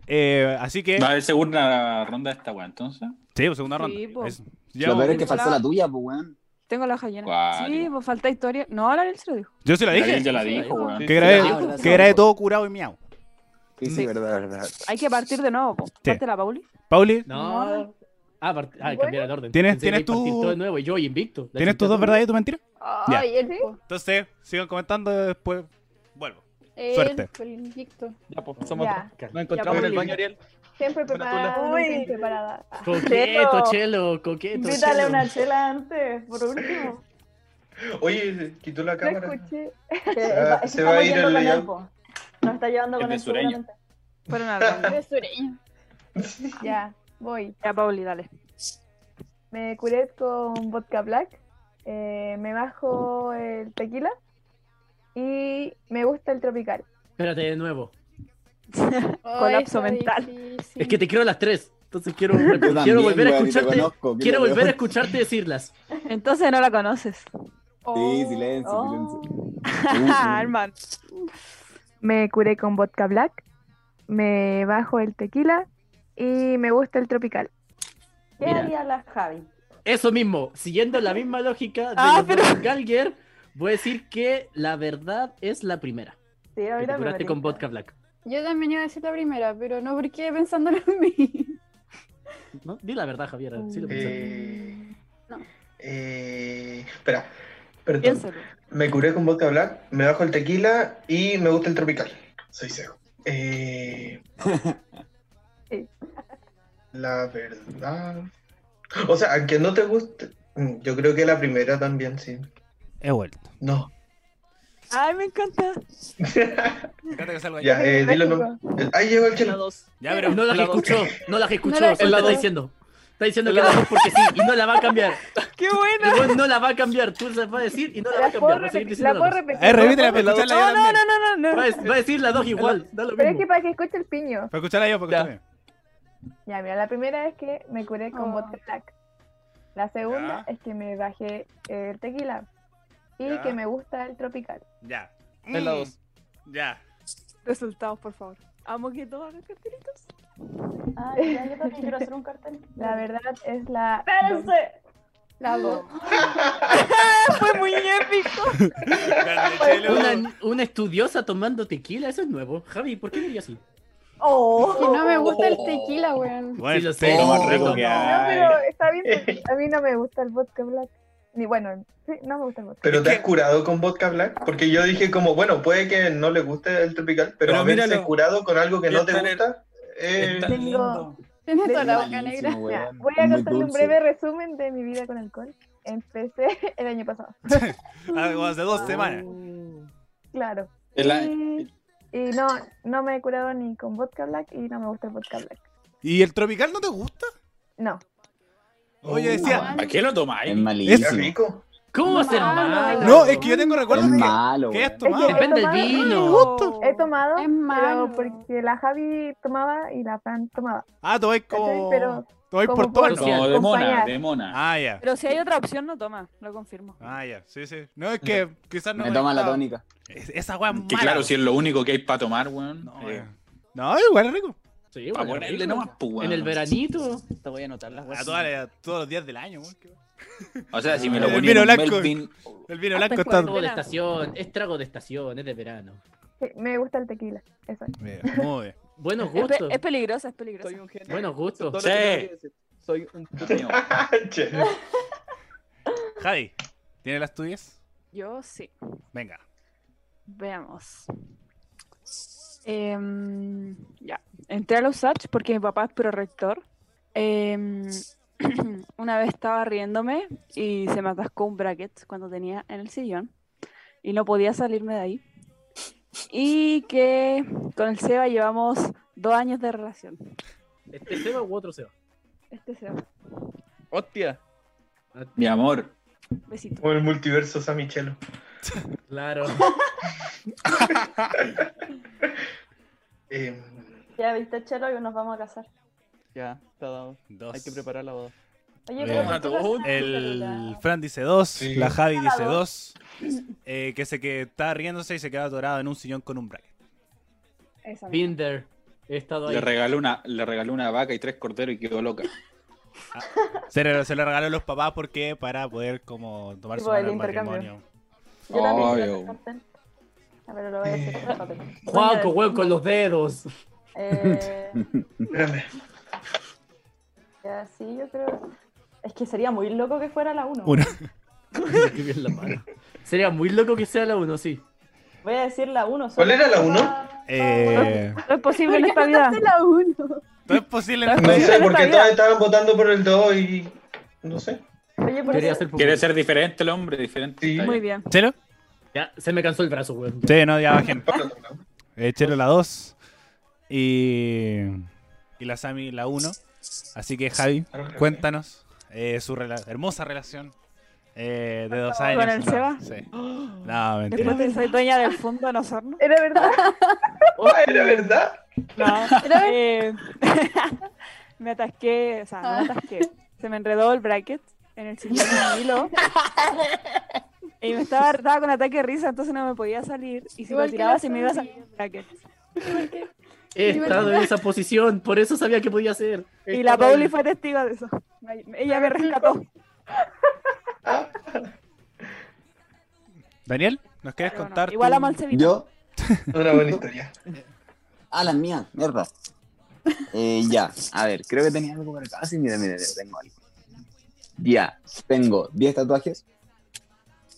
[SPEAKER 1] Eh, así que,
[SPEAKER 2] Va a haber segunda ronda esta weón, entonces.
[SPEAKER 1] sí, pues, segunda ronda.
[SPEAKER 6] Sí, po.
[SPEAKER 1] Eso.
[SPEAKER 3] Lo
[SPEAKER 1] Yo,
[SPEAKER 3] peor es que falsó la tuya, pues, weón.
[SPEAKER 6] Tengo la hoja llena.
[SPEAKER 2] Cuático.
[SPEAKER 6] Sí, pues falta historia. No, la Ariel se lo dijo.
[SPEAKER 1] yo se la
[SPEAKER 2] Gabriel
[SPEAKER 1] dije.
[SPEAKER 2] ya la
[SPEAKER 4] Sí,
[SPEAKER 2] dijo,
[SPEAKER 4] sí.
[SPEAKER 2] weón.
[SPEAKER 1] Que
[SPEAKER 3] Ah,
[SPEAKER 1] grabé,
[SPEAKER 3] verdad,
[SPEAKER 1] que
[SPEAKER 3] sí.
[SPEAKER 1] grabé todo curado y miau.
[SPEAKER 3] Sí, sí, verdad, verdad.
[SPEAKER 6] Hay que partir de nuevo, po. Parte la Pauli.
[SPEAKER 1] Pauli,
[SPEAKER 4] No. Ah, part- ah,
[SPEAKER 5] Bueno.
[SPEAKER 4] cambiar el orden.
[SPEAKER 1] ¿Tienes-
[SPEAKER 4] Pensé que
[SPEAKER 1] tienes
[SPEAKER 4] iba a partir
[SPEAKER 1] tu-
[SPEAKER 4] todo de nuevo y yo invicto. La
[SPEAKER 1] ¿tienes
[SPEAKER 4] chucha
[SPEAKER 1] tus dos
[SPEAKER 4] tú.
[SPEAKER 1] verdades y tu mentira?
[SPEAKER 8] Ay, el,
[SPEAKER 1] Entonces, sigan comentando después. Vuelvo.
[SPEAKER 8] el-
[SPEAKER 1] Suerte.
[SPEAKER 8] el invicto.
[SPEAKER 9] Eh, Ya, pues, somos
[SPEAKER 10] Ya.
[SPEAKER 4] pues,
[SPEAKER 8] pues,
[SPEAKER 9] tres. Nos encontramos en el baño, Ariel.
[SPEAKER 6] Siempre preparada.
[SPEAKER 8] Hola.
[SPEAKER 6] nunca
[SPEAKER 8] Uy.
[SPEAKER 6] impreparada.
[SPEAKER 4] Coqueto, chelo, coqueto.
[SPEAKER 10] Invítale
[SPEAKER 4] chelo.
[SPEAKER 10] una chela antes, por último.
[SPEAKER 7] Oye, quitó la
[SPEAKER 6] No
[SPEAKER 7] cámara.
[SPEAKER 10] Eh,
[SPEAKER 6] escuché.
[SPEAKER 7] Ah,
[SPEAKER 10] Es que
[SPEAKER 7] se va a ir
[SPEAKER 10] estamos yendo
[SPEAKER 7] el
[SPEAKER 10] con
[SPEAKER 7] layout.
[SPEAKER 10] Elpo. Nos está llevando
[SPEAKER 2] Es
[SPEAKER 10] con
[SPEAKER 2] de
[SPEAKER 10] él
[SPEAKER 2] sureño.
[SPEAKER 10] seguramente.
[SPEAKER 5] Fueron hablando.
[SPEAKER 8] Eres sureño.
[SPEAKER 6] Ya, voy.
[SPEAKER 5] Ya, Pauli, dale.
[SPEAKER 6] Me curé con vodka black. eh, me bajo el tequila. Y me gusta el tropical.
[SPEAKER 4] Espérate, de nuevo.
[SPEAKER 8] Ay,
[SPEAKER 5] Colapso
[SPEAKER 8] está
[SPEAKER 5] mental.
[SPEAKER 8] difícil.
[SPEAKER 4] Es que te quiero las tres. Entonces quiero, quiero
[SPEAKER 3] también,
[SPEAKER 4] volver a
[SPEAKER 3] weón, y te
[SPEAKER 4] escucharte.
[SPEAKER 3] conozco, qué
[SPEAKER 4] quiero
[SPEAKER 3] weón.
[SPEAKER 4] volver a escucharte decirlas.
[SPEAKER 5] Entonces no la conoces.
[SPEAKER 3] Sí, silencio,
[SPEAKER 10] Oh.
[SPEAKER 3] silencio.
[SPEAKER 5] Hermano.
[SPEAKER 6] Me curé con vodka black. Me bajo el tequila. Y me gusta el tropical.
[SPEAKER 10] ¿Qué
[SPEAKER 4] Mira.
[SPEAKER 10] haría la Javi?
[SPEAKER 4] Eso mismo, siguiendo la misma lógica de
[SPEAKER 5] Ah,
[SPEAKER 4] los
[SPEAKER 5] pero-
[SPEAKER 4] dos Galger, voy a decir que la verdad es la primera.
[SPEAKER 10] Sí,
[SPEAKER 4] Que
[SPEAKER 10] ahorita
[SPEAKER 4] te
[SPEAKER 10] me
[SPEAKER 4] curaste
[SPEAKER 10] metí.
[SPEAKER 4] con vodka black.
[SPEAKER 8] Yo también iba a decir la primera, pero no porque pensándolo en mí.
[SPEAKER 4] ¿No? Di la verdad, Javier. Sí,
[SPEAKER 10] Uh.
[SPEAKER 4] lo pensaste.
[SPEAKER 7] Eh,
[SPEAKER 8] No.
[SPEAKER 7] eh, espera, perdón.
[SPEAKER 5] Piénsalo.
[SPEAKER 7] Me curé con vodka black, me bajo el tequila y me gusta el tropical. Soy cego. Eh, la verdad. O sea, aunque no te guste. mm, Yo creo que la primera también, sí.
[SPEAKER 1] He vuelto.
[SPEAKER 7] No.
[SPEAKER 5] Ay, me encanta.
[SPEAKER 1] Trata que salga ahí.
[SPEAKER 7] ya, eh, dilo. no- Ahí llegó el
[SPEAKER 9] La
[SPEAKER 7] chelo.
[SPEAKER 9] dos.
[SPEAKER 1] Ya, pero
[SPEAKER 4] No las
[SPEAKER 9] la dos.
[SPEAKER 4] escuchó, no las escuchó,
[SPEAKER 8] No las
[SPEAKER 4] solo te está
[SPEAKER 8] escuchó.
[SPEAKER 4] diciendo. Está diciendo que la dos porque sí, y no la va a cambiar.
[SPEAKER 5] ¡Qué
[SPEAKER 4] El
[SPEAKER 5] buena!
[SPEAKER 4] weón no la va a cambiar, tú se vas a decir y no la va
[SPEAKER 6] La
[SPEAKER 4] a
[SPEAKER 6] puedo
[SPEAKER 4] cambiar. Va a seguir
[SPEAKER 6] repetir.
[SPEAKER 4] diciendo
[SPEAKER 6] La
[SPEAKER 4] la
[SPEAKER 6] puedo
[SPEAKER 4] dos.
[SPEAKER 6] repetir.
[SPEAKER 1] Eh, repítela para escucharla yo
[SPEAKER 5] No, no,
[SPEAKER 1] también.
[SPEAKER 5] no, no, no.
[SPEAKER 4] Va a, va a decir las dos igual, da lo
[SPEAKER 6] Pero es
[SPEAKER 4] mismo.
[SPEAKER 6] que para que escuche el piño.
[SPEAKER 1] Para escucharla yo, porque
[SPEAKER 9] Ya.
[SPEAKER 1] también.
[SPEAKER 6] Ya, mira, la primera es que me curé con
[SPEAKER 8] Oh.
[SPEAKER 6] vodka black. La segunda es que me bajé el tequila. Y
[SPEAKER 1] Ya.
[SPEAKER 6] que me gusta el tropical.
[SPEAKER 1] Ya. Mm.
[SPEAKER 9] Es la dos.
[SPEAKER 1] Ya.
[SPEAKER 5] Resultados, por favor. Amo que todos los cartelitos.
[SPEAKER 10] Ah, ya, yo también quiero hacer un cartel.
[SPEAKER 6] La verdad es la.
[SPEAKER 10] ¡Espérense!
[SPEAKER 8] La voz.
[SPEAKER 5] Fue muy épico.
[SPEAKER 1] Grande, Chelo.
[SPEAKER 4] Una, una estudiosa tomando tequila, eso es nuevo. Javi, ¿por qué dirías así?
[SPEAKER 10] ¡Oh!
[SPEAKER 8] Que no me gusta el tequila, weón.
[SPEAKER 1] Bueno,
[SPEAKER 4] Sí, lo sé.
[SPEAKER 1] Chelo,
[SPEAKER 4] Oh,
[SPEAKER 1] más rico
[SPEAKER 4] no,
[SPEAKER 1] que
[SPEAKER 4] no.
[SPEAKER 1] hay.
[SPEAKER 6] No, pero está bien. porque A mí no me gusta el vodka black. Ni bueno, sí, no me gusta el vodka.
[SPEAKER 7] Pero
[SPEAKER 1] Es
[SPEAKER 7] te
[SPEAKER 1] que-
[SPEAKER 7] has curado con vodka black, porque yo dije como, bueno, puede que no le guste el tropical, pero,
[SPEAKER 2] Pero
[SPEAKER 7] haberse
[SPEAKER 2] míralo.
[SPEAKER 7] curado con algo que no te
[SPEAKER 2] Está en el-
[SPEAKER 7] gusta, eh,
[SPEAKER 2] Está
[SPEAKER 6] Tengo-
[SPEAKER 2] lindo.
[SPEAKER 8] Tienes toda la boca
[SPEAKER 3] Malísimo,
[SPEAKER 8] negra.
[SPEAKER 6] Ya,
[SPEAKER 3] weón.
[SPEAKER 6] voy a
[SPEAKER 3] Es muy
[SPEAKER 6] contarle un
[SPEAKER 3] dulce.
[SPEAKER 6] breve resumen de mi vida con alcohol. Empecé el año pasado,
[SPEAKER 1] Algo hace
[SPEAKER 3] Oh.
[SPEAKER 1] dos semanas.
[SPEAKER 6] claro.
[SPEAKER 2] El a-
[SPEAKER 6] Y, y no, no me he curado ni con vodka black y no me gusta el vodka black.
[SPEAKER 1] ¿Y el tropical no te gusta?
[SPEAKER 6] No.
[SPEAKER 1] Oye, decía.
[SPEAKER 2] ¿A qué lo tomáis?
[SPEAKER 3] Oh. Es
[SPEAKER 7] qué
[SPEAKER 3] malísimo.
[SPEAKER 7] rico.
[SPEAKER 4] ¿Cómo va a ser
[SPEAKER 6] Ah,
[SPEAKER 8] No, no,
[SPEAKER 4] malo?
[SPEAKER 1] Ah, No, es que yo tengo recuerdos
[SPEAKER 3] Es
[SPEAKER 1] de que,
[SPEAKER 3] malo,
[SPEAKER 1] que has
[SPEAKER 3] weón.
[SPEAKER 1] tomado.
[SPEAKER 6] Es que-
[SPEAKER 4] Depende del
[SPEAKER 6] tomado.
[SPEAKER 4] vino.
[SPEAKER 6] He tomado,
[SPEAKER 8] Es
[SPEAKER 6] pero
[SPEAKER 8] malo.
[SPEAKER 6] porque la Javi tomaba y la Fran tomaba.
[SPEAKER 1] Ah, tomáis
[SPEAKER 6] ¿cachai?
[SPEAKER 1] como.
[SPEAKER 6] Pero
[SPEAKER 1] Tomáis
[SPEAKER 6] como
[SPEAKER 1] por tomar.
[SPEAKER 4] por-
[SPEAKER 2] Como de mona,
[SPEAKER 6] acompañar.
[SPEAKER 2] de mona.
[SPEAKER 1] Ah, ya.
[SPEAKER 5] Pero si hay otra opción, no toma. Lo confirmo.
[SPEAKER 1] Ah, ya. Sí, sí. No, es que quizás no.
[SPEAKER 3] Me toma la
[SPEAKER 1] estaba-
[SPEAKER 3] tónica.
[SPEAKER 1] Es- Esa weá es mala.
[SPEAKER 2] Que claro, si es lo único que hay para tomar, weón.
[SPEAKER 1] No,
[SPEAKER 2] eh,
[SPEAKER 1] weón. No, igual es rico.
[SPEAKER 4] Sí,
[SPEAKER 2] pa'
[SPEAKER 4] bueno,
[SPEAKER 2] ponerle
[SPEAKER 4] rico.
[SPEAKER 2] nomás, pues, weón.
[SPEAKER 4] En el veranito.
[SPEAKER 9] Te voy a anotar las
[SPEAKER 1] A,
[SPEAKER 9] weas.
[SPEAKER 1] todas las- a todos los días del año, weón. Qué bueno.
[SPEAKER 2] O sea, si me lo
[SPEAKER 1] El
[SPEAKER 2] ponía
[SPEAKER 1] vino
[SPEAKER 2] un
[SPEAKER 1] blanco.
[SPEAKER 2] Melvin-
[SPEAKER 1] El vino
[SPEAKER 5] Hasta
[SPEAKER 1] blanco está.
[SPEAKER 5] en cuarto.
[SPEAKER 4] Trago de estación, es trago de estación, es de verano.
[SPEAKER 6] sí, me gusta el tequila. Eso. es.
[SPEAKER 1] Mira, Muy bien.
[SPEAKER 4] Buenos
[SPEAKER 5] Es, pe-
[SPEAKER 4] gustos.
[SPEAKER 5] es peligrosa, es peligrosa.
[SPEAKER 9] Soy un genio.
[SPEAKER 4] Buenos
[SPEAKER 9] Todo lo
[SPEAKER 4] gustos.
[SPEAKER 9] que
[SPEAKER 2] Sí.
[SPEAKER 9] tengo que decir. Soy un puto.
[SPEAKER 7] Chelo.
[SPEAKER 1] Javi, ¿tienes las tuyas?
[SPEAKER 5] Yo sí.
[SPEAKER 1] Venga.
[SPEAKER 5] Veamos. Em, ya. Entré a la USACH porque mi papá es prorector. Em, una vez estaba riéndome y se me atascó un bracket cuando tenía en el sillón y no podía salirme de ahí. Y que con el Seba llevamos dos años de relación.
[SPEAKER 4] ¿Este Seba u otro Seba?
[SPEAKER 5] Este Seba,
[SPEAKER 9] Hostia.
[SPEAKER 2] Mi amor.
[SPEAKER 5] besito.
[SPEAKER 7] Como el multiverso Sammy Chelo.
[SPEAKER 4] Claro.
[SPEAKER 7] Eh,
[SPEAKER 10] Ya viste, Chelo, y nos vamos a casar.
[SPEAKER 9] Ya, está dado.
[SPEAKER 1] Dos.
[SPEAKER 9] Hay que preparar la boda.
[SPEAKER 10] Oye,
[SPEAKER 1] Bien.
[SPEAKER 10] ¿cómo te casas?
[SPEAKER 1] El Fran dice dos,
[SPEAKER 7] Sí.
[SPEAKER 1] la Javi dice
[SPEAKER 10] La
[SPEAKER 1] dos. Eh, que se que estaba riéndose y se quedaba atorado en un sillón con un bracket.
[SPEAKER 6] Esa misma.
[SPEAKER 4] Binder. He estado ahí.
[SPEAKER 2] Le regaló una, le regaló una vaca y tres corderos y quedó loca.
[SPEAKER 1] Se, re- se lo regaló a los papás porque para poder como tomar su
[SPEAKER 10] Tipo,
[SPEAKER 1] mano
[SPEAKER 10] el
[SPEAKER 1] al
[SPEAKER 10] intercambio.
[SPEAKER 1] matrimonio.
[SPEAKER 10] Yo también
[SPEAKER 2] Obvio.
[SPEAKER 10] quiero hacer cartel. Ah, pero lo voy a hacer con el papel.
[SPEAKER 4] Juanco, weón, con los dedos.
[SPEAKER 10] Eh,
[SPEAKER 7] espérame.
[SPEAKER 10] ya, sí, yo creo. Es que sería muy loco que fuera la 1.
[SPEAKER 1] Uno.
[SPEAKER 4] Qué bien la mano. Sería muy loco que sea la uno, sí.
[SPEAKER 10] Voy a decir la 1.
[SPEAKER 7] ¿Cuál era la uno?
[SPEAKER 1] Eh,
[SPEAKER 5] No es posible en
[SPEAKER 8] ¿Por qué
[SPEAKER 5] esta vida.
[SPEAKER 8] mandaste la uno?
[SPEAKER 1] Todo es posible.
[SPEAKER 7] No sé, porque todos estaban votando por el 2 y. No sé.
[SPEAKER 8] Oye, por
[SPEAKER 4] Debería
[SPEAKER 8] eso-
[SPEAKER 4] ser público.
[SPEAKER 2] Quiere ser diferente el hombre, diferente.
[SPEAKER 7] Sí.
[SPEAKER 2] Está
[SPEAKER 5] Muy
[SPEAKER 2] bien.
[SPEAKER 5] bien.
[SPEAKER 1] ¿Chelo?
[SPEAKER 4] Ya, se me cansó el brazo, weón.
[SPEAKER 1] Sí, no, ya bajen.
[SPEAKER 7] Pablo, ¿no?
[SPEAKER 1] Eh, Chelo la 2 y, y la Sami la 1. Así que Javi,
[SPEAKER 7] Claro,
[SPEAKER 1] cuéntanos eh, su rela- hermosa relación eh, de dos
[SPEAKER 5] ¿Con
[SPEAKER 1] años.
[SPEAKER 5] el
[SPEAKER 1] No,
[SPEAKER 5] Seba?
[SPEAKER 1] sí. No,
[SPEAKER 5] Después
[SPEAKER 1] mentira.
[SPEAKER 5] de soy dueña del fondo de nosotros.
[SPEAKER 8] Era verdad.
[SPEAKER 7] Ah, ¿Era verdad?
[SPEAKER 5] No,
[SPEAKER 8] Era-
[SPEAKER 5] eh, me atasqué, o sea, no
[SPEAKER 8] Ah.
[SPEAKER 5] me atasqué. Se me enredó el bracket en el sillón de mi hilo. Y me estaba, estaba con ataque de risa, entonces no me podía salir. Y si
[SPEAKER 8] Igual
[SPEAKER 5] lo
[SPEAKER 8] que
[SPEAKER 5] tiraba,
[SPEAKER 8] la
[SPEAKER 5] se me iba a
[SPEAKER 8] Sonia.
[SPEAKER 5] salir el bracket.
[SPEAKER 4] He estado en esa posición, por eso sabía que podía ser.
[SPEAKER 5] Y la Pauli fue testigo de eso. Me- Ella me rescató.
[SPEAKER 1] Daniel, ¿nos quieres
[SPEAKER 5] Pero no,
[SPEAKER 1] contar?
[SPEAKER 5] Igual
[SPEAKER 1] tu-
[SPEAKER 5] amo al Sevilla.
[SPEAKER 3] Yo,
[SPEAKER 7] Una buena historia.
[SPEAKER 3] Ah, las mías, mierda. Eh, ya, a ver, creo que tenía algo por acá. Ah, sí, mira, mira, mira, tengo algo. Ya, tengo 10 tatuajes,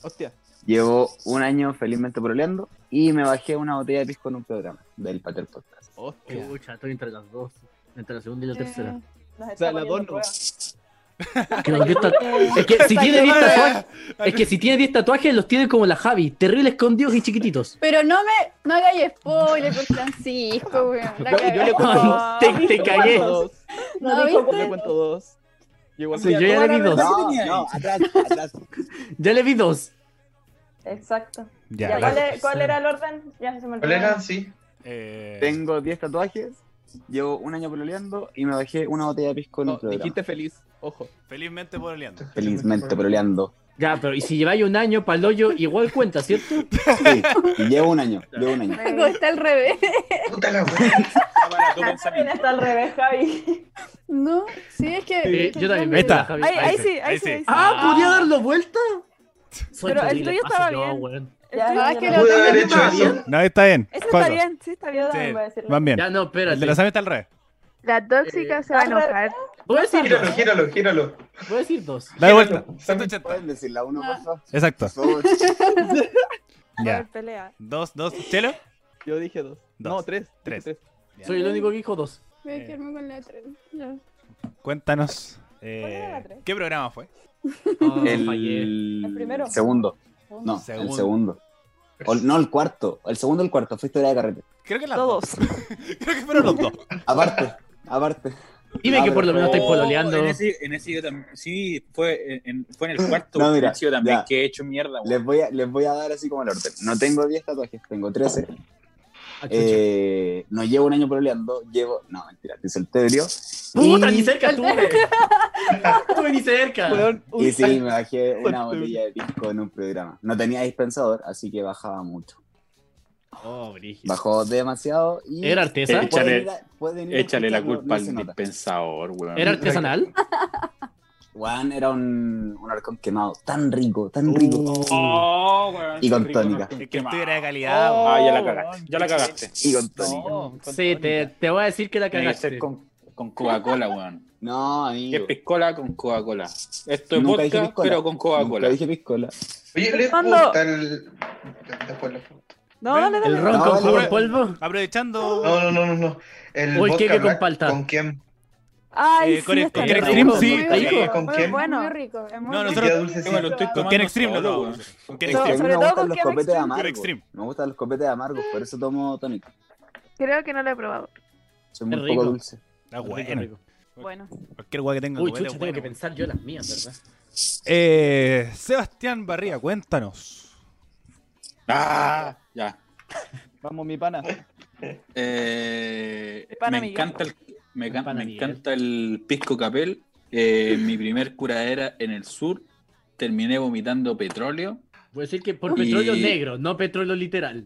[SPEAKER 9] Hostia.
[SPEAKER 3] llevo un año felizmente proleando y me bajé una botella de pisco en un programa del Pater Podcast.
[SPEAKER 9] Hostia.
[SPEAKER 4] Pucha, estoy entre las dos. Entre la segunda y
[SPEAKER 5] Eh.
[SPEAKER 4] la tercera.
[SPEAKER 6] Nos
[SPEAKER 9] sea,
[SPEAKER 6] está
[SPEAKER 9] la
[SPEAKER 4] Oh,
[SPEAKER 6] poniendo
[SPEAKER 9] dono.
[SPEAKER 6] prueba.
[SPEAKER 4] Creo que esta- Es que si tiene 10 tatuajes. Es que si tiene 10 tatuajes, los tiene como la Javi. Terrible escondidos y chiquititos.
[SPEAKER 8] Pero no me. No hagáis spoiler por Francisco, weón. La
[SPEAKER 9] Yo- yo le
[SPEAKER 8] cagó.
[SPEAKER 9] cuento
[SPEAKER 8] No,
[SPEAKER 4] Te, te cagué.
[SPEAKER 9] Cuento dos.
[SPEAKER 8] ¿No
[SPEAKER 9] Yo le
[SPEAKER 8] viste?
[SPEAKER 9] cuento dos. Yo igual
[SPEAKER 4] Sí, yo ya le vi dos.
[SPEAKER 3] No, no, atrás, atrás.
[SPEAKER 4] Ya le vi dos.
[SPEAKER 10] Exacto.
[SPEAKER 1] Ya,
[SPEAKER 10] Ya, ¿cuál,
[SPEAKER 1] la-
[SPEAKER 10] es- cuál era el orden? Ya se me olvidó.
[SPEAKER 7] ¿Cuál era? Sí.
[SPEAKER 1] eh,
[SPEAKER 3] Tengo 10 tatuajes, llevo un año proleando y me bajé una botella de pisco en
[SPEAKER 4] Oh,
[SPEAKER 9] No,
[SPEAKER 3] un programa.
[SPEAKER 9] dijiste feliz, ojo.
[SPEAKER 1] Felizmente por oleando.
[SPEAKER 3] Felizmente proleando.
[SPEAKER 4] Ya, pero y si lleváis un año para el hoyo, igual cuenta, ¿cierto?
[SPEAKER 3] Sí, llevo un año, llevo un año.
[SPEAKER 8] la cagó, Está al revés.
[SPEAKER 7] Puta la wea.
[SPEAKER 2] Está para tu
[SPEAKER 10] También
[SPEAKER 2] pensamiento.
[SPEAKER 10] está al revés, Javi.
[SPEAKER 8] No, sí, es que.
[SPEAKER 4] Eh, yo también me
[SPEAKER 1] Ahí está.
[SPEAKER 4] la Javi.
[SPEAKER 5] Ahí, ahí
[SPEAKER 1] sí,
[SPEAKER 5] sí,
[SPEAKER 1] ahí
[SPEAKER 5] ahí
[SPEAKER 1] sí.
[SPEAKER 5] sí. ahí sí.
[SPEAKER 4] Ah, podía darlo vuelta. Soy
[SPEAKER 5] Pero el
[SPEAKER 4] terrible,
[SPEAKER 5] tuyo
[SPEAKER 4] paso
[SPEAKER 5] estaba
[SPEAKER 4] yo,
[SPEAKER 5] bien.
[SPEAKER 4] weón.
[SPEAKER 10] Ya,
[SPEAKER 8] Ah,
[SPEAKER 10] ya,
[SPEAKER 8] que
[SPEAKER 10] ya.
[SPEAKER 8] lo-
[SPEAKER 7] ¿Pude haber hecho eso?
[SPEAKER 1] No, está bien.
[SPEAKER 5] Eso está
[SPEAKER 1] Juanlo,
[SPEAKER 5] bien, sí, está bien.
[SPEAKER 10] Yo también
[SPEAKER 1] Sí,
[SPEAKER 10] voy a decirlo.
[SPEAKER 1] Van bien.
[SPEAKER 4] Ya no,
[SPEAKER 1] El de la
[SPEAKER 4] espérate.
[SPEAKER 1] Sami está al revés.
[SPEAKER 8] La
[SPEAKER 4] tóxica
[SPEAKER 2] Eh,
[SPEAKER 8] se
[SPEAKER 10] va a enojar.
[SPEAKER 4] Voy a decir
[SPEAKER 7] Gíralo,
[SPEAKER 4] dos.
[SPEAKER 7] gíralo, gíralo.
[SPEAKER 4] Voy a decir dos.
[SPEAKER 1] Dale vuelta.
[SPEAKER 7] Sándwich.
[SPEAKER 1] 180.
[SPEAKER 3] ¿Pueden decir la uno, por favor?
[SPEAKER 1] Exacto.
[SPEAKER 3] Por favor.
[SPEAKER 1] Ya.
[SPEAKER 5] Pelea.
[SPEAKER 1] Dos, dos. ¿Chelo?
[SPEAKER 9] Yo dije dos. No, tres. dije
[SPEAKER 1] Tres.
[SPEAKER 9] tres.
[SPEAKER 4] Soy el único que dijo dos.
[SPEAKER 8] Voy a quedarme con la tres. Ya.
[SPEAKER 1] Cuéntanos. eh,
[SPEAKER 6] ¿Cuál era la tres?
[SPEAKER 1] ¿Qué programa fue?
[SPEAKER 4] Ah, fallé.
[SPEAKER 3] El...
[SPEAKER 6] ¿El primero?
[SPEAKER 3] Segundo. No,
[SPEAKER 1] Segundo.
[SPEAKER 3] el segundo. O- no, el cuarto. El segundo o el cuarto. Fue historia de carrete.
[SPEAKER 1] Creo que las
[SPEAKER 5] Todos.
[SPEAKER 1] dos. Creo que fueron los dos.
[SPEAKER 3] Aparte, aparte. Ah,
[SPEAKER 4] Dime que por lo menos estáis
[SPEAKER 2] Oh,
[SPEAKER 4] pololeando.
[SPEAKER 2] En ese, en ese yo también. Sí, fue eh, en, fue en el cuarto.
[SPEAKER 3] No, mira,
[SPEAKER 2] en ese yo también
[SPEAKER 3] ya.
[SPEAKER 2] que he hecho mierda. weón.
[SPEAKER 3] Les voy, a, les voy a dar así como el orden. No tengo 10 tatuajes, tengo 13.
[SPEAKER 4] Ah, chucha.
[SPEAKER 3] Eh, no llevo un año proleando. Llevo. No, mentira, te hice el tebrio.
[SPEAKER 4] Puta, ni
[SPEAKER 3] y,
[SPEAKER 4] cerca estuve. estuve ni cerca.
[SPEAKER 9] Weón, un-
[SPEAKER 3] y sí, me bajé una botella de pisco en un programa. No tenía dispensador, así que bajaba mucho.
[SPEAKER 4] Oh, brígido.
[SPEAKER 3] Bajó demasiado y.
[SPEAKER 4] ¿Era artesa?
[SPEAKER 2] Eh, Échale-
[SPEAKER 3] pueden ir a- pueden ir a
[SPEAKER 2] Échale la
[SPEAKER 3] escucharlo,
[SPEAKER 2] culpa
[SPEAKER 3] no se
[SPEAKER 2] al
[SPEAKER 3] nota.
[SPEAKER 2] dispensador, weón.
[SPEAKER 4] ¿Era artesanal?
[SPEAKER 3] Juan era un, un arcón quemado tan rico, tan
[SPEAKER 4] Uh.
[SPEAKER 3] rico.
[SPEAKER 2] Oh, weón,
[SPEAKER 3] Y con
[SPEAKER 2] qué rico,
[SPEAKER 3] tónica.
[SPEAKER 2] ¿no?
[SPEAKER 1] Es que
[SPEAKER 2] Qué mal.
[SPEAKER 1] estuviera de calidad.
[SPEAKER 9] Oh,
[SPEAKER 2] Ah, ya la
[SPEAKER 9] weón.
[SPEAKER 2] cagaste. Ya la cagaste.
[SPEAKER 3] Y con tónica.
[SPEAKER 9] No, con
[SPEAKER 4] Sí, te, te voy a decir que la
[SPEAKER 2] Tiene que
[SPEAKER 4] cagaste.
[SPEAKER 2] ser con, con Coca-Cola, weón.
[SPEAKER 3] No,
[SPEAKER 2] ¿Qué
[SPEAKER 3] amigo.
[SPEAKER 2] es piscola con Coca-Cola? Esto es
[SPEAKER 3] Nunca dije
[SPEAKER 2] vodka,
[SPEAKER 3] piscola.
[SPEAKER 2] pero con
[SPEAKER 3] Nunca
[SPEAKER 2] Coca-Cola.
[SPEAKER 3] dije piscola.
[SPEAKER 7] Oye, ¿les
[SPEAKER 5] ¿Cuándo?
[SPEAKER 7] gusta el. Después lo-
[SPEAKER 5] No, dale, dale.
[SPEAKER 4] El
[SPEAKER 7] Ah,
[SPEAKER 4] ron
[SPEAKER 3] No,
[SPEAKER 4] con
[SPEAKER 3] vale,
[SPEAKER 4] jugo de
[SPEAKER 3] vale.
[SPEAKER 4] polvo.
[SPEAKER 1] Aprovechando.
[SPEAKER 7] No, no, no, no, no. El
[SPEAKER 4] Hoy queque
[SPEAKER 7] vodka
[SPEAKER 4] con
[SPEAKER 7] black,
[SPEAKER 4] palta.
[SPEAKER 7] ¿Con quién?
[SPEAKER 5] Ay,
[SPEAKER 1] Eh,
[SPEAKER 5] sí,
[SPEAKER 1] con el-
[SPEAKER 5] está
[SPEAKER 1] con
[SPEAKER 5] bien.
[SPEAKER 1] el Extreme, sí.
[SPEAKER 8] Muy
[SPEAKER 1] con-
[SPEAKER 8] rico.
[SPEAKER 7] ¿Con
[SPEAKER 5] Muy
[SPEAKER 7] quién?
[SPEAKER 5] bueno.
[SPEAKER 8] Muy rico. es muy
[SPEAKER 1] No,
[SPEAKER 8] rico.
[SPEAKER 7] Y
[SPEAKER 1] nosotros-
[SPEAKER 7] queda
[SPEAKER 2] Este
[SPEAKER 7] dulcecito.
[SPEAKER 2] me lo estoy
[SPEAKER 1] ¿Con
[SPEAKER 2] tomando
[SPEAKER 1] quién extreme no
[SPEAKER 2] solo,
[SPEAKER 1] lo
[SPEAKER 2] weón.
[SPEAKER 1] ¿Con quién
[SPEAKER 3] Es que a
[SPEAKER 1] extreme?
[SPEAKER 3] mí
[SPEAKER 5] sobre
[SPEAKER 3] me
[SPEAKER 5] todo
[SPEAKER 3] gustan
[SPEAKER 5] con
[SPEAKER 3] los
[SPEAKER 5] Kevin
[SPEAKER 3] copetes
[SPEAKER 5] Extreme.
[SPEAKER 3] amargos.
[SPEAKER 1] Extreme.
[SPEAKER 3] Me gustan los copetes amargos, por eso tomo tónico.
[SPEAKER 8] Creo que no lo he probado.
[SPEAKER 3] Soy muy
[SPEAKER 4] Qué
[SPEAKER 3] poco
[SPEAKER 4] rico.
[SPEAKER 3] dulce.
[SPEAKER 1] Está
[SPEAKER 4] Rico,
[SPEAKER 1] Ah, bueno.
[SPEAKER 4] rico.
[SPEAKER 5] Bueno,
[SPEAKER 1] Cualquier guay que tenga.
[SPEAKER 4] Uy,
[SPEAKER 1] copete
[SPEAKER 4] chucha,
[SPEAKER 1] es
[SPEAKER 4] tengo que
[SPEAKER 1] bueno.
[SPEAKER 4] pensar yo las mías, ¿verdad?
[SPEAKER 1] Eh, Sebastián Barría, cuéntanos.
[SPEAKER 2] Ah, ya.
[SPEAKER 9] Vamos, mi pana.
[SPEAKER 2] Eh,
[SPEAKER 5] Pana
[SPEAKER 2] me
[SPEAKER 5] Miguel.
[SPEAKER 2] encanta el, me, can-
[SPEAKER 4] Pana
[SPEAKER 2] me
[SPEAKER 4] Miguel.
[SPEAKER 2] encanta el pisco capel. Eh, mi primer curadera en el sur. Terminé vomitando petróleo.
[SPEAKER 4] Voy a decir que por
[SPEAKER 2] Y-
[SPEAKER 4] petróleo negro, no petróleo literal.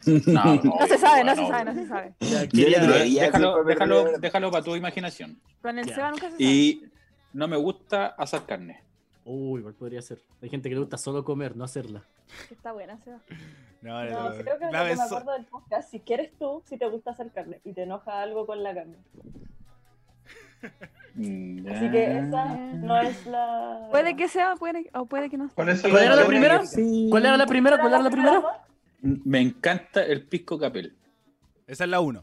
[SPEAKER 2] No,
[SPEAKER 5] no se sabe, no
[SPEAKER 2] weón,
[SPEAKER 5] se sabe, no se sabe.
[SPEAKER 4] Ya,
[SPEAKER 3] Yo le
[SPEAKER 4] quería-
[SPEAKER 2] Pero,
[SPEAKER 3] creí.
[SPEAKER 2] eh,
[SPEAKER 3] Ya,
[SPEAKER 2] Déjalo,
[SPEAKER 3] siempre me
[SPEAKER 2] déjalo,
[SPEAKER 3] río.
[SPEAKER 2] déjalo para tu imaginación.
[SPEAKER 5] Con el
[SPEAKER 4] Ya.
[SPEAKER 5] Seba nunca se sabe.
[SPEAKER 2] Y no me gusta asar carne.
[SPEAKER 4] Uy, igual podría ser. Hay gente que le gusta solo comer, no hacerla.
[SPEAKER 10] Que Está buena, Seba.
[SPEAKER 1] No,
[SPEAKER 10] No, creo que lo
[SPEAKER 1] La
[SPEAKER 10] que me
[SPEAKER 1] besó-
[SPEAKER 10] acuerdo del podcast, si quieres tú, si te gusta hacer carne y te enoja algo con la carne. Así que esa no es la...
[SPEAKER 5] Puede que sea, puede que- o puede que no.
[SPEAKER 7] Con eso
[SPEAKER 4] ¿Cuál era la
[SPEAKER 7] yo-
[SPEAKER 4] primera? ¿Cuál era la primera? ¿Cuál era la primera?
[SPEAKER 2] Me encanta el pisco capel.
[SPEAKER 1] Esa es la 1.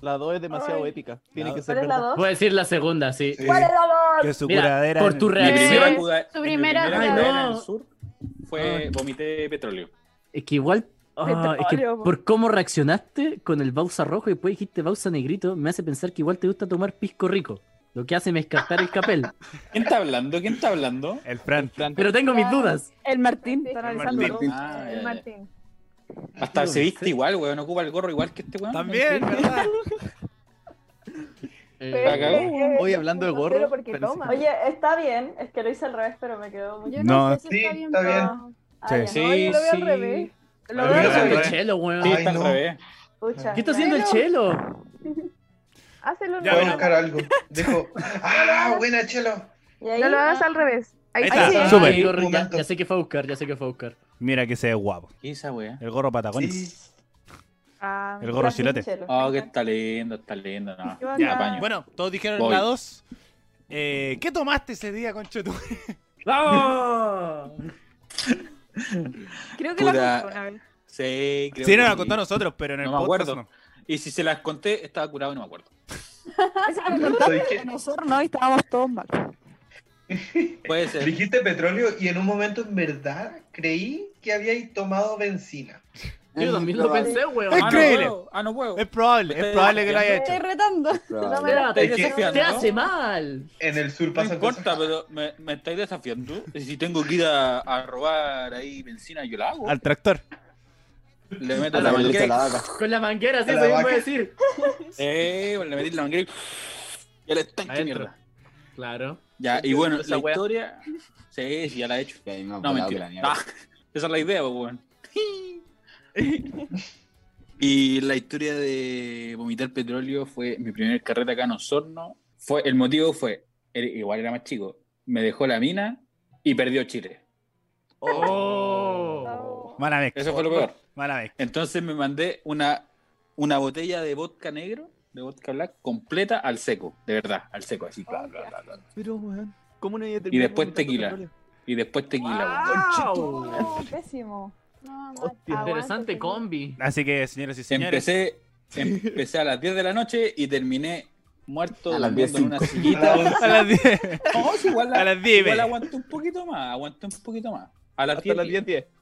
[SPEAKER 9] La 2 es demasiado
[SPEAKER 10] Ay.
[SPEAKER 9] épica. Tiene
[SPEAKER 1] La-
[SPEAKER 9] que ser
[SPEAKER 10] ¿Cuál es la
[SPEAKER 9] verdad.
[SPEAKER 10] dos?
[SPEAKER 4] Voy a decir la segunda, sí.
[SPEAKER 2] Sí.
[SPEAKER 10] ¿Cuál es la dos?
[SPEAKER 1] Que su
[SPEAKER 4] Mira,
[SPEAKER 1] curadera.
[SPEAKER 4] por
[SPEAKER 1] en-
[SPEAKER 4] tu
[SPEAKER 2] Mi primera
[SPEAKER 4] reacción.
[SPEAKER 2] cuda-
[SPEAKER 8] Su
[SPEAKER 2] mi
[SPEAKER 8] primera
[SPEAKER 2] primera
[SPEAKER 4] cuda-
[SPEAKER 2] cuda en
[SPEAKER 4] no.
[SPEAKER 2] el sur fue vomité petróleo.
[SPEAKER 4] Es que igual. ah, es que
[SPEAKER 5] Petróleo, po.
[SPEAKER 4] por cómo reaccionaste con el Bausa rojo y después dijiste Bausa negrito, me hace pensar que igual te gusta tomar pisco rico. Lo que hace me escapar el capel.
[SPEAKER 2] ¿Quién está hablando? ¿Quién está hablando?
[SPEAKER 1] El Fran.
[SPEAKER 4] Pero tengo mis dudas.
[SPEAKER 5] El Martín está
[SPEAKER 10] El
[SPEAKER 5] analizando.
[SPEAKER 1] Martín.
[SPEAKER 2] Ah, ya,
[SPEAKER 10] El
[SPEAKER 2] ya.
[SPEAKER 10] Martín.
[SPEAKER 2] Hasta se viste igual, weón. Ocupa el gorro igual que este weón.
[SPEAKER 1] También, ¿verdad?
[SPEAKER 10] Pero-
[SPEAKER 2] cagó.
[SPEAKER 10] eh,
[SPEAKER 9] Hoy hablando de
[SPEAKER 6] Pero
[SPEAKER 9] gorro.
[SPEAKER 6] porque
[SPEAKER 9] pero sí.
[SPEAKER 6] toma.
[SPEAKER 10] Oye, está bien. Es que lo hice al revés, pero me quedó muy...
[SPEAKER 8] Yo
[SPEAKER 1] No.
[SPEAKER 8] no, sé si
[SPEAKER 7] Sí,
[SPEAKER 8] está bien.
[SPEAKER 7] está bien.
[SPEAKER 8] pero-
[SPEAKER 10] Ah, ya.
[SPEAKER 2] Sí,
[SPEAKER 10] No, yo lo
[SPEAKER 2] sí.
[SPEAKER 10] veo al revés.
[SPEAKER 7] Lo
[SPEAKER 2] veo al
[SPEAKER 4] haciendo el
[SPEAKER 7] revés.
[SPEAKER 4] chelo, weón?
[SPEAKER 2] Sí,
[SPEAKER 7] Ay,
[SPEAKER 2] está al
[SPEAKER 7] no.
[SPEAKER 2] revés.
[SPEAKER 10] Pucha.
[SPEAKER 4] ¿Qué está haciendo el chelo?
[SPEAKER 1] Ya,
[SPEAKER 8] Hácelo
[SPEAKER 7] Voy a
[SPEAKER 1] bueno.
[SPEAKER 7] buscar algo. Dejo. ¡Ah, buena, Chelo!
[SPEAKER 10] Y ahí-
[SPEAKER 8] No lo hagas al revés. Ahí,
[SPEAKER 1] Ahí
[SPEAKER 8] ahí
[SPEAKER 1] está.
[SPEAKER 8] sí.
[SPEAKER 1] Súper.
[SPEAKER 4] Ay, gorro, ya-
[SPEAKER 7] Momento.
[SPEAKER 4] ya sé que fue a buscar, ya sé que fue a buscar.
[SPEAKER 1] Mira que se ve guapo.
[SPEAKER 2] ¿Qué es esa weá?
[SPEAKER 1] El gorro patagones.
[SPEAKER 7] Sí.
[SPEAKER 8] Ah,
[SPEAKER 1] El gorro chilote.
[SPEAKER 10] Chelo.
[SPEAKER 2] Ah, que está lindo, está lindo. No,
[SPEAKER 10] Yo
[SPEAKER 2] me
[SPEAKER 10] acá-
[SPEAKER 2] apaño.
[SPEAKER 1] Bueno, todos dijeron
[SPEAKER 2] Voy.
[SPEAKER 1] la 2. Eh, ¿Qué tomaste ese día, Conchetú?
[SPEAKER 4] ¡Vamos!
[SPEAKER 5] Creo que
[SPEAKER 2] Puta.
[SPEAKER 5] la contó una vez.
[SPEAKER 2] Sí, creo
[SPEAKER 1] Sí, no
[SPEAKER 2] que
[SPEAKER 1] la
[SPEAKER 2] sí.
[SPEAKER 1] contó a nosotros, pero en el
[SPEAKER 2] No me
[SPEAKER 1] podcast
[SPEAKER 2] acuerdo. Y si se las conté, estaba curado y no me acuerdo.
[SPEAKER 5] Esa la contó
[SPEAKER 7] ¿Sabes qué?
[SPEAKER 5] nosotros, ¿no? Y estábamos todos mal.
[SPEAKER 2] Puede ser.
[SPEAKER 7] Dijiste petróleo y en un momento en verdad creí que habíais tomado benzina.
[SPEAKER 4] Yo también lo pensé, weón.
[SPEAKER 1] Es
[SPEAKER 2] Ah, no
[SPEAKER 1] increíble.
[SPEAKER 2] puedo, Ah, no
[SPEAKER 1] no.
[SPEAKER 2] puedo.
[SPEAKER 1] Es probable, es probable que lo haya
[SPEAKER 10] Estoy
[SPEAKER 1] hecho.
[SPEAKER 10] retando.
[SPEAKER 3] Probable.
[SPEAKER 4] Espérate,
[SPEAKER 2] Es que-
[SPEAKER 4] te- te hace mal.
[SPEAKER 7] En el sur
[SPEAKER 2] No
[SPEAKER 7] pasan cosas.
[SPEAKER 2] importa, pero me, me estáis desafiando. Y Si tengo que ir a, a robar ahí benzina, yo la hago.
[SPEAKER 1] Al tractor.
[SPEAKER 2] Le meto
[SPEAKER 3] A
[SPEAKER 2] la
[SPEAKER 3] la bolita de
[SPEAKER 2] manguera.
[SPEAKER 3] la vaca.
[SPEAKER 4] Con la manguera, sí,
[SPEAKER 7] La
[SPEAKER 4] eso mismo
[SPEAKER 7] vaca.
[SPEAKER 4] voy a decir.
[SPEAKER 2] Eh, le metí la manguera y... Ya le estanque,
[SPEAKER 4] Adentro.
[SPEAKER 2] mierda.
[SPEAKER 4] Claro.
[SPEAKER 2] Ya, y bueno,
[SPEAKER 4] Esa
[SPEAKER 2] la
[SPEAKER 4] wea.
[SPEAKER 2] historia... Sí, sí, ya la he hecho.
[SPEAKER 3] Que ahí me ha
[SPEAKER 2] No,
[SPEAKER 3] volado que la
[SPEAKER 2] mentira.
[SPEAKER 3] mierda.
[SPEAKER 2] Ah, esa es la idea, pues, weón. Y la historia de vomitar petróleo fue mi primer carrete acá en Osorno. Fue, el motivo fue, era- igual era más chico, me dejó la mina y perdió Chile.
[SPEAKER 4] Oh.
[SPEAKER 1] Mala mezcla.
[SPEAKER 2] Eso fue lo peor.
[SPEAKER 1] Mala mezcla.
[SPEAKER 2] Entonces me mandé una, una botella de vodka negro, de vodka black, completa al seco, de verdad, al seco, así. bla, bla, bla, bla.
[SPEAKER 9] Pero, weón, ¿cómo no había
[SPEAKER 2] Y después tequila.
[SPEAKER 9] terminado vomitando
[SPEAKER 2] Y después tequila.
[SPEAKER 4] Wow.
[SPEAKER 6] No, pésimo.
[SPEAKER 8] No, no,
[SPEAKER 9] Hostia.
[SPEAKER 8] aguanta,
[SPEAKER 4] Interesante
[SPEAKER 8] sí.
[SPEAKER 4] combi.
[SPEAKER 1] Así que, señoras y
[SPEAKER 2] weón.
[SPEAKER 1] señores,
[SPEAKER 2] Empecé, em, empecé a las 10 de la noche y terminé muerto
[SPEAKER 3] A las
[SPEAKER 2] durmiendo en una
[SPEAKER 3] 10:05.
[SPEAKER 2] sillita.
[SPEAKER 1] a las 10.
[SPEAKER 2] No, sí, igual, la-
[SPEAKER 1] A las 10 y
[SPEAKER 2] igual
[SPEAKER 1] media.
[SPEAKER 2] aguanté un poquito más, aguanté un poquito más. A las
[SPEAKER 9] Hasta
[SPEAKER 2] 10.
[SPEAKER 9] las 10, 10.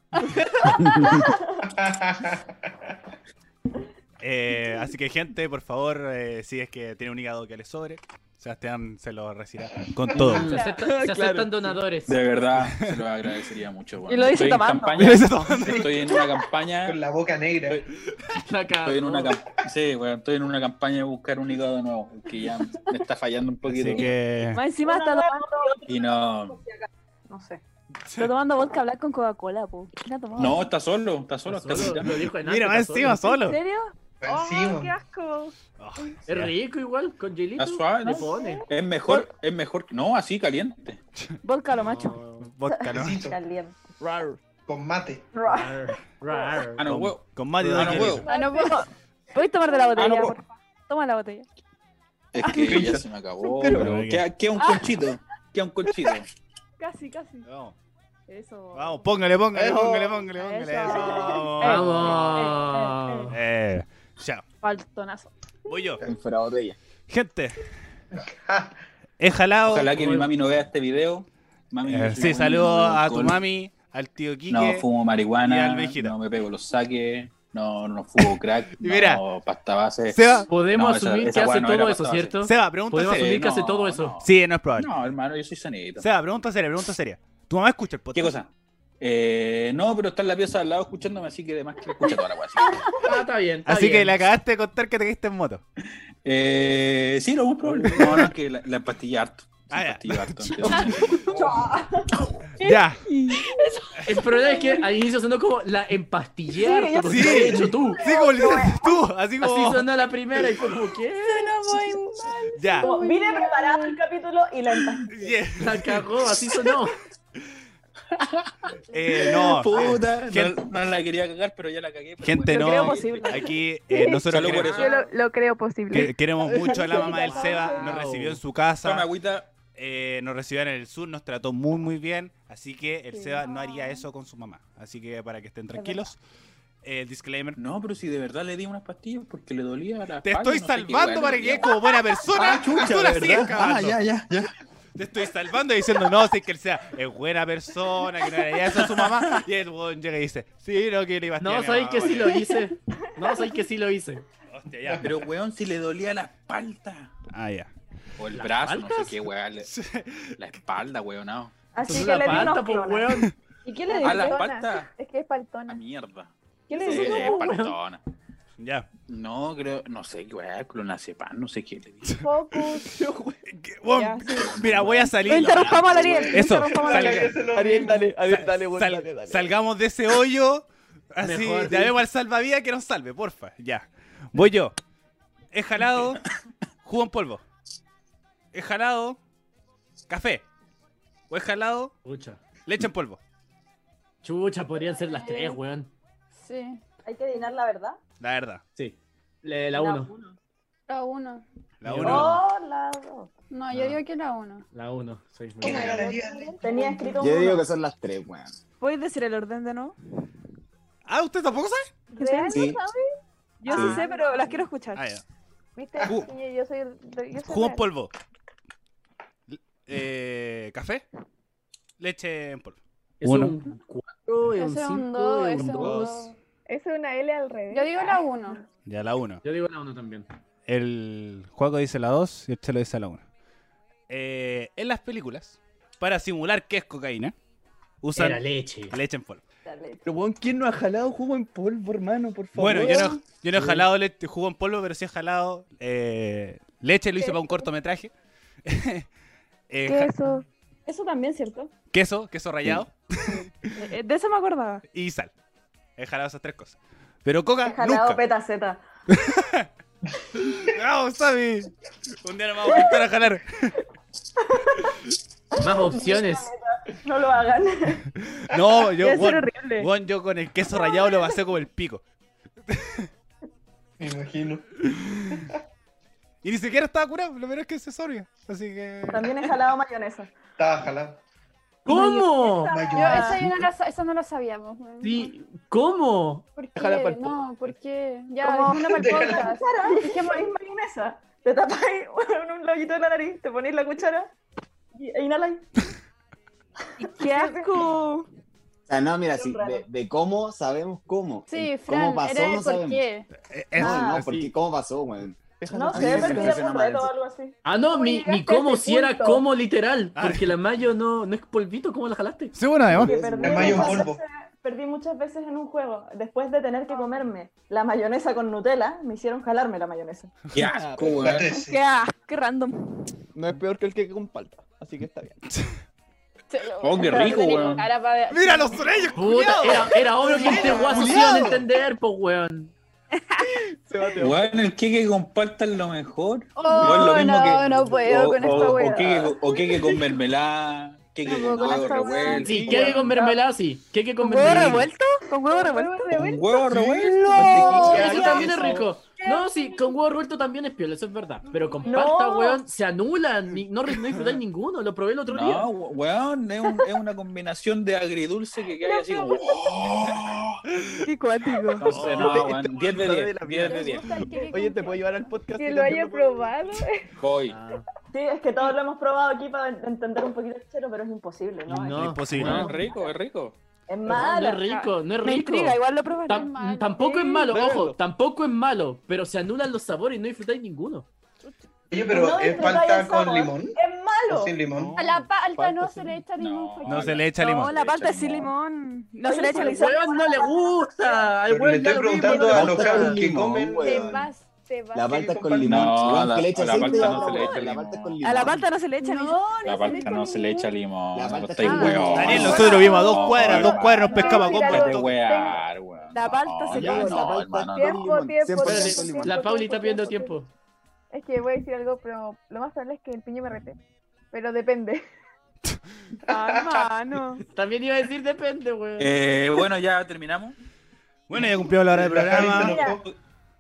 [SPEAKER 1] Eh, así que, gente, por favor, eh, si es que tiene un hígado que le sobre, Sebastián se lo recibirá con todo.
[SPEAKER 4] Se, acepta- se aceptan donadores.
[SPEAKER 2] De verdad, se lo agradecería mucho. weón.
[SPEAKER 5] Y lo
[SPEAKER 2] estoy
[SPEAKER 5] hice
[SPEAKER 2] en
[SPEAKER 5] tomando.
[SPEAKER 2] campaña-
[SPEAKER 1] Mira, ese tomando.
[SPEAKER 2] estoy en una campaña
[SPEAKER 7] Con la boca negra.
[SPEAKER 4] La cagó.
[SPEAKER 2] Estoy en una camp- sí, weón, estoy en una campaña de buscar un hígado nuevo, que ya me está fallando un poquito.
[SPEAKER 1] Así que,
[SPEAKER 5] Más encima está
[SPEAKER 10] Una
[SPEAKER 5] tomando,
[SPEAKER 2] Y no,
[SPEAKER 5] no sé. Está tomando vodka black con Coca-Cola, po. ¿Quién la tomaba?
[SPEAKER 2] no, está solo, está solo, está
[SPEAKER 4] Solo,
[SPEAKER 2] solita.
[SPEAKER 4] lo dijo en
[SPEAKER 1] mira,
[SPEAKER 4] alto,
[SPEAKER 1] más
[SPEAKER 4] está
[SPEAKER 1] encima
[SPEAKER 4] solo.
[SPEAKER 1] solo.
[SPEAKER 5] ¿En serio?
[SPEAKER 7] Encima.
[SPEAKER 8] Oh, qué asco.
[SPEAKER 1] Oh,
[SPEAKER 4] Es rico igual, con gelito.
[SPEAKER 2] Está suave,
[SPEAKER 4] Le
[SPEAKER 2] ¿no?
[SPEAKER 4] pone.
[SPEAKER 2] Es mejor, es mejor, no, así caliente.
[SPEAKER 5] Vodka lo macho.
[SPEAKER 1] vodka, ¿no?
[SPEAKER 7] Besito,
[SPEAKER 10] Caliente.
[SPEAKER 9] Rar.
[SPEAKER 7] Con mate.
[SPEAKER 4] Rar, rar.
[SPEAKER 2] Ah, no,
[SPEAKER 1] Con,
[SPEAKER 2] huevo.
[SPEAKER 1] con más de
[SPEAKER 2] Ah,
[SPEAKER 1] dos
[SPEAKER 2] no,
[SPEAKER 1] hielitos.
[SPEAKER 2] huevo.
[SPEAKER 5] Ah, no puedo. Voy a tomar
[SPEAKER 10] Ah,
[SPEAKER 5] de la botella,
[SPEAKER 2] no,
[SPEAKER 5] por favor. Toma la botella.
[SPEAKER 2] Es que ya se me acabó,
[SPEAKER 1] Pero-
[SPEAKER 2] pero queda, queda un conchito, queda un conchito.
[SPEAKER 5] Casi, casi.
[SPEAKER 1] Vamos,
[SPEAKER 5] Eso.
[SPEAKER 1] vamos, póngale, póngale,
[SPEAKER 7] Eso.
[SPEAKER 1] póngale, póngale, póngale.
[SPEAKER 5] Eso.
[SPEAKER 1] eso, vamos.
[SPEAKER 4] Vamos.
[SPEAKER 1] Eh, ya,
[SPEAKER 5] Faltonazo.
[SPEAKER 1] voy yo.
[SPEAKER 3] Ahí fuera botella.
[SPEAKER 1] Gente,
[SPEAKER 7] Ja.
[SPEAKER 1] he jalado.
[SPEAKER 2] Ojalá que mi mami no vea este video. Mami,
[SPEAKER 1] Eh,
[SPEAKER 2] yo
[SPEAKER 1] sí,
[SPEAKER 2] fumo
[SPEAKER 1] saludos a tu
[SPEAKER 2] alcohol.
[SPEAKER 1] mami, al tío Quique.
[SPEAKER 2] No fumo
[SPEAKER 1] y
[SPEAKER 2] marihuana,
[SPEAKER 1] al Mejita.
[SPEAKER 2] no me pego los saques, no, no fumo crack,
[SPEAKER 1] Y mira.
[SPEAKER 2] no pasta base.
[SPEAKER 1] Seba,
[SPEAKER 4] Podemos
[SPEAKER 2] Eh, No, esa-
[SPEAKER 4] asumir
[SPEAKER 2] esa
[SPEAKER 4] que
[SPEAKER 2] weá
[SPEAKER 4] hace
[SPEAKER 2] no era
[SPEAKER 4] todo
[SPEAKER 2] para
[SPEAKER 4] eso,
[SPEAKER 2] saber.
[SPEAKER 4] ¿cierto?
[SPEAKER 1] Seba, pregunta
[SPEAKER 4] Podemos
[SPEAKER 1] seria.
[SPEAKER 4] asumir que hace todo eso.
[SPEAKER 2] no.
[SPEAKER 1] Sí, no es probable.
[SPEAKER 2] No, hermano, yo soy sanito.
[SPEAKER 1] Seba, pregunta seria, pregunta seria. ¿Tu mamá escucha el podcast?
[SPEAKER 2] ¿Qué cosa? Eh, no, pero está en la pieza al lado escuchándome, así que además que escucha toda la wea. así que-
[SPEAKER 4] Ah, está bien. está
[SPEAKER 1] Así que
[SPEAKER 4] bien.
[SPEAKER 1] le acabaste de contar que te caíste en moto.
[SPEAKER 2] Eh, sí, lo más probable. No, no, es que la, la pastilla harto.
[SPEAKER 1] Ah, ya.
[SPEAKER 2] La pastilla harto. entonces-
[SPEAKER 1] Ya.
[SPEAKER 4] El problema es que al inicio sonó como la empastillera.
[SPEAKER 10] Sí, ya
[SPEAKER 4] porque
[SPEAKER 1] sé.
[SPEAKER 4] lo había hecho tú.
[SPEAKER 1] Sí, como le dijiste tú, así
[SPEAKER 4] Así
[SPEAKER 1] como.
[SPEAKER 4] sonó la primera y fue como, ¿qué?
[SPEAKER 1] Ya.
[SPEAKER 10] Como, vine preparado el capítulo y la empasté.
[SPEAKER 1] Yeah.
[SPEAKER 4] La cagó, así sonó.
[SPEAKER 1] Eh, no.
[SPEAKER 2] Puta,
[SPEAKER 1] Gente-
[SPEAKER 2] no, no la quería cagar, pero ya la cagué. pero
[SPEAKER 1] Gente,
[SPEAKER 5] Lo
[SPEAKER 2] bueno.
[SPEAKER 5] creo
[SPEAKER 1] no.
[SPEAKER 5] posible.
[SPEAKER 1] Aquí eh, nosotros
[SPEAKER 2] Salud por
[SPEAKER 1] queremos,
[SPEAKER 2] eso.
[SPEAKER 8] Yo lo, lo creo posible.
[SPEAKER 1] que- queremos mucho a la mamá del Seba. Nos
[SPEAKER 4] Wow.
[SPEAKER 1] recibió en su
[SPEAKER 2] Toma
[SPEAKER 1] casa.
[SPEAKER 2] agüita.
[SPEAKER 1] eh, nos recibió en el sur. Nos trató muy, muy bien. Así que el Seba no haría eso con su mamá. Así que para que estén tranquilos. Eh, disclaimer.
[SPEAKER 2] No, pero si de verdad le di unas pastillas porque le dolía la
[SPEAKER 1] Te
[SPEAKER 2] espalda, no sé
[SPEAKER 1] estoy
[SPEAKER 2] qué
[SPEAKER 1] salvando,
[SPEAKER 2] weá,
[SPEAKER 1] para que
[SPEAKER 2] no
[SPEAKER 1] como buena persona,
[SPEAKER 9] Ah, chucha,
[SPEAKER 1] tú la
[SPEAKER 9] ¿verdad?
[SPEAKER 1] sigues
[SPEAKER 9] Ah,
[SPEAKER 1] cagando.
[SPEAKER 9] ya, ya, ya.
[SPEAKER 1] Te estoy salvando y diciendo, no, si es que él sea es buena persona, que no le eso a su mamá. Y el weón llega y dice, sí, no, que le iba a
[SPEAKER 4] No, soy que sí lo hice. No, soy que sí lo hice.
[SPEAKER 1] Hostia,
[SPEAKER 2] sabía.
[SPEAKER 1] ya.
[SPEAKER 2] Pero weón, si le dolía la espalda.
[SPEAKER 1] Ah, ya.
[SPEAKER 2] O el
[SPEAKER 4] ¿Las
[SPEAKER 2] brazo, no
[SPEAKER 4] paltas?
[SPEAKER 2] sé qué weá. le- La espalda, weón. No.
[SPEAKER 4] Eso
[SPEAKER 10] Así
[SPEAKER 4] es
[SPEAKER 10] que
[SPEAKER 4] una
[SPEAKER 10] le di unos
[SPEAKER 1] pues,
[SPEAKER 2] pues,
[SPEAKER 4] pata, po,
[SPEAKER 10] clonas.
[SPEAKER 4] weón.
[SPEAKER 10] ¿Y qué le
[SPEAKER 2] A
[SPEAKER 10] dije?
[SPEAKER 2] la
[SPEAKER 10] Paltona.
[SPEAKER 2] palta.
[SPEAKER 8] Es que es
[SPEAKER 2] A
[SPEAKER 8] paltona.
[SPEAKER 2] mierda.
[SPEAKER 10] ¿Qué le
[SPEAKER 2] Sí,
[SPEAKER 10] dije?
[SPEAKER 2] es paltona.
[SPEAKER 1] Ya.
[SPEAKER 2] No, creo, no sé qué weá, clonazepam, no sé qué le dije.
[SPEAKER 8] Focus.
[SPEAKER 1] Que- weón,
[SPEAKER 6] Ya, sí.
[SPEAKER 1] Mira, voy a salir.
[SPEAKER 8] No interrumpamos a Ariel.
[SPEAKER 1] Eso,
[SPEAKER 8] interrumpamos a
[SPEAKER 1] salga.
[SPEAKER 8] Ariel.
[SPEAKER 9] Ariel, dale, Ariel, dale,
[SPEAKER 1] Sal-
[SPEAKER 9] weón, dale, dale.
[SPEAKER 1] Salgamos de ese hoyo. Así,
[SPEAKER 4] Mejor,
[SPEAKER 1] ya
[SPEAKER 4] sí.
[SPEAKER 1] vemos al salvavidas que nos salve, porfa. Ya. Voy yo. He jalado jugo en polvo. He jalado café. O he jalado
[SPEAKER 4] Chucha.
[SPEAKER 1] leche en polvo.
[SPEAKER 4] Chucha, podrían ser las tres, weón.
[SPEAKER 8] Sí.
[SPEAKER 10] Hay que adivinar la verdad.
[SPEAKER 1] La verdad.
[SPEAKER 4] Sí. Le- la uno.
[SPEAKER 8] La uno.
[SPEAKER 1] La
[SPEAKER 4] No.
[SPEAKER 1] uno.
[SPEAKER 10] Oh, la dos.
[SPEAKER 8] No, yo
[SPEAKER 4] Ah.
[SPEAKER 8] digo que la uno.
[SPEAKER 4] La uno. Sí, muy
[SPEAKER 8] ¿Cómo
[SPEAKER 4] bien.
[SPEAKER 8] era?
[SPEAKER 5] Eh,
[SPEAKER 10] Tenía escrito
[SPEAKER 3] Yo digo
[SPEAKER 10] uno.
[SPEAKER 3] que son las tres, weón.
[SPEAKER 5] ¿Puedes decir el orden de nuevo?
[SPEAKER 1] Ah, ¿usted tampoco sabe?
[SPEAKER 8] ¿Real?
[SPEAKER 3] Sí.
[SPEAKER 5] Yo sí
[SPEAKER 3] Ah.
[SPEAKER 5] sé, pero las quiero escuchar.
[SPEAKER 1] Ah, ya.
[SPEAKER 8] ¿Viste?
[SPEAKER 1] Ju-
[SPEAKER 8] Sí, Yo soy. Yo soy
[SPEAKER 1] Jugo en
[SPEAKER 8] real.
[SPEAKER 1] polvo. L- eh, café. Leche en polvo.
[SPEAKER 4] Es
[SPEAKER 1] Uno.
[SPEAKER 4] un cuatro, es un
[SPEAKER 8] Ese es un
[SPEAKER 4] cinco,
[SPEAKER 8] dos,
[SPEAKER 4] es
[SPEAKER 8] ese
[SPEAKER 4] un
[SPEAKER 8] es un
[SPEAKER 4] dos.
[SPEAKER 8] dos.
[SPEAKER 6] Es una L al revés.
[SPEAKER 8] Yo digo la uno.
[SPEAKER 1] Ya la uno.
[SPEAKER 4] Yo digo la uno también.
[SPEAKER 1] El juego dice la 2 y el chelo dice la 1. Eh, en las películas, para simular que es cocaína, usan
[SPEAKER 4] Era leche.
[SPEAKER 1] leche en polvo.
[SPEAKER 10] Dale.
[SPEAKER 9] Pero, weón, ¿quién no ha jalado jugo en polvo, hermano? Por favor.
[SPEAKER 1] Bueno, yo no, yo no he jalado leche- jugo en polvo, pero sí he jalado eh, leche, lo hice para un cortometraje. Eh, ja-
[SPEAKER 5] Queso.
[SPEAKER 10] Eso también, ¿cierto?
[SPEAKER 1] queso, queso rallado
[SPEAKER 5] Eh, eh, de eso me acordaba.
[SPEAKER 1] y sal. He jalado esas tres cosas. Pero coca,
[SPEAKER 10] He jalado
[SPEAKER 1] nunca.
[SPEAKER 10] petaceta.
[SPEAKER 1] ¡Vamos, Sammy! Un día nos vamos a juntar a jalar.
[SPEAKER 4] Más opciones.
[SPEAKER 10] No lo hagan.
[SPEAKER 1] No, yo,
[SPEAKER 5] Debe ser
[SPEAKER 1] weón,
[SPEAKER 5] horrible.
[SPEAKER 1] weón, yo con el queso rallado lo pasé como el pico.
[SPEAKER 7] Me imagino.
[SPEAKER 1] Y ni siquiera estaba curado, lo peor es que se sobrio. Así que.
[SPEAKER 10] También he jalado mayonesa.
[SPEAKER 7] Estaba jalado.
[SPEAKER 4] ¿Cómo?
[SPEAKER 8] Yo, esa yo no la, sa- esa no la sabíamos. weón.
[SPEAKER 4] Sí, ¿Cómo?
[SPEAKER 8] ¿Por qué?
[SPEAKER 9] Déjala pa'l
[SPEAKER 8] No, ¿por qué? Ya,
[SPEAKER 10] ¿Cómo?
[SPEAKER 8] dejémosla pa'l
[SPEAKER 7] Déjala.
[SPEAKER 8] podcast.
[SPEAKER 10] Cuchara, ¿Qué morís mayonesa? Te tapáis en un ladito de la nariz, te ponéis la cuchara y e inhaláis.
[SPEAKER 5] ¡Qué asco!
[SPEAKER 3] O sea, no, mira, si
[SPEAKER 10] Son raros.
[SPEAKER 3] de, de cómo sabemos cómo.
[SPEAKER 8] Sí,
[SPEAKER 3] El
[SPEAKER 8] Fran,
[SPEAKER 3] ¿Cómo pasó?
[SPEAKER 8] era el
[SPEAKER 3] no
[SPEAKER 8] por
[SPEAKER 3] sabemos.
[SPEAKER 8] qué.
[SPEAKER 1] Eh,
[SPEAKER 3] No,
[SPEAKER 1] es-
[SPEAKER 10] Ah,
[SPEAKER 3] no, porque cómo pasó, weón.
[SPEAKER 10] No
[SPEAKER 3] A mí
[SPEAKER 10] sé,
[SPEAKER 3] me
[SPEAKER 10] pero era
[SPEAKER 3] impresiona
[SPEAKER 10] un
[SPEAKER 3] más
[SPEAKER 10] reto o
[SPEAKER 3] eso.
[SPEAKER 10] algo así.
[SPEAKER 4] Ah, no,
[SPEAKER 10] ¿Cómo
[SPEAKER 4] mi,
[SPEAKER 10] llegaste
[SPEAKER 4] mi
[SPEAKER 10] a
[SPEAKER 4] como
[SPEAKER 10] ese
[SPEAKER 4] si era
[SPEAKER 10] punto?
[SPEAKER 4] como literal.
[SPEAKER 1] Ah.
[SPEAKER 4] Porque la mayo no, no es polvito, ¿cómo la jalaste?
[SPEAKER 1] Sí, bueno, además.
[SPEAKER 10] Que perdí,
[SPEAKER 7] La mayo en
[SPEAKER 10] muchas
[SPEAKER 7] polvo.
[SPEAKER 10] veces- perdí muchas veces en un juego. Después de tener
[SPEAKER 7] Ah.
[SPEAKER 10] que comerme la mayonesa con Nutella, me hicieron jalarme la mayonesa.
[SPEAKER 2] Qué asco,
[SPEAKER 7] La
[SPEAKER 2] weón.
[SPEAKER 7] 13.
[SPEAKER 5] ¡Qué, ah, qué random!
[SPEAKER 9] No es peor que el que con palta. Así que está bien.
[SPEAKER 2] Oh, qué rico, weón.
[SPEAKER 1] ¡Mira los sueños,
[SPEAKER 4] Puta,
[SPEAKER 1] culiao!
[SPEAKER 4] era, era obvio que este guaso se iba a entender, po, weón.
[SPEAKER 9] Se va a tener.
[SPEAKER 2] Weón, el queque con palta es lo mejor.
[SPEAKER 8] Oh,
[SPEAKER 2] Weón, lo mismo
[SPEAKER 8] no, no puedo
[SPEAKER 2] o-
[SPEAKER 8] con
[SPEAKER 2] o-
[SPEAKER 8] esta
[SPEAKER 2] o
[SPEAKER 8] weá.
[SPEAKER 2] queque- O queque con mermelada, queque
[SPEAKER 8] No
[SPEAKER 2] con
[SPEAKER 8] puedo con
[SPEAKER 2] huevo
[SPEAKER 8] esta weá.
[SPEAKER 2] revuelto.
[SPEAKER 4] Sí, ¿qué hay que con mermelada? Sí, ¿qué hay que con
[SPEAKER 5] ¿Con huevo
[SPEAKER 4] mermelada?
[SPEAKER 5] revuelto? ¿Con huevo revuelto?
[SPEAKER 2] Con huevo revuelto.
[SPEAKER 4] Sí,
[SPEAKER 2] mantequilla.
[SPEAKER 4] Eso también es rico. No, sí, con huevo revuelto también es piola, eso es verdad. Pero con
[SPEAKER 10] No.
[SPEAKER 4] palta, weón, se anulan. ni- No, re- no disfrutáis ninguno, lo probé el otro día.
[SPEAKER 2] No, weón, es, un- es una combinación de agridulce que cae así como.
[SPEAKER 5] ¡Qué cuático!
[SPEAKER 2] No sé, no, weón. 10 de 10. 10 de 10.
[SPEAKER 9] Oye, ¿te puedo llevar al podcast?
[SPEAKER 6] Que
[SPEAKER 9] y
[SPEAKER 6] lo
[SPEAKER 9] también
[SPEAKER 6] haya
[SPEAKER 9] lo puedo-
[SPEAKER 6] probado.
[SPEAKER 2] Joy.
[SPEAKER 4] Ah,
[SPEAKER 10] Sí, es que todos lo hemos probado aquí para entender un poquito el chero, pero es imposible, ¿no?
[SPEAKER 4] No,
[SPEAKER 1] Imposible.
[SPEAKER 2] Weón,
[SPEAKER 4] no.
[SPEAKER 2] es rico, es rico.
[SPEAKER 10] Es
[SPEAKER 4] Ah, No
[SPEAKER 10] malo.
[SPEAKER 4] es rico, no es
[SPEAKER 5] Me
[SPEAKER 4] rico.
[SPEAKER 5] intriga, igual lo probaré.
[SPEAKER 4] Tam- mm,
[SPEAKER 8] malo.
[SPEAKER 4] tampoco es malo, ojo,
[SPEAKER 9] Pruébalo.
[SPEAKER 4] tampoco es malo, pero se anulan los sabores y no disfrutáis ninguno.
[SPEAKER 7] Oye, pero
[SPEAKER 10] No
[SPEAKER 7] ¿es
[SPEAKER 10] disfrutáis
[SPEAKER 7] palta
[SPEAKER 10] el sabor.
[SPEAKER 7] con limón?
[SPEAKER 10] Es malo.
[SPEAKER 7] ¿O sin limón?
[SPEAKER 8] A la palta no
[SPEAKER 9] Palta,
[SPEAKER 8] se
[SPEAKER 9] sí.
[SPEAKER 8] le echa ningún
[SPEAKER 2] No,
[SPEAKER 1] No se
[SPEAKER 8] factor.
[SPEAKER 1] le echa
[SPEAKER 5] No,
[SPEAKER 1] limón.
[SPEAKER 5] la palta es sin limón. No se le echa
[SPEAKER 4] Al
[SPEAKER 5] limón.
[SPEAKER 4] weón no le gusta. Al
[SPEAKER 7] Pero le
[SPEAKER 4] weón
[SPEAKER 7] estoy
[SPEAKER 4] da lo mismo,
[SPEAKER 7] preguntando
[SPEAKER 4] no le
[SPEAKER 7] a los
[SPEAKER 4] gusta.
[SPEAKER 7] cabros que
[SPEAKER 3] Limón,
[SPEAKER 7] comen.
[SPEAKER 3] weón.
[SPEAKER 8] Te vas, te vas.
[SPEAKER 3] La palta es con limón.
[SPEAKER 2] No,
[SPEAKER 3] weón,
[SPEAKER 2] la-
[SPEAKER 3] que le echa
[SPEAKER 2] a la
[SPEAKER 3] aceite,
[SPEAKER 2] palta
[SPEAKER 3] va,
[SPEAKER 2] no se le
[SPEAKER 3] weón,
[SPEAKER 2] echa
[SPEAKER 3] la
[SPEAKER 2] limón.
[SPEAKER 3] palta es con
[SPEAKER 5] A la
[SPEAKER 3] limón.
[SPEAKER 5] palta no se le echa limón.
[SPEAKER 8] No,
[SPEAKER 2] La palta no se le echa limón.
[SPEAKER 3] La
[SPEAKER 2] no
[SPEAKER 3] palta
[SPEAKER 2] estáis
[SPEAKER 3] está
[SPEAKER 8] con
[SPEAKER 2] weón.
[SPEAKER 8] limón.
[SPEAKER 1] Daniel,
[SPEAKER 8] no,
[SPEAKER 1] nosotros lo vimos a dos
[SPEAKER 2] no,
[SPEAKER 1] cuadras, dos
[SPEAKER 2] no,
[SPEAKER 1] cuadras
[SPEAKER 2] no,
[SPEAKER 1] pesca para
[SPEAKER 8] no,
[SPEAKER 1] compa.
[SPEAKER 2] Deja de
[SPEAKER 1] entonces-
[SPEAKER 2] wear, weón.
[SPEAKER 5] La palta se
[SPEAKER 2] ya no,
[SPEAKER 5] le-
[SPEAKER 3] La palta
[SPEAKER 2] hermano,
[SPEAKER 3] es
[SPEAKER 2] no.
[SPEAKER 3] con
[SPEAKER 6] Tiempo,
[SPEAKER 3] limón,
[SPEAKER 6] tiempo,
[SPEAKER 3] 100% con
[SPEAKER 6] tiempo.
[SPEAKER 3] limón.
[SPEAKER 4] La Pauli está pidiendo tiempo.
[SPEAKER 6] Es que voy a decir algo, pero lo más probable es que el piño me rete. Pero depende.
[SPEAKER 5] Ay, mano.
[SPEAKER 4] También iba a decir depende, weón.
[SPEAKER 2] Eh, bueno, ya terminamos.
[SPEAKER 1] Bueno, ya cumplimos la hora del
[SPEAKER 7] La Javi se
[SPEAKER 1] programa.
[SPEAKER 7] enojó.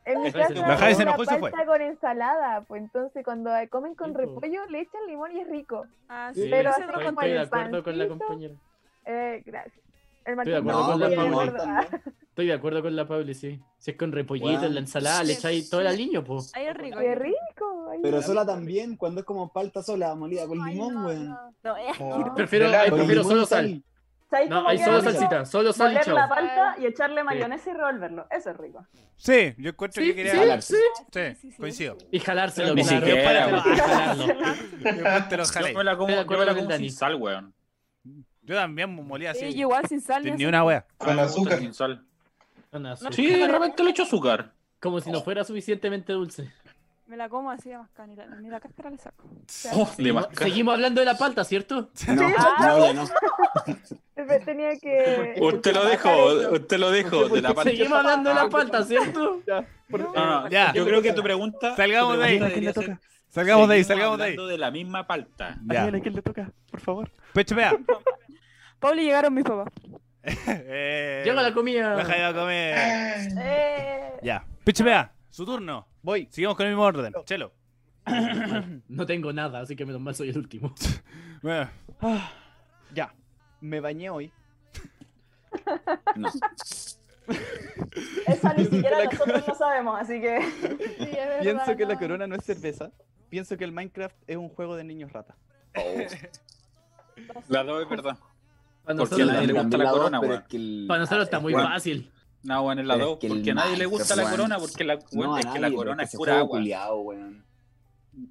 [SPEAKER 6] En mi
[SPEAKER 2] Ese es
[SPEAKER 6] casa
[SPEAKER 2] el
[SPEAKER 1] La Javi se
[SPEAKER 6] una
[SPEAKER 1] enojó y se fue.
[SPEAKER 6] palta con ensalada, pues entonces cuando comen con
[SPEAKER 4] Sí, pues.
[SPEAKER 6] repollo le echan limón y es rico.
[SPEAKER 5] Ah,
[SPEAKER 4] Sí,
[SPEAKER 5] pero
[SPEAKER 6] pero
[SPEAKER 5] eso
[SPEAKER 6] así
[SPEAKER 5] no
[SPEAKER 4] estoy,
[SPEAKER 6] como
[SPEAKER 4] estoy de
[SPEAKER 6] el
[SPEAKER 4] acuerdo con la
[SPEAKER 6] pancito.
[SPEAKER 4] compañera.
[SPEAKER 6] Eh, gracias.
[SPEAKER 10] El
[SPEAKER 4] Estoy de
[SPEAKER 10] Martín
[SPEAKER 4] acuerdo
[SPEAKER 10] no,
[SPEAKER 4] con
[SPEAKER 10] no,
[SPEAKER 4] la
[SPEAKER 10] no,
[SPEAKER 3] Pablo.
[SPEAKER 4] Pauli.
[SPEAKER 10] no,
[SPEAKER 4] Estoy de acuerdo con la Pauli, sí. Si es con repollito,
[SPEAKER 3] Weón.
[SPEAKER 4] en la ensalada, le echáis todo el aliño, po.
[SPEAKER 5] Ahí es rico.
[SPEAKER 10] ¡Qué rico! Ay,
[SPEAKER 3] Pero sola también, cuando es como palta sola, molida con limón, weón.
[SPEAKER 10] Oh,
[SPEAKER 5] No, eh,
[SPEAKER 7] Como
[SPEAKER 4] Prefiero,
[SPEAKER 7] de
[SPEAKER 4] ay,
[SPEAKER 7] lado.
[SPEAKER 3] Con
[SPEAKER 4] prefiero
[SPEAKER 3] limón
[SPEAKER 4] solo
[SPEAKER 3] y
[SPEAKER 4] sal.
[SPEAKER 10] ¿Sabéis
[SPEAKER 4] No,
[SPEAKER 10] cómo
[SPEAKER 4] hay
[SPEAKER 10] queda
[SPEAKER 4] solo
[SPEAKER 10] rico?
[SPEAKER 4] salsita, solo sal y
[SPEAKER 10] Moler la
[SPEAKER 4] chao.
[SPEAKER 10] palta y echarle mayonesa y revolverlo. Eso es rico.
[SPEAKER 1] Sí, yo encuentro que quería
[SPEAKER 4] sí,
[SPEAKER 1] jalarse.
[SPEAKER 4] sí.
[SPEAKER 1] Sí, coincido.
[SPEAKER 4] Y jalárselo,
[SPEAKER 2] Ni
[SPEAKER 4] claro.
[SPEAKER 2] siquiera,
[SPEAKER 4] Pero-
[SPEAKER 2] güey.
[SPEAKER 4] ah, jalarlo.
[SPEAKER 1] Yo pues te lo
[SPEAKER 2] Yo
[SPEAKER 1] jalé.
[SPEAKER 2] me la
[SPEAKER 4] Estoy
[SPEAKER 2] como,
[SPEAKER 4] de
[SPEAKER 2] yo me
[SPEAKER 4] acuerdo
[SPEAKER 2] la
[SPEAKER 4] con
[SPEAKER 2] como
[SPEAKER 4] Dani.
[SPEAKER 2] sin sal, weón.
[SPEAKER 1] Yo también molía
[SPEAKER 5] sí,
[SPEAKER 1] así.
[SPEAKER 5] yo igual sin sal. ni
[SPEAKER 1] Ni
[SPEAKER 5] azúcar.
[SPEAKER 3] Ah,
[SPEAKER 1] una wea.
[SPEAKER 7] Con azúcar.
[SPEAKER 2] Sin sal.
[SPEAKER 4] Con azúcar.
[SPEAKER 2] Sí, de repente le echo azúcar.
[SPEAKER 4] Como si no fuera suficientemente dulce.
[SPEAKER 5] Me la como así de mascar, ni la, ni la cáscara le saco.
[SPEAKER 2] Oh, de
[SPEAKER 4] Seguimos,
[SPEAKER 2] mascar-
[SPEAKER 4] seguimos hablando de la palta, ¿cierto?
[SPEAKER 3] No, no, no.
[SPEAKER 10] Tenía que.
[SPEAKER 2] Usted lo
[SPEAKER 10] Sacar
[SPEAKER 2] dijo,
[SPEAKER 10] eso.
[SPEAKER 2] usted lo dijo de la palta.
[SPEAKER 4] Seguimos hablando de la palta, ¿cierto?
[SPEAKER 9] Ya, por-
[SPEAKER 2] No, no,
[SPEAKER 1] Ya.
[SPEAKER 2] yo creo que tu pregunta.
[SPEAKER 1] Salgamos
[SPEAKER 2] tu
[SPEAKER 1] de ahí.
[SPEAKER 2] pregunta
[SPEAKER 9] ¿A quién le
[SPEAKER 2] debería ser,
[SPEAKER 9] toca?
[SPEAKER 1] Salgamos de ahí,
[SPEAKER 2] seguimos
[SPEAKER 1] salgamos de ahí.
[SPEAKER 2] hablando de la misma palta.
[SPEAKER 1] Ya.
[SPEAKER 9] Daniel, ¿A quién le toca? Por favor.
[SPEAKER 1] Pecho pea.
[SPEAKER 5] Pablo llegaron mis papás.
[SPEAKER 1] Eh,
[SPEAKER 4] Llega la
[SPEAKER 1] Deja de ir
[SPEAKER 4] comida.
[SPEAKER 1] a comer.
[SPEAKER 10] Eh,
[SPEAKER 1] Ya. Pecho pea. Su turno.
[SPEAKER 9] Voy.
[SPEAKER 1] Sigamos con el mismo orden. Chelo.
[SPEAKER 4] No tengo nada, así que menos mal soy el último.
[SPEAKER 1] Bueno,
[SPEAKER 9] Ah, ya. Me bañé hoy.
[SPEAKER 2] No.
[SPEAKER 10] esa ni siquiera
[SPEAKER 9] La
[SPEAKER 10] nosotros no sabemos, así que.
[SPEAKER 9] Pienso que la corona no es cerveza. Pienso que el Minecraft es un juego de niños rata.
[SPEAKER 2] La doy, es verdad.
[SPEAKER 4] Para
[SPEAKER 2] ¿Por qué
[SPEAKER 4] nosotros,
[SPEAKER 2] a nadie le gusta la
[SPEAKER 3] También
[SPEAKER 2] corona,
[SPEAKER 3] pero
[SPEAKER 2] weón?
[SPEAKER 3] es que el-
[SPEAKER 4] para nosotros está muy
[SPEAKER 2] Bueno.
[SPEAKER 4] fácil.
[SPEAKER 2] No, bueno, es la
[SPEAKER 3] Pero es
[SPEAKER 2] 2,
[SPEAKER 3] que el
[SPEAKER 2] porque a nadie le gusta la
[SPEAKER 3] Minecraft,
[SPEAKER 2] corona, porque la, weón,
[SPEAKER 3] No, a
[SPEAKER 2] es que la
[SPEAKER 3] nadie,
[SPEAKER 2] corona
[SPEAKER 3] porque
[SPEAKER 2] es
[SPEAKER 3] ese
[SPEAKER 2] pura
[SPEAKER 3] juego
[SPEAKER 2] agua.
[SPEAKER 3] culiao, weón.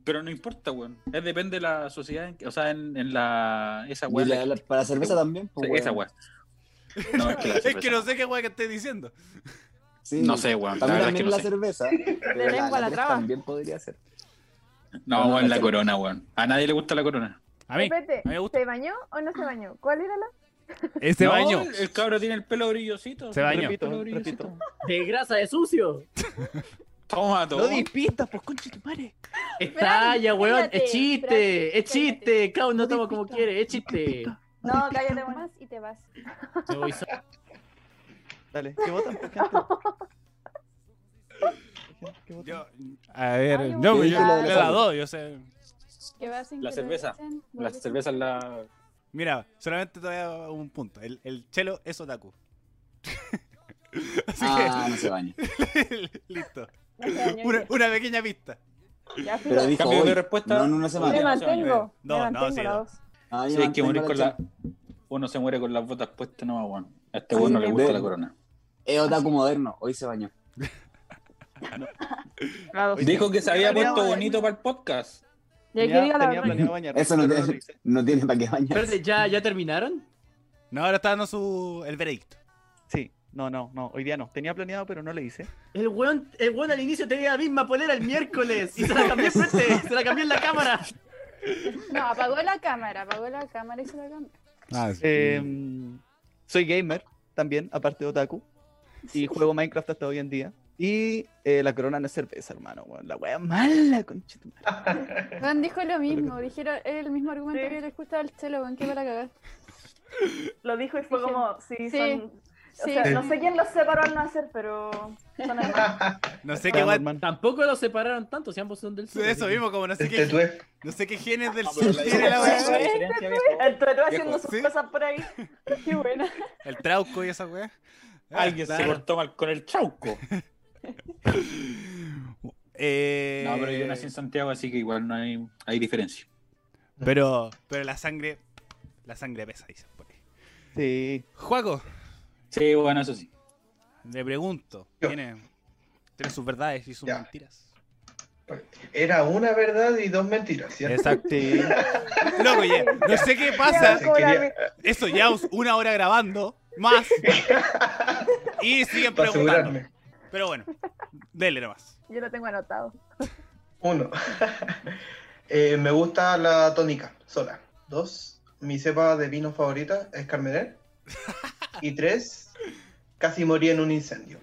[SPEAKER 2] Pero no importa, weón. Es depende de la sociedad, en que- o sea, en, en la. Esa
[SPEAKER 3] Y
[SPEAKER 2] weón.
[SPEAKER 3] la- la- para cerveza también, pues,
[SPEAKER 2] Esa
[SPEAKER 3] weón.
[SPEAKER 2] weón. No, es que la
[SPEAKER 1] es que
[SPEAKER 2] cerveza-
[SPEAKER 1] no sé qué wea que estés diciendo.
[SPEAKER 3] Sí.
[SPEAKER 2] No sé, weón. La
[SPEAKER 3] Para mí
[SPEAKER 2] verdad es que
[SPEAKER 3] también
[SPEAKER 2] no
[SPEAKER 3] la
[SPEAKER 2] sé.
[SPEAKER 3] cerveza. pero
[SPEAKER 5] lengua la
[SPEAKER 3] tres
[SPEAKER 5] traba.
[SPEAKER 3] También podría ser.
[SPEAKER 2] No, weón, la corona, weón. A nadie le gusta la corona.
[SPEAKER 1] A mí, a mí me gusta.
[SPEAKER 8] ¿se bañó o no se bañó? ¿Cuál era la?
[SPEAKER 1] Este
[SPEAKER 2] No,
[SPEAKER 1] baño.
[SPEAKER 2] El el cabro tiene el pelo brillosito.
[SPEAKER 1] Se bañó.
[SPEAKER 9] Repito,
[SPEAKER 2] Pelo brillosito.
[SPEAKER 9] repito.
[SPEAKER 4] De grasa de sucio.
[SPEAKER 2] Toma,
[SPEAKER 9] No
[SPEAKER 2] todo.
[SPEAKER 9] despistas, pues concha tu madre.
[SPEAKER 4] Estalla, weón.
[SPEAKER 8] espérate,
[SPEAKER 4] Es chiste,
[SPEAKER 8] espérate,
[SPEAKER 4] es chiste. Cada uno toma como quiere, es chiste.
[SPEAKER 10] No, cállate, bueno.
[SPEAKER 8] Tomas y te vas.
[SPEAKER 4] Me voy solo.
[SPEAKER 9] Dale, ¿qué votan? por qué antes? ¿Qué votan?
[SPEAKER 1] Yo, a ver,
[SPEAKER 8] Ay,
[SPEAKER 1] no,
[SPEAKER 8] un
[SPEAKER 1] yo
[SPEAKER 8] día.
[SPEAKER 1] le la doy, yo sé.
[SPEAKER 8] Que vas sin
[SPEAKER 2] La
[SPEAKER 8] que te
[SPEAKER 2] cerveza.
[SPEAKER 8] echen,
[SPEAKER 2] La
[SPEAKER 8] vuelves a-
[SPEAKER 2] cerveza es la.
[SPEAKER 1] Mira, solamente todavía un punto. El, el chelo es otaku. Así
[SPEAKER 3] Ah, no se baña.
[SPEAKER 1] que, listo.
[SPEAKER 10] No se bañó.
[SPEAKER 1] Una, una pequeña pista.
[SPEAKER 10] Ya, filo.
[SPEAKER 3] Pero dijo,
[SPEAKER 2] Cambio de
[SPEAKER 3] hoy.
[SPEAKER 2] respuesta.
[SPEAKER 3] no, no, no se
[SPEAKER 10] Me
[SPEAKER 3] baña.
[SPEAKER 10] mantengo.
[SPEAKER 1] No, no,
[SPEAKER 10] me mantengo
[SPEAKER 1] sí,
[SPEAKER 10] la
[SPEAKER 1] no.
[SPEAKER 10] dos.
[SPEAKER 3] Ah, yo
[SPEAKER 2] Sí, hay que
[SPEAKER 3] mantengo
[SPEAKER 2] morir
[SPEAKER 3] la
[SPEAKER 2] con
[SPEAKER 3] chela.
[SPEAKER 2] la. Uno se muere con las botas puestas, no, weón. A este
[SPEAKER 3] Ah,
[SPEAKER 10] Así
[SPEAKER 2] weón no
[SPEAKER 10] que
[SPEAKER 2] le gusta
[SPEAKER 3] ven.
[SPEAKER 2] la corona.
[SPEAKER 3] Es otaku moderno, hoy se bañó.
[SPEAKER 1] Ah,
[SPEAKER 5] La dos.
[SPEAKER 9] Oye,
[SPEAKER 2] Dijo que se había
[SPEAKER 9] planeado
[SPEAKER 2] puesto
[SPEAKER 9] bañar.
[SPEAKER 2] bonito para el podcast.
[SPEAKER 5] Y hay que
[SPEAKER 9] Tenía-
[SPEAKER 5] diga la
[SPEAKER 9] tenía
[SPEAKER 5] verdad.
[SPEAKER 9] planeado bañarme,
[SPEAKER 3] Eso no
[SPEAKER 9] pero lo
[SPEAKER 3] tiene,
[SPEAKER 9] hice.
[SPEAKER 3] no tiene para qué bañarse.
[SPEAKER 4] Espérate, ¿ya, ¿ya terminaron?
[SPEAKER 1] No, ahora está dando su, el veredicto.
[SPEAKER 9] Sí, no, no, no, hoy día no. Tenía planeado, pero no le hice.
[SPEAKER 4] El weón, el weón al inicio tenía la misma polera el miércoles y se la cambió frente, se la cambió en la cámara.
[SPEAKER 8] No, apagó la cámara, apagó la cámara y se la cambió.
[SPEAKER 1] Ah,
[SPEAKER 9] Eh, soy gamer también, aparte de otaku. Y juego Minecraft hasta hoy en día. Y eh, la corona no es cerveza, hermano. weón. La wea mala, conchita.
[SPEAKER 8] Juan dijo lo mismo, dijeron el mismo argumento que le escuchaba al chelo, weón, que para cagar.
[SPEAKER 10] Lo dijo y fue
[SPEAKER 8] Dije,
[SPEAKER 10] como, sí,
[SPEAKER 8] sí,
[SPEAKER 10] son. O
[SPEAKER 8] sí.
[SPEAKER 10] sea, no sé quién los separó al nacer, pero son hermanos.
[SPEAKER 1] no
[SPEAKER 7] Ah,
[SPEAKER 1] sé qué wea-
[SPEAKER 9] hermano.
[SPEAKER 4] Tampoco los separaron tanto, si ambos son del sur.
[SPEAKER 1] Eso mismo, como no sé
[SPEAKER 7] Este
[SPEAKER 1] qué,
[SPEAKER 7] tué.
[SPEAKER 1] no sé qué genes del
[SPEAKER 2] No,
[SPEAKER 1] sur
[SPEAKER 2] pero la
[SPEAKER 1] tiene la
[SPEAKER 2] diferencia- la
[SPEAKER 1] wea.
[SPEAKER 2] diferencia, viejo.
[SPEAKER 10] El tuetú haciendo
[SPEAKER 2] Viejo,
[SPEAKER 10] sus
[SPEAKER 1] sí.
[SPEAKER 10] cosas por ahí.
[SPEAKER 8] Qué buena.
[SPEAKER 1] El trauco y esa wea.
[SPEAKER 2] Alguien se
[SPEAKER 4] Claro.
[SPEAKER 2] cortó mal con el chauco.
[SPEAKER 1] Eh,
[SPEAKER 2] No, pero yo nací en Santiago, así que igual no hay, hay diferencia.
[SPEAKER 1] pero, pero la sangre, la sangre pesa, dicen por ahí.
[SPEAKER 9] Sí.
[SPEAKER 1] Juaco,
[SPEAKER 2] Sí, bueno, eso sí.
[SPEAKER 1] le pregunto,
[SPEAKER 7] Yo.
[SPEAKER 1] tiene, tiene sus verdades y sus
[SPEAKER 7] Ya.
[SPEAKER 1] mentiras.
[SPEAKER 7] Era una verdad y dos mentiras, ¿cierto?
[SPEAKER 1] Exacto.
[SPEAKER 9] Sí.
[SPEAKER 1] Loco, ya, no sé qué
[SPEAKER 7] Ya,
[SPEAKER 1] pasa.
[SPEAKER 7] se quería-
[SPEAKER 1] Eso ya us- una hora grabando, más. Y siguen
[SPEAKER 7] para
[SPEAKER 1] preguntando.
[SPEAKER 7] asegurarme.
[SPEAKER 1] Pero bueno, dele nomás.
[SPEAKER 8] Yo lo tengo anotado.
[SPEAKER 7] Uno. Eh, me gusta la tónica, sola. Dos. Mi cepa de vino favorita es Carmener. Y tres. Casi morí en un incendio.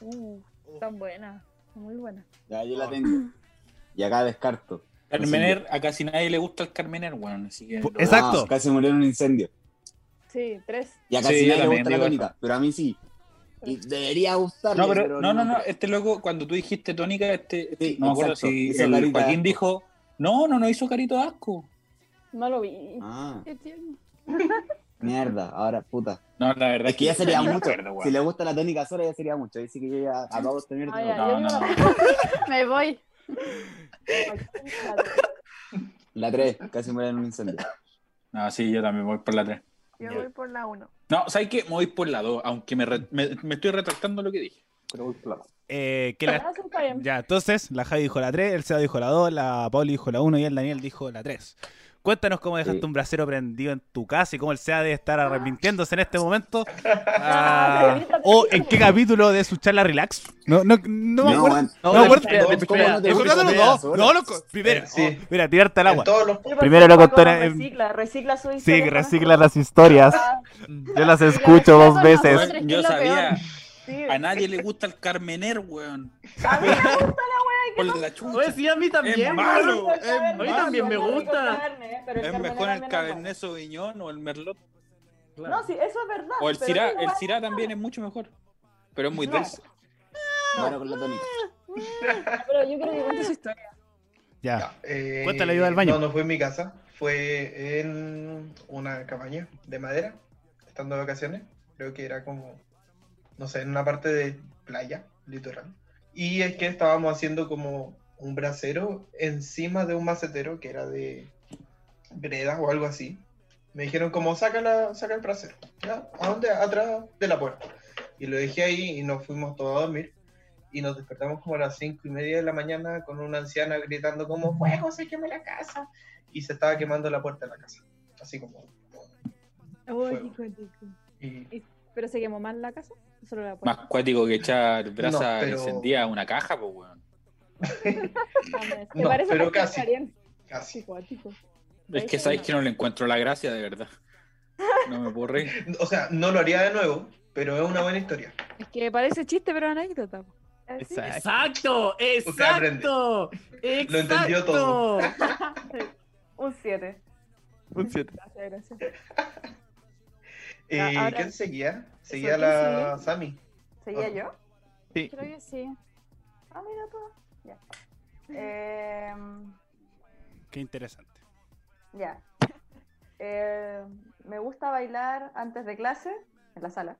[SPEAKER 8] Uh, son buenas, son muy buenas.
[SPEAKER 3] Ya,
[SPEAKER 1] Ah.
[SPEAKER 3] yo la tengo. Y acá descarto.
[SPEAKER 2] Carmener, a casi nadie le gusta el Carmener, weón. Así que.
[SPEAKER 1] Pu-
[SPEAKER 2] lo-
[SPEAKER 1] esa- Exacto.
[SPEAKER 3] Ah, casi murió en un incendio.
[SPEAKER 8] Sí, tres.
[SPEAKER 3] Y acá
[SPEAKER 2] Sí,
[SPEAKER 3] sí,
[SPEAKER 2] yo
[SPEAKER 3] nadie le
[SPEAKER 2] también
[SPEAKER 3] gusta la
[SPEAKER 2] digo eso.
[SPEAKER 3] tónica, pero a mí sí. Y debería gustarle.
[SPEAKER 2] No, pero no, no, no, este loco, cuando tú dijiste tónica, este,
[SPEAKER 3] Sí,
[SPEAKER 2] no me acuerdo
[SPEAKER 3] exacto,
[SPEAKER 2] si
[SPEAKER 3] hizo
[SPEAKER 2] el
[SPEAKER 3] carita de
[SPEAKER 2] Joaquín
[SPEAKER 3] asco.
[SPEAKER 2] dijo, no, no, no hizo carito de asco.
[SPEAKER 10] No lo vi.
[SPEAKER 3] Ah,
[SPEAKER 8] Qué tierno.
[SPEAKER 3] Mierda, ahora puta.
[SPEAKER 2] No, la verdad
[SPEAKER 3] Es que ya sería
[SPEAKER 2] no me
[SPEAKER 3] mucho.
[SPEAKER 2] acuerdo, weón.
[SPEAKER 3] Si le gusta la tónica sola, ya sería mucho. Dice que yo ya este acabo de tener.
[SPEAKER 10] Ah,
[SPEAKER 8] Ay,
[SPEAKER 2] No, no, no.
[SPEAKER 8] Me voy.
[SPEAKER 3] La 3, casi muere en un incendio.
[SPEAKER 2] No, sí, yo también voy por la 3.
[SPEAKER 1] Yo Ya.
[SPEAKER 8] Yo
[SPEAKER 1] voy
[SPEAKER 8] voy por la 1.
[SPEAKER 2] No, ¿sabes qué? Me voy por la 2, aunque me, re- me, me estoy retractando lo que dije. Pero voy por la 2.
[SPEAKER 1] Eh, que la-
[SPEAKER 6] Ah, sí, está bien.
[SPEAKER 1] Ya, entonces, la Javi dijo la 3, el Seba dijo la 2, la Pauli dijo la 1 y el Daniel dijo la 3. Cuéntanos cómo dejaste
[SPEAKER 3] Sí.
[SPEAKER 1] un brasero prendido en tu casa y cómo el SEA debe estar arrepintiéndose en este momento.
[SPEAKER 6] Ah,
[SPEAKER 1] Ah, o en qué capítulo de su charla relax. No, no, no me acuerdo.
[SPEAKER 3] weón.
[SPEAKER 1] No, me acuerdo.
[SPEAKER 9] espérate,
[SPEAKER 3] ¿Cómo no te
[SPEAKER 1] Los
[SPEAKER 3] gusta
[SPEAKER 1] contaron
[SPEAKER 3] la
[SPEAKER 1] los dos.
[SPEAKER 3] sola?
[SPEAKER 1] No, loco. Primero,
[SPEAKER 7] Sí.
[SPEAKER 1] oh, mira, tirarte al agua.
[SPEAKER 7] En todos los
[SPEAKER 10] pues,
[SPEAKER 1] Primero lo contó en-
[SPEAKER 10] Recicla, recicla su
[SPEAKER 1] Sí,
[SPEAKER 10] historia.
[SPEAKER 1] que recicla las historias. Yo las escucho
[SPEAKER 8] verdad
[SPEAKER 1] dos
[SPEAKER 8] son las
[SPEAKER 1] veces.
[SPEAKER 8] otras. es que
[SPEAKER 2] Yo
[SPEAKER 8] es lo
[SPEAKER 2] sabía,
[SPEAKER 10] Sí.
[SPEAKER 2] a nadie le gusta el Carmener, weón.
[SPEAKER 10] A mí me gusta
[SPEAKER 2] Por la chucha.
[SPEAKER 4] Oye, sí, a mí
[SPEAKER 2] Es
[SPEAKER 4] también.
[SPEAKER 2] malo.
[SPEAKER 4] güey.
[SPEAKER 10] la
[SPEAKER 2] es
[SPEAKER 10] carne,
[SPEAKER 4] a mí también me
[SPEAKER 10] es rico
[SPEAKER 4] gusta.
[SPEAKER 10] carne, eh, pero el
[SPEAKER 2] Es mejor el
[SPEAKER 10] carne también es bueno.
[SPEAKER 2] Cabernet Sauvignon o el Merlot.
[SPEAKER 10] No, sí, eso es verdad.
[SPEAKER 2] O el
[SPEAKER 10] pero
[SPEAKER 2] Syrah.
[SPEAKER 10] es
[SPEAKER 2] El
[SPEAKER 10] igual.
[SPEAKER 2] Syrah también es mucho mejor. Pero es muy
[SPEAKER 10] No.
[SPEAKER 2] dulce.
[SPEAKER 3] Bueno, con la tónica.
[SPEAKER 10] Pero yo creo que cuenta su historia.
[SPEAKER 1] Ya.
[SPEAKER 7] Ya, eh,
[SPEAKER 1] Cuéntale, ayuda al baño.
[SPEAKER 7] No, no fue en mi casa, fue en una cabaña de madera, estando de vacaciones. Creo que era como, no sé, en una parte de playa, litoral. Y es que estábamos haciendo como un brasero encima de un macetero que era de greda o algo así. Me dijeron como, saca, la, saca el brasero. "Ya, ¿A dónde? Atrás de la puerta. Y lo dejé ahí y nos fuimos todos a dormir y nos despertamos como a las cinco y media de la mañana con una anciana gritando como fuego se queme la casa y se estaba quemando la puerta de la casa así como Fuego. y
[SPEAKER 6] Pero se quemó más la casa. o Solo la
[SPEAKER 2] Más
[SPEAKER 6] puerta.
[SPEAKER 2] cuático que echar brasa
[SPEAKER 7] No, pero-
[SPEAKER 2] encendida a una caja, pues, weón.
[SPEAKER 6] Me
[SPEAKER 7] No,
[SPEAKER 6] parece
[SPEAKER 7] pero
[SPEAKER 6] bastante
[SPEAKER 7] casi.
[SPEAKER 6] caliente,
[SPEAKER 7] casi
[SPEAKER 6] cuático.
[SPEAKER 2] Es que
[SPEAKER 6] Eso
[SPEAKER 2] sabéis
[SPEAKER 6] no.
[SPEAKER 2] que no le encuentro la gracia, de verdad. No me puedo reír.
[SPEAKER 7] o sea no lo haría de nuevo pero es una buena historia
[SPEAKER 5] Es que parece chiste, pero anécdota. po.
[SPEAKER 10] Así.
[SPEAKER 4] Exacto,
[SPEAKER 7] aprende.
[SPEAKER 4] exacto.
[SPEAKER 7] Lo entendió todo.
[SPEAKER 4] exacto.
[SPEAKER 10] Un 7.
[SPEAKER 9] Un siete.
[SPEAKER 6] Gracias, gracias.
[SPEAKER 7] eh,
[SPEAKER 10] Ah, ahora-
[SPEAKER 7] ¿quién seguía? seguía
[SPEAKER 10] ¿Eso
[SPEAKER 7] la Sami
[SPEAKER 10] ¿Seguía
[SPEAKER 7] Ah.
[SPEAKER 10] yo?
[SPEAKER 8] Creo que sí.
[SPEAKER 10] Ah, mira tú. Ya. Em,
[SPEAKER 1] Qué interesante.
[SPEAKER 10] Ya. Eh, me gusta bailar antes de clase, en la sala.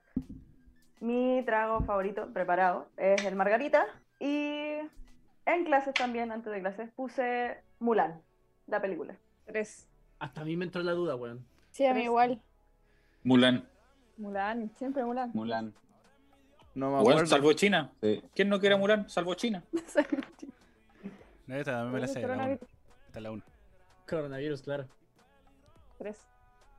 [SPEAKER 10] Mi trago favorito preparado es el margarita. Y en clases también, antes de clases, puse Mulan, la película.
[SPEAKER 6] Tres.
[SPEAKER 4] Hasta a mí me entró la duda, weón.
[SPEAKER 8] Sí, a mí igual.
[SPEAKER 2] Mulan.
[SPEAKER 6] Mulan, siempre Mulan.
[SPEAKER 3] Mulan.
[SPEAKER 9] No me
[SPEAKER 2] Bueno,
[SPEAKER 9] acuerdo.
[SPEAKER 2] salvo China.
[SPEAKER 3] Sí.
[SPEAKER 2] ¿Quién no quiere a Mulan? Salvo China.
[SPEAKER 1] No, esta también me la sé. la uno. Esta es la 1.
[SPEAKER 4] Coronavirus, claro.
[SPEAKER 6] Tres.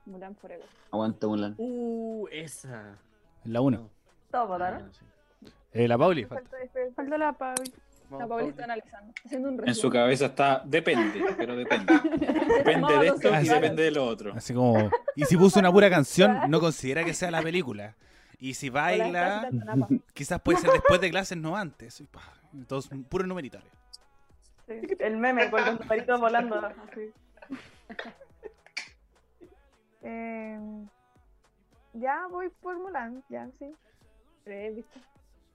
[SPEAKER 6] Mulan Forever.
[SPEAKER 3] Aguante Mulan.
[SPEAKER 4] Uh, esa.
[SPEAKER 1] La 1.
[SPEAKER 10] Todo
[SPEAKER 4] Ah,
[SPEAKER 10] votaron.
[SPEAKER 4] sí.
[SPEAKER 1] Eh, la Pauli falta.
[SPEAKER 6] Falta
[SPEAKER 5] este,
[SPEAKER 6] después.
[SPEAKER 8] Falta la Pau.
[SPEAKER 6] La
[SPEAKER 9] Vamos,
[SPEAKER 6] Pauli
[SPEAKER 9] Pauli.
[SPEAKER 6] está analizando. Haciendo un
[SPEAKER 2] En su
[SPEAKER 6] resumen.
[SPEAKER 2] cabeza está. Depende, pero depende. Depende de esto y
[SPEAKER 1] Así.
[SPEAKER 2] depende de lo otro.
[SPEAKER 1] Así como, y si puso una pura canción, no considera que sea la película. Y si
[SPEAKER 6] O las
[SPEAKER 1] baila,
[SPEAKER 6] clases de Tanapa.
[SPEAKER 1] quizás puede ser después de clases, no antes. Y pa, Entonces, puro numerito. arriba.
[SPEAKER 10] Sí, El meme con los numeritos volando. así.
[SPEAKER 8] Eh, ya voy por Mulan, ya, sí.
[SPEAKER 6] Tres, ¿viste?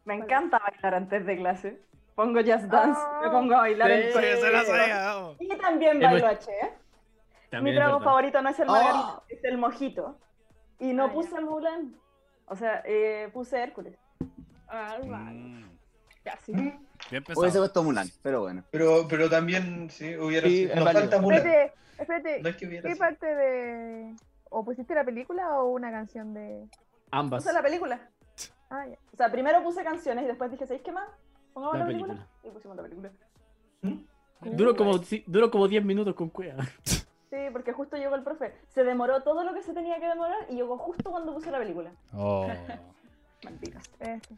[SPEAKER 10] Me encanta bailar antes de clase. Pongo jazz dance,
[SPEAKER 6] Ah.
[SPEAKER 10] me pongo a bailar en
[SPEAKER 1] Sí,
[SPEAKER 4] Pues,
[SPEAKER 10] cuero.
[SPEAKER 1] se la sabía, vamos.
[SPEAKER 10] Y también
[SPEAKER 4] Es
[SPEAKER 10] bailo
[SPEAKER 4] muy-
[SPEAKER 10] H, ¿eh? Mi
[SPEAKER 4] También es
[SPEAKER 10] trago
[SPEAKER 4] verdad.
[SPEAKER 10] favorito no es el margarita, es el mojito. Y no
[SPEAKER 6] Ah, ya.
[SPEAKER 10] puse Mulan. O sea, eh, puse Hércules.
[SPEAKER 6] Ah, vale.
[SPEAKER 1] Mm,
[SPEAKER 6] Casi.
[SPEAKER 1] Bien
[SPEAKER 3] Hubiese
[SPEAKER 1] pensado.
[SPEAKER 3] puesto Mulan, pero bueno.
[SPEAKER 7] pero pero también sí hubiera
[SPEAKER 9] Sí,
[SPEAKER 7] sido-
[SPEAKER 9] es
[SPEAKER 7] nos
[SPEAKER 9] válido.
[SPEAKER 7] falta Mulan
[SPEAKER 8] Espérate, espérate.
[SPEAKER 7] no es que hubiera
[SPEAKER 8] ¿Qué
[SPEAKER 7] sido.
[SPEAKER 8] parte de. o pusiste la película o una canción de.
[SPEAKER 4] Ambas.
[SPEAKER 10] Puse la película.
[SPEAKER 8] Ah, ya.
[SPEAKER 10] O sea, primero puse canciones y después dije, ¿sabéis qué más? Pongamos
[SPEAKER 4] La
[SPEAKER 10] la, película. Y pusimos la película.
[SPEAKER 7] ¿Mm?
[SPEAKER 4] Duró como, sí, duró como 10 minutos con cueva.
[SPEAKER 10] Sí, porque justo llegó el profe. Se demoró todo lo que se tenía que demorar y llegó justo cuando puse la película.
[SPEAKER 1] Oh.
[SPEAKER 10] Malditas.
[SPEAKER 8] Eso.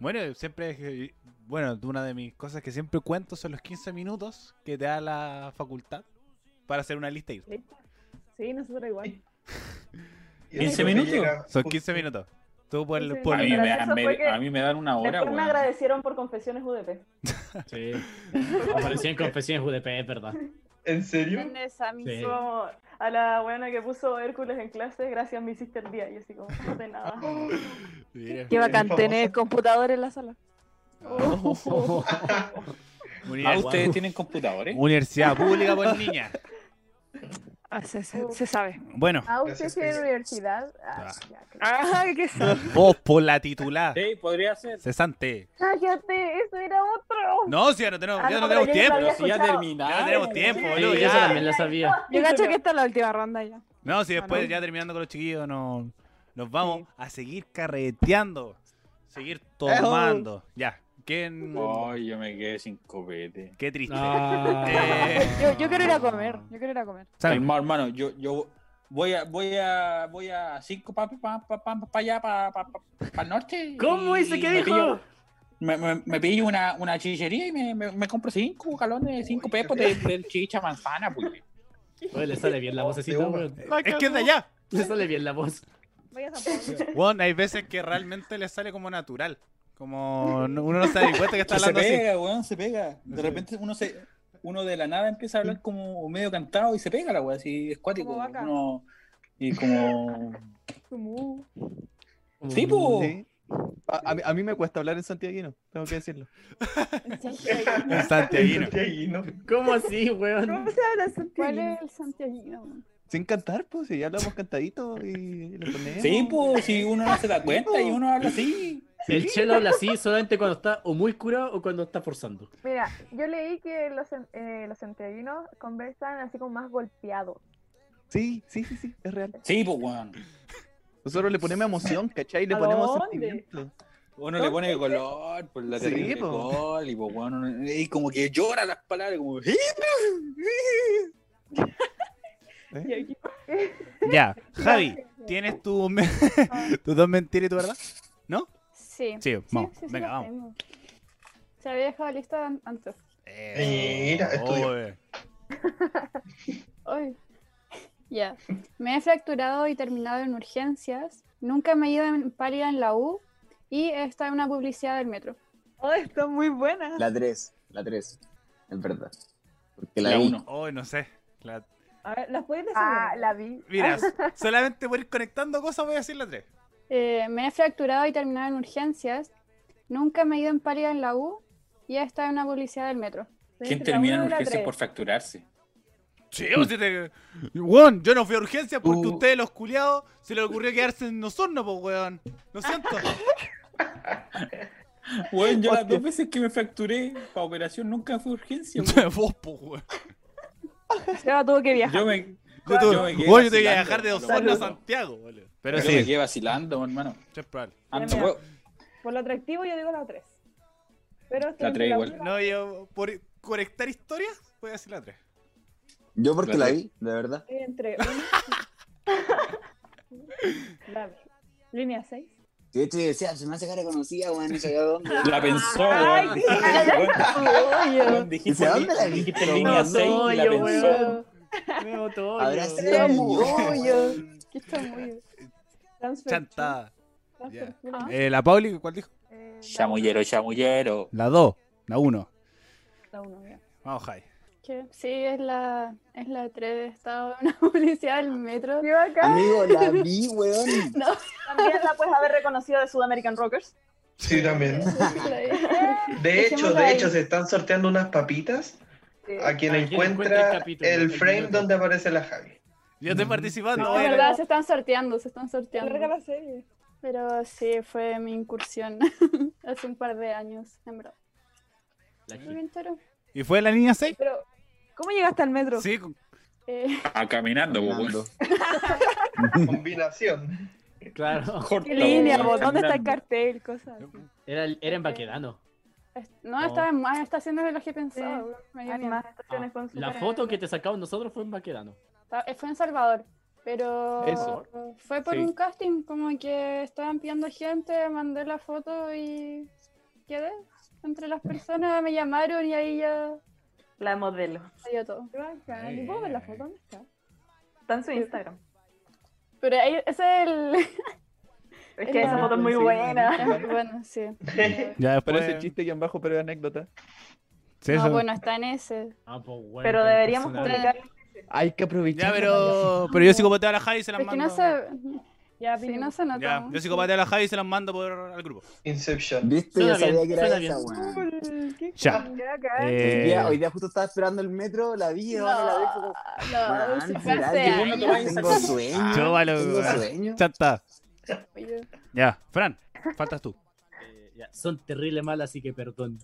[SPEAKER 1] Bueno, siempre es que- bueno, una de mis cosas que siempre cuento son los 15 minutos que te da la facultad para hacer una lista. y irte.
[SPEAKER 6] Sí, nosotros igual.
[SPEAKER 7] Y el
[SPEAKER 2] 15
[SPEAKER 7] profe
[SPEAKER 2] minutos.
[SPEAKER 7] llega
[SPEAKER 1] Son
[SPEAKER 7] justo-
[SPEAKER 1] 15 minutos. Tú por,
[SPEAKER 6] Sí, sí.
[SPEAKER 1] por-
[SPEAKER 2] A mí me,
[SPEAKER 10] Gracioso
[SPEAKER 2] dan- me-
[SPEAKER 10] fue que
[SPEAKER 2] a mí me dan una hora,
[SPEAKER 10] Después me
[SPEAKER 2] weón.
[SPEAKER 10] agradecieron por confesiones UDP.
[SPEAKER 4] Sí. Apareció en Confesiones UDP, es verdad.
[SPEAKER 7] ¿En serio?
[SPEAKER 10] En esa
[SPEAKER 4] misma.
[SPEAKER 10] Como a la buena que puso Hércules en clase, gracias mi sister día. Y así como, no de nada.
[SPEAKER 1] Mira,
[SPEAKER 5] Qué bacán
[SPEAKER 7] famosa.
[SPEAKER 5] tener computador en la sala.
[SPEAKER 1] univers-
[SPEAKER 4] Oh.
[SPEAKER 2] Ah, ustedes tienen computadores.
[SPEAKER 1] Universidad pública por niña.
[SPEAKER 5] Ah, se,
[SPEAKER 8] Oh.
[SPEAKER 5] se- se sabe.
[SPEAKER 1] Bueno,
[SPEAKER 6] Ah, usted
[SPEAKER 7] Gracias,
[SPEAKER 6] sí de
[SPEAKER 7] Kenia.
[SPEAKER 6] universidad. Ah,
[SPEAKER 1] Ah.
[SPEAKER 6] ya, que-
[SPEAKER 5] Ah, qué sabe.
[SPEAKER 1] vos por la titular.
[SPEAKER 2] Sí, podría ser.
[SPEAKER 1] Cesante.
[SPEAKER 8] Cállate, eso era otro.
[SPEAKER 1] No, si ya no tenemos,
[SPEAKER 10] Ah,
[SPEAKER 1] ya
[SPEAKER 10] no,
[SPEAKER 1] no tenemos
[SPEAKER 10] pero yo ya lo
[SPEAKER 1] tiempo.
[SPEAKER 2] Pero si
[SPEAKER 10] había
[SPEAKER 2] ya
[SPEAKER 10] escuchado.
[SPEAKER 1] Ya no
[SPEAKER 2] terminaron.
[SPEAKER 1] tenemos tiempo,
[SPEAKER 4] Sí,
[SPEAKER 1] boludo.
[SPEAKER 4] yo
[SPEAKER 1] ya.
[SPEAKER 4] eso también lo sabía.
[SPEAKER 5] Yo cacho que esta es la última ronda ya.
[SPEAKER 1] No, si
[SPEAKER 5] Ah,
[SPEAKER 1] después
[SPEAKER 5] no.
[SPEAKER 1] ya terminando con los chiquillos no- nos vamos a seguir carreteando, seguir tomando. Ya, qué,
[SPEAKER 2] Ay, yo me quedé sin copete.
[SPEAKER 1] qué triste.
[SPEAKER 4] Ah.
[SPEAKER 1] Eh,
[SPEAKER 5] Yo, yo quiero ir a comer. Yo quiero ir a comer.
[SPEAKER 1] Sam,
[SPEAKER 2] Hermano, hermano, yo, yo voy a voy a voy a cinco pa pa pa pa, pa allá pa pa, pa, pa el norte.
[SPEAKER 4] ¿Cómo
[SPEAKER 2] y
[SPEAKER 4] dice que
[SPEAKER 2] me
[SPEAKER 4] dijo?
[SPEAKER 2] pillo- Me, me, me pillo una, una chichería y me, me, me compro cinco galones, cinco pepos de, de chicha manzana, pues.
[SPEAKER 4] Oye, le sale bien la vocecita,
[SPEAKER 7] Uber.
[SPEAKER 4] weón.
[SPEAKER 1] es que es de allá.
[SPEAKER 4] Le sale bien la voz.
[SPEAKER 10] Voy a San Pablo.
[SPEAKER 1] Bueno, hay veces que realmente le sale como natural. Como no- uno no se da ni cuenta que está
[SPEAKER 2] Se
[SPEAKER 1] hablando así.
[SPEAKER 2] pega, weón, se pega. De repente uno se uno de la nada empieza a hablar como medio cantado y se pega la weá, así es cuático.
[SPEAKER 10] Como vaca.
[SPEAKER 2] Uno, y como
[SPEAKER 10] Como-
[SPEAKER 2] Sí, po.
[SPEAKER 9] Sí. A, a mí, a mí me cuesta hablar en santiaguino, tengo que decirlo.
[SPEAKER 1] Un santiaguino.
[SPEAKER 7] Santiaguino.
[SPEAKER 4] ¿Cómo así, weón?
[SPEAKER 10] ¿Cómo se habla
[SPEAKER 8] ¿Cuál
[SPEAKER 10] santiaguino?
[SPEAKER 8] es el santiaguino?
[SPEAKER 9] Sin cantar, pues, si ya hablamos cantadito y lo ponemos.
[SPEAKER 2] Sí, pues, si uno no se da cuenta y uno habla así.
[SPEAKER 4] El chelo habla así solamente cuando está o muy curado o cuando está forzando.
[SPEAKER 10] Mira, yo leí que los, san- eh, los santiaguinos conversan así como más golpeados.
[SPEAKER 9] Sí, sí, sí, sí, es real.
[SPEAKER 2] Sí, pues, weón.
[SPEAKER 9] Nosotros le ponemos emoción, ¿cachai? Le
[SPEAKER 10] ¿A
[SPEAKER 9] ponemos
[SPEAKER 10] dónde?
[SPEAKER 9] sentimiento.
[SPEAKER 2] Uno le pone color por la
[SPEAKER 9] Sí,
[SPEAKER 2] terrible
[SPEAKER 9] po.
[SPEAKER 2] col y, po, weón, uno- y como que llora las palabras, como. "Eh".
[SPEAKER 1] ¿Eh? Ya, Javi, ¿tienes tu me- tus dos mentiras y tu verdad?
[SPEAKER 8] Sí.
[SPEAKER 1] Sí, vamos.
[SPEAKER 8] sí, sí,
[SPEAKER 1] Venga,
[SPEAKER 8] lo
[SPEAKER 1] vamos.
[SPEAKER 8] tengo. Se había dejado lista an- antes.
[SPEAKER 1] Eh,
[SPEAKER 7] Mira, estudio.
[SPEAKER 1] oye.
[SPEAKER 8] Ay. Ya. Me he fracturado y terminado en urgencias. Nunca me he ido en pálida en la U. Y está en una publicidad del metro.
[SPEAKER 10] Oh, está muy buena.
[SPEAKER 3] La 3, la 3. Es verdad. Porque la,
[SPEAKER 2] La
[SPEAKER 3] vi.
[SPEAKER 2] uno.
[SPEAKER 1] Oye, no sé. La-
[SPEAKER 10] A ver, ¿las puedes decir?
[SPEAKER 6] Ah,
[SPEAKER 10] de nuevo?
[SPEAKER 6] la vi.
[SPEAKER 1] Mira, solamente por ir conectando cosas voy a decir la tres.
[SPEAKER 8] Eh, me he fracturado y terminado en urgencias. Nunca me he ido en pálida en la U. Y está en una publicidad del metro.
[SPEAKER 2] ¿Quién
[SPEAKER 10] Entre la
[SPEAKER 2] termina en
[SPEAKER 10] uno y la
[SPEAKER 2] urgencia
[SPEAKER 10] tres.
[SPEAKER 2] por fracturarse?
[SPEAKER 1] Sí, o sea, te- Weón, yo no fui a urgencia porque a
[SPEAKER 7] Uh.
[SPEAKER 1] ustedes, los culiados, se les ocurrió quedarse en Osorno, pues, weón. Lo siento.
[SPEAKER 2] Weón, yo las dos veces que me fracturé para operación nunca fue urgencia. weón.
[SPEAKER 1] Vos, pues, weón.
[SPEAKER 5] Seba tuvo que viajar.
[SPEAKER 2] Yo me,
[SPEAKER 1] Yo,
[SPEAKER 2] yo me quedé
[SPEAKER 1] tuve- weón, yo tuve que
[SPEAKER 2] vacilando,
[SPEAKER 1] viajar de
[SPEAKER 2] lo
[SPEAKER 1] Osorno a
[SPEAKER 2] juro.
[SPEAKER 1] Santiago, boludo. Pero
[SPEAKER 2] Pero sí. me
[SPEAKER 1] sí,
[SPEAKER 2] quedé vacilando, hermano. Ah,
[SPEAKER 1] es probable.
[SPEAKER 2] Ando,
[SPEAKER 10] Mira,
[SPEAKER 2] weón.
[SPEAKER 10] Por lo atractivo yo digo la 3. Pero estoy
[SPEAKER 2] La
[SPEAKER 10] entre
[SPEAKER 2] tres igual.
[SPEAKER 10] uno y
[SPEAKER 1] No, yo, por conectar historias, voy a decir la tres.
[SPEAKER 3] Yo porque
[SPEAKER 2] La
[SPEAKER 3] la
[SPEAKER 2] tres.
[SPEAKER 3] vi, de verdad.
[SPEAKER 10] Estoy entre uno y- la B. Línea 6.
[SPEAKER 3] Y de hecho yo decía, se me hace cara conocida, weón, no sabía dónde.
[SPEAKER 2] La pensó, weón. Weón, weón, Dijiste,
[SPEAKER 3] ¿Dice dónde la vi?
[SPEAKER 2] dijiste línea 6 y la
[SPEAKER 4] yo,
[SPEAKER 2] pensó.
[SPEAKER 4] weón. Veo todo.
[SPEAKER 3] Habrá
[SPEAKER 4] yo.
[SPEAKER 3] sido
[SPEAKER 10] Tres.
[SPEAKER 3] yo, weón.
[SPEAKER 8] Qué chamuyo.
[SPEAKER 10] Transfer
[SPEAKER 1] Chantada.
[SPEAKER 10] Transfer
[SPEAKER 1] Ya.
[SPEAKER 10] Full.
[SPEAKER 2] Ah.
[SPEAKER 1] Eh, ¿La Pauli cuál dijo?
[SPEAKER 10] Eh,
[SPEAKER 2] Chamullero, chamullero.
[SPEAKER 1] La dos, la uno.
[SPEAKER 10] la uno, ya.
[SPEAKER 1] Vamos, Jai.
[SPEAKER 8] Que- Sí, es la, es la 3 estaba en una publicidad del metro.
[SPEAKER 10] Yo acá
[SPEAKER 3] Amigo, la vi, weón.
[SPEAKER 10] también la puedes haber reconocido de Sudamerican Rockers.
[SPEAKER 7] Sí, también. De
[SPEAKER 8] Dejémoslo
[SPEAKER 7] hecho, de
[SPEAKER 8] ahí.
[SPEAKER 7] hecho, se están sorteando unas papitas a quien
[SPEAKER 4] A quien encuentre el
[SPEAKER 7] encuentra
[SPEAKER 4] capítulo,
[SPEAKER 7] el
[SPEAKER 4] el
[SPEAKER 7] frame
[SPEAKER 4] minuto.
[SPEAKER 7] donde aparece la Javi.
[SPEAKER 1] Yo estoy participando,
[SPEAKER 8] No,
[SPEAKER 1] voy a-
[SPEAKER 8] verdad, se están sorteando, se están
[SPEAKER 10] Larga
[SPEAKER 8] sorteando.
[SPEAKER 10] la serie.
[SPEAKER 8] Pero sí, fue mi incursión hace un par de años, en verdad.
[SPEAKER 4] La
[SPEAKER 8] Muy bien, Toro.
[SPEAKER 1] ¿Y fue la línea 6?
[SPEAKER 10] Pero,
[SPEAKER 5] ¿Cómo llegaste al metro?
[SPEAKER 1] Sí, con-
[SPEAKER 8] Eh,
[SPEAKER 2] A Ah, caminando, weón.
[SPEAKER 3] Fernando.
[SPEAKER 7] Combinación.
[SPEAKER 4] Claro.
[SPEAKER 2] Corta,
[SPEAKER 5] ¿Qué línea,
[SPEAKER 2] weón,
[SPEAKER 5] vos? ¿Dónde está el
[SPEAKER 2] caminando.
[SPEAKER 5] cartel? Cosas así.
[SPEAKER 4] Era, era en Baquedano.
[SPEAKER 8] est- no, estaba en ah, más estaciones de las que pensaba.
[SPEAKER 10] Sí.
[SPEAKER 8] bro, me dio
[SPEAKER 10] hay
[SPEAKER 8] miedo.
[SPEAKER 10] más estaciones con
[SPEAKER 4] La
[SPEAKER 10] super-
[SPEAKER 4] foto que te sacamos nosotros fue en Baquedano.
[SPEAKER 8] Estaba- eh, Fue en Salvador. Pero
[SPEAKER 9] Eso.
[SPEAKER 8] fue por
[SPEAKER 4] Sí.
[SPEAKER 8] un casting, como que estaban pidiendo gente, mandé la foto y quedé entre las personas, me llamaron y ahí ya
[SPEAKER 10] La modelo.
[SPEAKER 8] salió todo.
[SPEAKER 10] Qué bacán.
[SPEAKER 1] Ey,
[SPEAKER 10] ¿Y puedo ver la
[SPEAKER 1] ey,
[SPEAKER 10] foto?
[SPEAKER 1] ey.
[SPEAKER 10] ¿Dónde está? Está en su Instagram.
[SPEAKER 8] Pero ahí, ese es el...
[SPEAKER 10] Es
[SPEAKER 8] Es
[SPEAKER 10] que esa
[SPEAKER 8] la-
[SPEAKER 10] foto es muy
[SPEAKER 9] sí,
[SPEAKER 8] es
[SPEAKER 10] buena.
[SPEAKER 8] muy bueno, sí. Eh,
[SPEAKER 1] Ya después.
[SPEAKER 9] Parece chiste y en bajo, pero es anécdota.
[SPEAKER 1] Sí,
[SPEAKER 8] no,
[SPEAKER 1] eso-
[SPEAKER 8] bueno, está en ese.
[SPEAKER 4] Ah, pues, weón,
[SPEAKER 10] Pero
[SPEAKER 4] tan
[SPEAKER 10] deberíamos
[SPEAKER 4] personal.
[SPEAKER 10] publicar.
[SPEAKER 9] Hay que aprovechar.
[SPEAKER 1] Ya, pero, pero yo sí como te a la Javi y se las
[SPEAKER 8] Es que
[SPEAKER 1] mando.
[SPEAKER 8] no se...
[SPEAKER 6] Ya,
[SPEAKER 8] Sí, no
[SPEAKER 10] pues.
[SPEAKER 6] Pino.
[SPEAKER 8] se nota.
[SPEAKER 1] Ya,
[SPEAKER 8] mucho.
[SPEAKER 1] yo psicopateo a la Javi y se las mando por al grupo.
[SPEAKER 7] Inception.
[SPEAKER 3] ¿Viste?
[SPEAKER 4] Suena
[SPEAKER 3] Yo sabía
[SPEAKER 4] bien,
[SPEAKER 3] que era
[SPEAKER 4] suena
[SPEAKER 3] esa,
[SPEAKER 4] bien.
[SPEAKER 3] weón.
[SPEAKER 1] Ya.
[SPEAKER 3] Hoy
[SPEAKER 1] Eh,
[SPEAKER 3] día- Hoy día justo estaba esperando el metro, la vi,
[SPEAKER 8] No,
[SPEAKER 3] weón, y la vi como...
[SPEAKER 8] no,
[SPEAKER 3] weón,
[SPEAKER 8] se fue
[SPEAKER 3] será
[SPEAKER 8] hace
[SPEAKER 3] que
[SPEAKER 8] años.
[SPEAKER 3] Tengo sueño.
[SPEAKER 1] yo valo,
[SPEAKER 3] Tengo
[SPEAKER 1] weón.
[SPEAKER 3] sueño.
[SPEAKER 1] Chanta.
[SPEAKER 8] Oye,
[SPEAKER 1] Ya, Fran, faltas tú.
[SPEAKER 4] Eh, ya, Son terrible malas, así que perdón.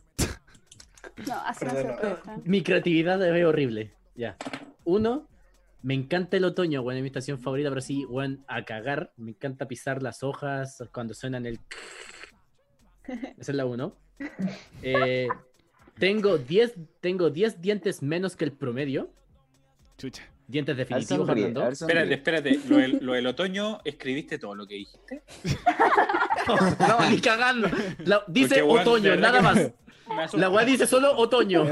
[SPEAKER 8] No, así no se
[SPEAKER 7] Perdona.
[SPEAKER 8] presta.
[SPEAKER 4] Mi creatividad es horrible. Ya. Uno, me encanta el otoño, bueno, es mi estación favorita, pero sí, bueno, a cagar. Me encanta pisar las hojas cuando suenan el. Esa es la uno. Eh, tengo 10 tengo 10 dientes menos que el promedio.
[SPEAKER 1] Chucha.
[SPEAKER 4] Dientes
[SPEAKER 3] A ver,
[SPEAKER 4] definitivos,
[SPEAKER 3] sonríe,
[SPEAKER 4] Fernando.
[SPEAKER 3] a ver,
[SPEAKER 2] Espérate,
[SPEAKER 3] sonríe.
[SPEAKER 2] espérate. Lo del, lo del otoño, ¿escribiste todo lo que dijiste?
[SPEAKER 4] No, ni cagando. La- dice
[SPEAKER 2] Porque, weón, de
[SPEAKER 4] otoño,
[SPEAKER 2] verdad
[SPEAKER 4] nada más.
[SPEAKER 2] que me asusta.
[SPEAKER 4] La weá dice solo otoño.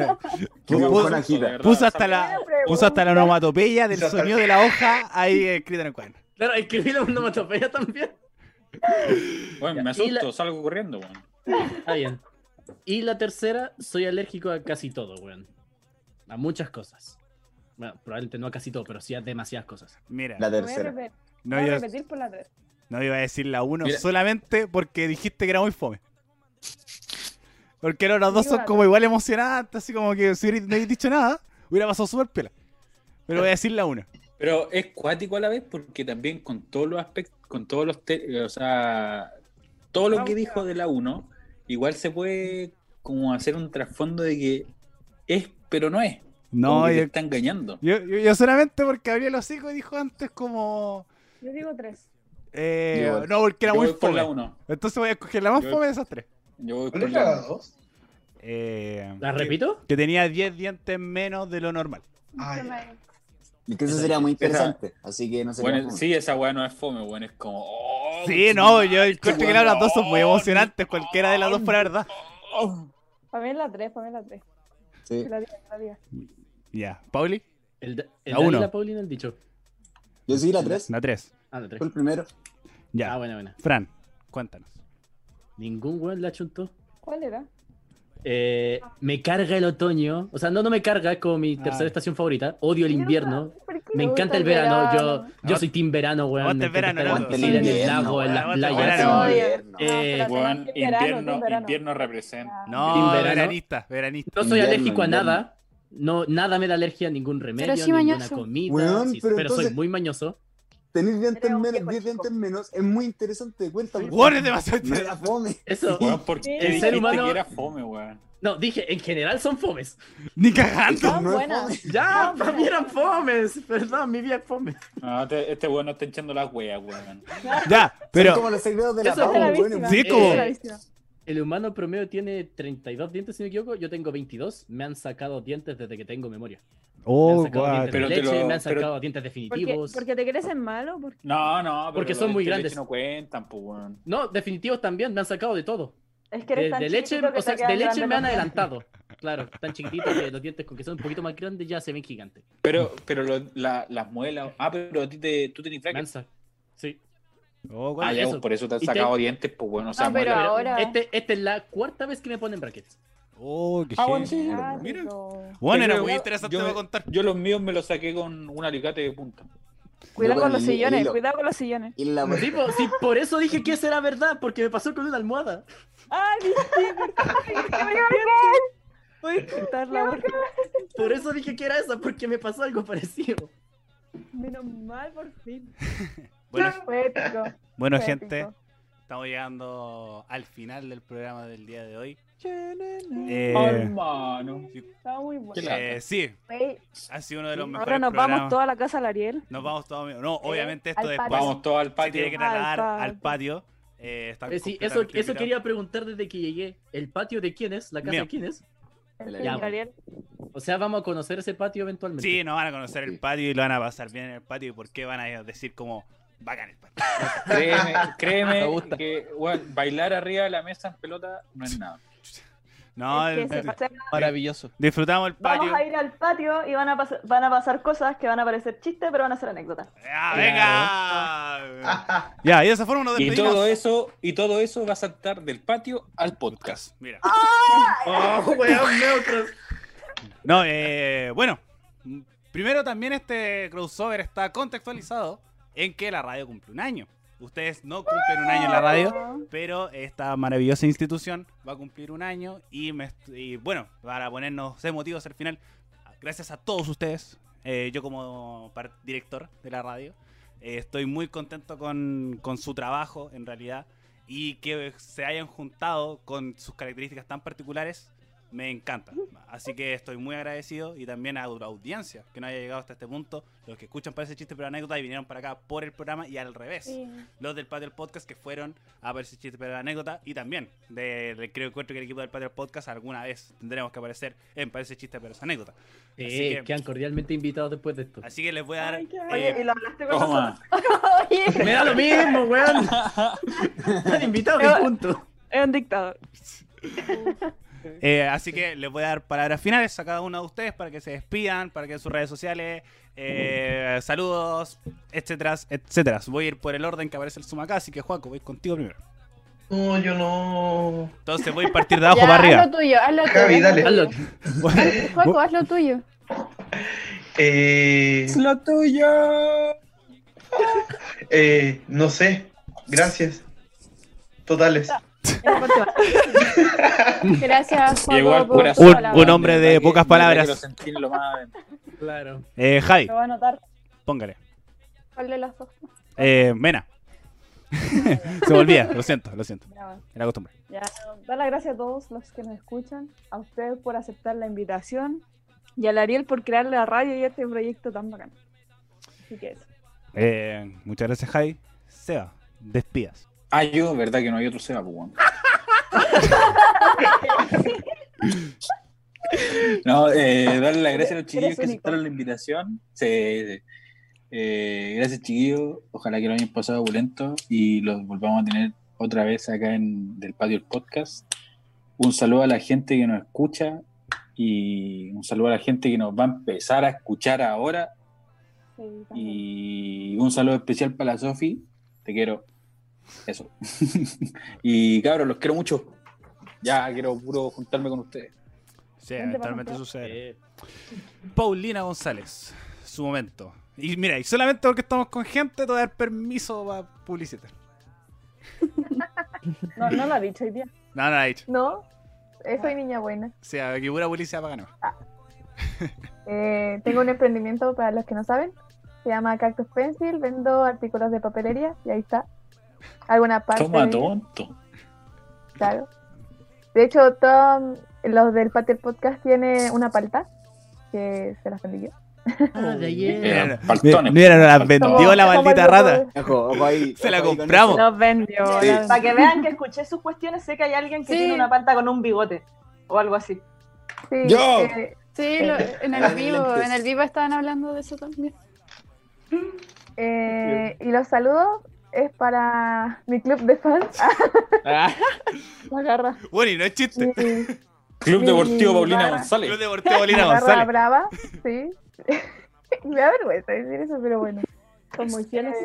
[SPEAKER 3] Qué
[SPEAKER 1] Puso-
[SPEAKER 3] bajón
[SPEAKER 2] Eso,
[SPEAKER 3] aquí,
[SPEAKER 2] de
[SPEAKER 3] da.
[SPEAKER 2] verdad,
[SPEAKER 1] Puso
[SPEAKER 2] esa
[SPEAKER 1] hasta
[SPEAKER 2] weá.
[SPEAKER 1] la, puso hasta la onomatopeya del sonido de la hoja ahí escrita en el cuaderno.
[SPEAKER 4] Claro, escribí la onomatopeya también.
[SPEAKER 2] Bueno, me
[SPEAKER 4] Ya, y la-
[SPEAKER 2] asusto, salgo corriendo, weón.
[SPEAKER 4] Está bien. Y la tercera, soy alérgico a casi todo, weón. A muchas cosas. Bueno, probablemente no a casi todo, pero sí a demasiadas cosas.
[SPEAKER 1] Mira,
[SPEAKER 3] La
[SPEAKER 6] Voy a,
[SPEAKER 3] tercera.
[SPEAKER 6] repetir-
[SPEAKER 1] no,
[SPEAKER 6] voy a
[SPEAKER 1] yo
[SPEAKER 6] repetir por la tres.
[SPEAKER 1] no iba a decir la 1
[SPEAKER 2] Mira.
[SPEAKER 1] solamente porque dijiste que era muy fome. Porque ahora las dos
[SPEAKER 6] Digo
[SPEAKER 1] son
[SPEAKER 6] la
[SPEAKER 1] como igual emocionantes, así como que si hubiera- no hubiera dicho nada, hubiera pasado súper pela. Pero voy a decir la 1.
[SPEAKER 2] Pero es cuático a la vez porque también con todos los aspectos, con todos los, te- o sea, todo lo que dijo de la 1, igual se puede como hacer un trasfondo de que es, pero no es. Como
[SPEAKER 1] No,
[SPEAKER 2] que te
[SPEAKER 1] yo,
[SPEAKER 2] está engañando.
[SPEAKER 1] yo, yo- yo solamente porque abrió el hocico y dijo antes como...
[SPEAKER 6] Yo digo tres.
[SPEAKER 1] eh,
[SPEAKER 3] Yo voy-
[SPEAKER 1] no, porque era
[SPEAKER 2] Yo
[SPEAKER 1] muy
[SPEAKER 2] voy por la
[SPEAKER 1] fome.
[SPEAKER 2] 1.
[SPEAKER 1] Entonces voy a escoger la más
[SPEAKER 2] Yo voy-
[SPEAKER 1] fome de esas tres.
[SPEAKER 2] Yo voy
[SPEAKER 7] ¿Cuál
[SPEAKER 2] por
[SPEAKER 7] es la
[SPEAKER 2] la
[SPEAKER 7] 2?
[SPEAKER 1] Eh,
[SPEAKER 4] ¿La
[SPEAKER 1] que-
[SPEAKER 4] repito?
[SPEAKER 1] Que tenía 10 dientes menos de lo normal.
[SPEAKER 7] Ay,
[SPEAKER 3] Y que eso sería muy interesante, así que no sé
[SPEAKER 2] Bueno,
[SPEAKER 3] cómo.
[SPEAKER 2] sí, esa weá no es fome, weón. Es como. oh,
[SPEAKER 1] Sí, no, yo
[SPEAKER 2] este
[SPEAKER 1] encuentro que
[SPEAKER 2] weón,
[SPEAKER 1] las dos son muy
[SPEAKER 2] no,
[SPEAKER 1] emocionantes, cualquiera de las dos fuera verdad.
[SPEAKER 6] Para mí es la tres, para mí es la tres.
[SPEAKER 3] Sí.
[SPEAKER 6] La diga, la diga.
[SPEAKER 1] Ya, Pauli,
[SPEAKER 4] El, da- el
[SPEAKER 1] La
[SPEAKER 4] Dani y
[SPEAKER 1] uno.
[SPEAKER 4] la Paulina han dicho.
[SPEAKER 3] Yo soy la 3,
[SPEAKER 1] la 3.
[SPEAKER 4] Ah, la tres.
[SPEAKER 3] fue el primero.
[SPEAKER 4] Ah,
[SPEAKER 1] Ya,
[SPEAKER 4] buena, buena.
[SPEAKER 1] Fran, cuéntanos.
[SPEAKER 4] Ningún weón la chuntó.
[SPEAKER 6] ¿Cuál era?
[SPEAKER 4] Eh, me carga el otoño. O sea, no, no me carga, es como mi tercera
[SPEAKER 1] Ah.
[SPEAKER 4] estación favorita. Odio el invierno. Me encanta el
[SPEAKER 8] gusta el
[SPEAKER 4] verano. Yo,
[SPEAKER 8] verano?
[SPEAKER 4] yo soy team verano, weón.
[SPEAKER 1] Aguante
[SPEAKER 4] Me encanta
[SPEAKER 1] verano,
[SPEAKER 4] estar
[SPEAKER 1] loco.
[SPEAKER 4] en el
[SPEAKER 3] Aguante el
[SPEAKER 4] lago, en la
[SPEAKER 1] invierno,
[SPEAKER 4] playa.
[SPEAKER 1] aguante
[SPEAKER 3] Bueno,
[SPEAKER 6] Oye,
[SPEAKER 3] invierno.
[SPEAKER 4] Eh,
[SPEAKER 6] espérate,
[SPEAKER 2] Weón,
[SPEAKER 6] team verano,
[SPEAKER 2] invierno,
[SPEAKER 6] team verano.
[SPEAKER 2] invierno representa.
[SPEAKER 1] No,
[SPEAKER 4] Team verano.
[SPEAKER 1] veranista, veranista.
[SPEAKER 4] No soy
[SPEAKER 3] Invierno,
[SPEAKER 4] alérgico a
[SPEAKER 3] invierno.
[SPEAKER 4] nada. No, nada me da alergia a ningún remedio,
[SPEAKER 8] sí
[SPEAKER 4] ninguna
[SPEAKER 8] mañoso.
[SPEAKER 4] comida.
[SPEAKER 3] Weón,
[SPEAKER 4] sí, pero
[SPEAKER 3] pero
[SPEAKER 4] soy
[SPEAKER 3] entonces-
[SPEAKER 4] muy mañoso.
[SPEAKER 3] Tenéis dientes
[SPEAKER 10] Era un
[SPEAKER 3] menos,
[SPEAKER 10] viejo
[SPEAKER 3] 10
[SPEAKER 10] chico.
[SPEAKER 3] dientes menos, es muy interesante, cuéntame.
[SPEAKER 1] Weón, es demasiado
[SPEAKER 3] No era fome.
[SPEAKER 4] Eso.
[SPEAKER 2] Weón, ¿por qué
[SPEAKER 6] El ser
[SPEAKER 2] dijiste
[SPEAKER 4] humano-
[SPEAKER 2] que era fome, weón?
[SPEAKER 4] No, dije, en general son fomes.
[SPEAKER 1] Ni cagando.
[SPEAKER 6] Estaban
[SPEAKER 3] No es
[SPEAKER 6] buenas.
[SPEAKER 4] Ya, para mí eran fomes. Perdón, mi vida es fome.
[SPEAKER 2] No, este, este weón no está echando las weas, weón.
[SPEAKER 1] Ya,
[SPEAKER 3] Pero,
[SPEAKER 1] pero
[SPEAKER 3] como los secretos de la
[SPEAKER 4] Eso es
[SPEAKER 3] pavo,
[SPEAKER 6] gravísimo.
[SPEAKER 3] bueno,
[SPEAKER 1] sí,
[SPEAKER 4] Eh,
[SPEAKER 1] como
[SPEAKER 4] El humano promedio tiene 32 dientes, si no me equivoco. Yo tengo 22. Me han sacado dientes desde que tengo memoria. Me han
[SPEAKER 1] Oh,
[SPEAKER 4] sacado
[SPEAKER 1] guau.
[SPEAKER 4] dientes de
[SPEAKER 2] Pero te
[SPEAKER 4] leche,
[SPEAKER 2] lo-
[SPEAKER 4] me han sacado
[SPEAKER 2] pero-
[SPEAKER 4] dientes
[SPEAKER 5] Porque,
[SPEAKER 4] definitivos.
[SPEAKER 5] porque te crecen mal o porque
[SPEAKER 2] No, no, pero
[SPEAKER 4] Porque
[SPEAKER 2] los
[SPEAKER 4] son muy
[SPEAKER 2] de leche
[SPEAKER 4] grandes.
[SPEAKER 2] No cuentan, pues, weón.
[SPEAKER 4] No, definitivos también. Me han sacado de todo.
[SPEAKER 10] Es que eres
[SPEAKER 4] De,
[SPEAKER 10] tan
[SPEAKER 4] de leche,
[SPEAKER 10] chiquitito que
[SPEAKER 4] o sea,
[SPEAKER 10] te quedan
[SPEAKER 4] de leche
[SPEAKER 10] grandes
[SPEAKER 4] me han
[SPEAKER 10] los dientes.
[SPEAKER 4] adelantado. Claro, tan chiquititos que los dientes con que son un poquito más grandes ya se ven gigantes.
[SPEAKER 2] Pero, pero lo- la- las muelas. Ah, pero a ti te, tú tenés
[SPEAKER 4] Me han
[SPEAKER 2] brackets.
[SPEAKER 4] sa- Sí.
[SPEAKER 1] Oh,
[SPEAKER 2] Ah,
[SPEAKER 1] guau.
[SPEAKER 2] ya,
[SPEAKER 4] eso.
[SPEAKER 2] pues, por eso te han
[SPEAKER 4] Y te-
[SPEAKER 2] sacado dientes, pues,
[SPEAKER 10] Ah,
[SPEAKER 2] weón. O sea,
[SPEAKER 5] Ah,
[SPEAKER 8] No, pero
[SPEAKER 2] muelas.
[SPEAKER 8] ahora.
[SPEAKER 4] Este, esta es la cuarta vez que me ponen brackets.
[SPEAKER 1] Oh, qué
[SPEAKER 2] Ah, bueno,
[SPEAKER 1] genial.
[SPEAKER 2] sí.
[SPEAKER 6] Ah,
[SPEAKER 1] Mira.
[SPEAKER 6] pero-
[SPEAKER 1] Bueno, era
[SPEAKER 2] Yo-
[SPEAKER 1] muy interesante
[SPEAKER 2] yo-
[SPEAKER 1] para contar.
[SPEAKER 2] Yo los míos me los saqué con un alicate de punta.
[SPEAKER 5] cuidado
[SPEAKER 3] Yo
[SPEAKER 5] con
[SPEAKER 3] el-
[SPEAKER 5] los
[SPEAKER 3] el
[SPEAKER 5] sillones,
[SPEAKER 3] hilo.
[SPEAKER 5] cuidado con los sillones.
[SPEAKER 3] Y la
[SPEAKER 4] Sí, po- sí, por eso dije que esa era verdad, porque me pasó con una almohada.
[SPEAKER 6] Ay, viste, ¿por qué?
[SPEAKER 5] Voy a intentar la boca.
[SPEAKER 4] Por eso dije que era esa, porque me pasó algo parecido.
[SPEAKER 6] Menos mal, por fin.
[SPEAKER 1] Bueno,
[SPEAKER 6] Fue épico.
[SPEAKER 1] bueno
[SPEAKER 6] fue
[SPEAKER 1] gente,
[SPEAKER 6] épico.
[SPEAKER 1] estamos llegando al final del programa del día de hoy. Eh,
[SPEAKER 2] Hermano.
[SPEAKER 6] Estaba muy bueno.
[SPEAKER 2] Qué lata.
[SPEAKER 1] eh, sí,
[SPEAKER 10] Wey,
[SPEAKER 1] ha sido uno de los mejores
[SPEAKER 5] Ahora nos
[SPEAKER 1] programas.
[SPEAKER 5] vamos toda la casa al Ariel.
[SPEAKER 1] Nos vamos todos. No, obviamente esto
[SPEAKER 6] al
[SPEAKER 1] después
[SPEAKER 6] patio.
[SPEAKER 2] Vamos todos al
[SPEAKER 1] se tiene que
[SPEAKER 2] patio.
[SPEAKER 1] trasladar
[SPEAKER 5] Al
[SPEAKER 1] al patio. Eh, están
[SPEAKER 4] Eh, sí, eso,
[SPEAKER 1] completamente
[SPEAKER 4] eso
[SPEAKER 1] invitados.
[SPEAKER 4] quería preguntar desde que llegué. ¿El patio de quién es? ¿La casa
[SPEAKER 1] Mío.
[SPEAKER 4] de quién es?
[SPEAKER 3] Ya,
[SPEAKER 5] Ya,
[SPEAKER 4] bueno.
[SPEAKER 5] Ariel.
[SPEAKER 4] O sea, vamos a conocer ese patio eventualmente.
[SPEAKER 1] Sí, nos van a conocer el patio y lo van a pasar bien en el patio. ¿Y por qué van a decir como bacán el patio?
[SPEAKER 2] Créeme,
[SPEAKER 4] Me
[SPEAKER 2] créeme
[SPEAKER 4] gusta.
[SPEAKER 2] que weón, bailar arriba de la mesa en pelota no es nada.
[SPEAKER 1] No,
[SPEAKER 10] es que
[SPEAKER 1] el-
[SPEAKER 10] se pasa-
[SPEAKER 9] Maravilloso.
[SPEAKER 1] disfrutamos el patio.
[SPEAKER 10] Vamos a ir al patio y van a, pas- van a pasar cosas que van a parecer chistes, pero van a ser anécdotas.
[SPEAKER 1] ¡Ah, venga! Ya, y de esa forma nos
[SPEAKER 2] Y
[SPEAKER 1] despedimos.
[SPEAKER 2] todo eso, y todo eso va a saltar del patio al podcast.
[SPEAKER 1] Mira.
[SPEAKER 4] ¡Oh, weón, neutros!
[SPEAKER 1] No, eh, bueno. m- Primero también este crossover está contextualizado en que la radio cumple un año. Ustedes no cumplen un año en la radio, pero esta maravillosa institución va a cumplir un año y, me est- y, bueno, para ponernos emotivos al final, gracias a todos ustedes, eh, yo como par- director de la radio, eh, estoy muy contento con, con su trabajo en realidad y que se hayan juntado con sus características tan particulares, me encanta. Así que estoy muy agradecido y también a la audiencia que no haya llegado hasta este punto, los que escuchan para ese chiste pero anécdota y vinieron para acá por el programa y al revés los del Patreon Podcast que fueron a aparecer chiste para la anécdota y también de, de- creo encuentro que el equipo del Patreon Podcast alguna vez tendremos que aparecer en Parece Chiste pero es anécdota.
[SPEAKER 4] Sí,
[SPEAKER 1] Así que-
[SPEAKER 4] quedan cordialmente invitados después de esto.
[SPEAKER 1] Así que les voy a dar eh,
[SPEAKER 6] Oye, ¿y lo hablaste con
[SPEAKER 2] Toma.
[SPEAKER 6] nosotros?
[SPEAKER 4] Me da lo mismo, weón. Están invitados y punto.
[SPEAKER 12] Es un dictador.
[SPEAKER 1] Eh, así que les voy a dar palabras finales a cada uno de ustedes para que se despidan, para que en sus redes sociales, eh, saludos, etcétera, etcétera. Voy a ir por el orden que aparece el Sumacá, así que Juaco, voy contigo primero.
[SPEAKER 7] No, yo no.
[SPEAKER 1] Entonces voy a partir de abajo
[SPEAKER 8] Ya,
[SPEAKER 1] para
[SPEAKER 8] Haz
[SPEAKER 1] arriba.
[SPEAKER 8] lo tuyo, haz lo tuyo.
[SPEAKER 7] Javi,
[SPEAKER 8] haz lo
[SPEAKER 7] dale.
[SPEAKER 8] tuyo.
[SPEAKER 4] Hazlo.
[SPEAKER 8] Haz- Juaco, haz lo tuyo.
[SPEAKER 7] Eh,
[SPEAKER 2] Es lo tuyo.
[SPEAKER 7] eh, no sé. Gracias. Totales.
[SPEAKER 8] Gracias, Juaco.
[SPEAKER 2] Llegó al
[SPEAKER 8] por
[SPEAKER 2] corazón.
[SPEAKER 8] tus palabras.
[SPEAKER 1] Un hombre de
[SPEAKER 2] verdad que- verdad que
[SPEAKER 1] pocas palabras.
[SPEAKER 2] lo sentí en lo más-
[SPEAKER 4] Claro.
[SPEAKER 1] Eh, Javi,
[SPEAKER 5] Lo va a anotar.
[SPEAKER 1] póngale.
[SPEAKER 8] ¿Cuál de las dos?
[SPEAKER 1] Eh, Mena. se volvía, lo siento, lo siento.
[SPEAKER 5] Bravo.
[SPEAKER 1] Era costumbre.
[SPEAKER 5] Ya, dar las gracias a todos los que nos escuchan, a ustedes por aceptar la invitación y al Ariel por crear la radio y este proyecto tan bacán. Así que eso.
[SPEAKER 1] Eh, muchas gracias, Javi. Seba, despidas.
[SPEAKER 2] Ah, yo, verdad que no hay otro Seba, pues, weón. No, eh, darle las gracias a los chiquillos
[SPEAKER 5] Eres
[SPEAKER 2] que
[SPEAKER 5] único.
[SPEAKER 2] aceptaron la invitación. Sí, sí. Eh, gracias, chiquillos. Ojalá que lo hayan pasado opulento y los volvamos a tener otra vez acá en Del Patio el Podcast. Un saludo a la gente que nos escucha y un saludo a la gente que nos va a empezar a escuchar ahora.
[SPEAKER 5] Sí, también.
[SPEAKER 2] Y un saludo especial para la Sofi. Te quiero. Eso. y cabros, los quiero mucho. Ya quiero puro juntarme con ustedes.
[SPEAKER 1] Sí,
[SPEAKER 5] Vente pa'
[SPEAKER 1] eventualmente
[SPEAKER 5] Santiago.
[SPEAKER 1] sucede.
[SPEAKER 4] Eh,
[SPEAKER 1] Paulina González, su momento. Y mira, y solamente porque estamos con gente, te voy a dar permiso para publicitar.
[SPEAKER 5] No, no lo ha dicho hoy día.
[SPEAKER 1] No, no, ha dicho.
[SPEAKER 6] No, eh, soy niña buena.
[SPEAKER 1] O sea, aquí pura publicidad para ganar.
[SPEAKER 6] Eh, tengo un emprendimiento para los que no saben. Se llama Cactus Pencil. Vendo artículos de papelería y ahí está. Alguna parte.
[SPEAKER 2] Toma
[SPEAKER 6] de-
[SPEAKER 2] tonto.
[SPEAKER 6] Claro. De hecho, Tom, los del Patio Podcast tiene una palta que se las vendí yo.
[SPEAKER 4] Ah, de ayer.
[SPEAKER 1] Mira,
[SPEAKER 2] Paltones.
[SPEAKER 1] mira, la
[SPEAKER 6] Como-
[SPEAKER 1] vendió la
[SPEAKER 6] como
[SPEAKER 1] maldita
[SPEAKER 6] el grupo
[SPEAKER 1] rata.
[SPEAKER 6] de-
[SPEAKER 3] Ojo, ojo ahí.
[SPEAKER 1] Se la
[SPEAKER 3] ojo ahí con
[SPEAKER 1] compramos.
[SPEAKER 3] eso.
[SPEAKER 12] Nos vendió. la-
[SPEAKER 2] Sí. Pa'
[SPEAKER 5] eh.
[SPEAKER 12] Para
[SPEAKER 10] Para que vean que escuché sus cuestiones, sé que hay alguien que
[SPEAKER 8] Sí.
[SPEAKER 10] tiene una panta con un bigote o algo así.
[SPEAKER 6] Sí,
[SPEAKER 2] Yo.
[SPEAKER 6] eh,
[SPEAKER 8] Sí, lo- en el vivo, en el vivo estaban hablando de eso también.
[SPEAKER 6] eh, y los saludos es para mi club de fans.
[SPEAKER 4] Ah,
[SPEAKER 6] La garra.
[SPEAKER 1] Bueno, y no es chiste.
[SPEAKER 6] Mi-
[SPEAKER 2] Club
[SPEAKER 6] Mi-
[SPEAKER 2] Deportivo Paulina
[SPEAKER 6] barra.
[SPEAKER 1] Club
[SPEAKER 2] González.
[SPEAKER 1] Deportivo Paulina
[SPEAKER 6] Barra
[SPEAKER 1] González.
[SPEAKER 6] brava, sí. Me da vergüenza decir eso, pero bueno.
[SPEAKER 5] Son
[SPEAKER 8] Este,
[SPEAKER 5] muy fieles.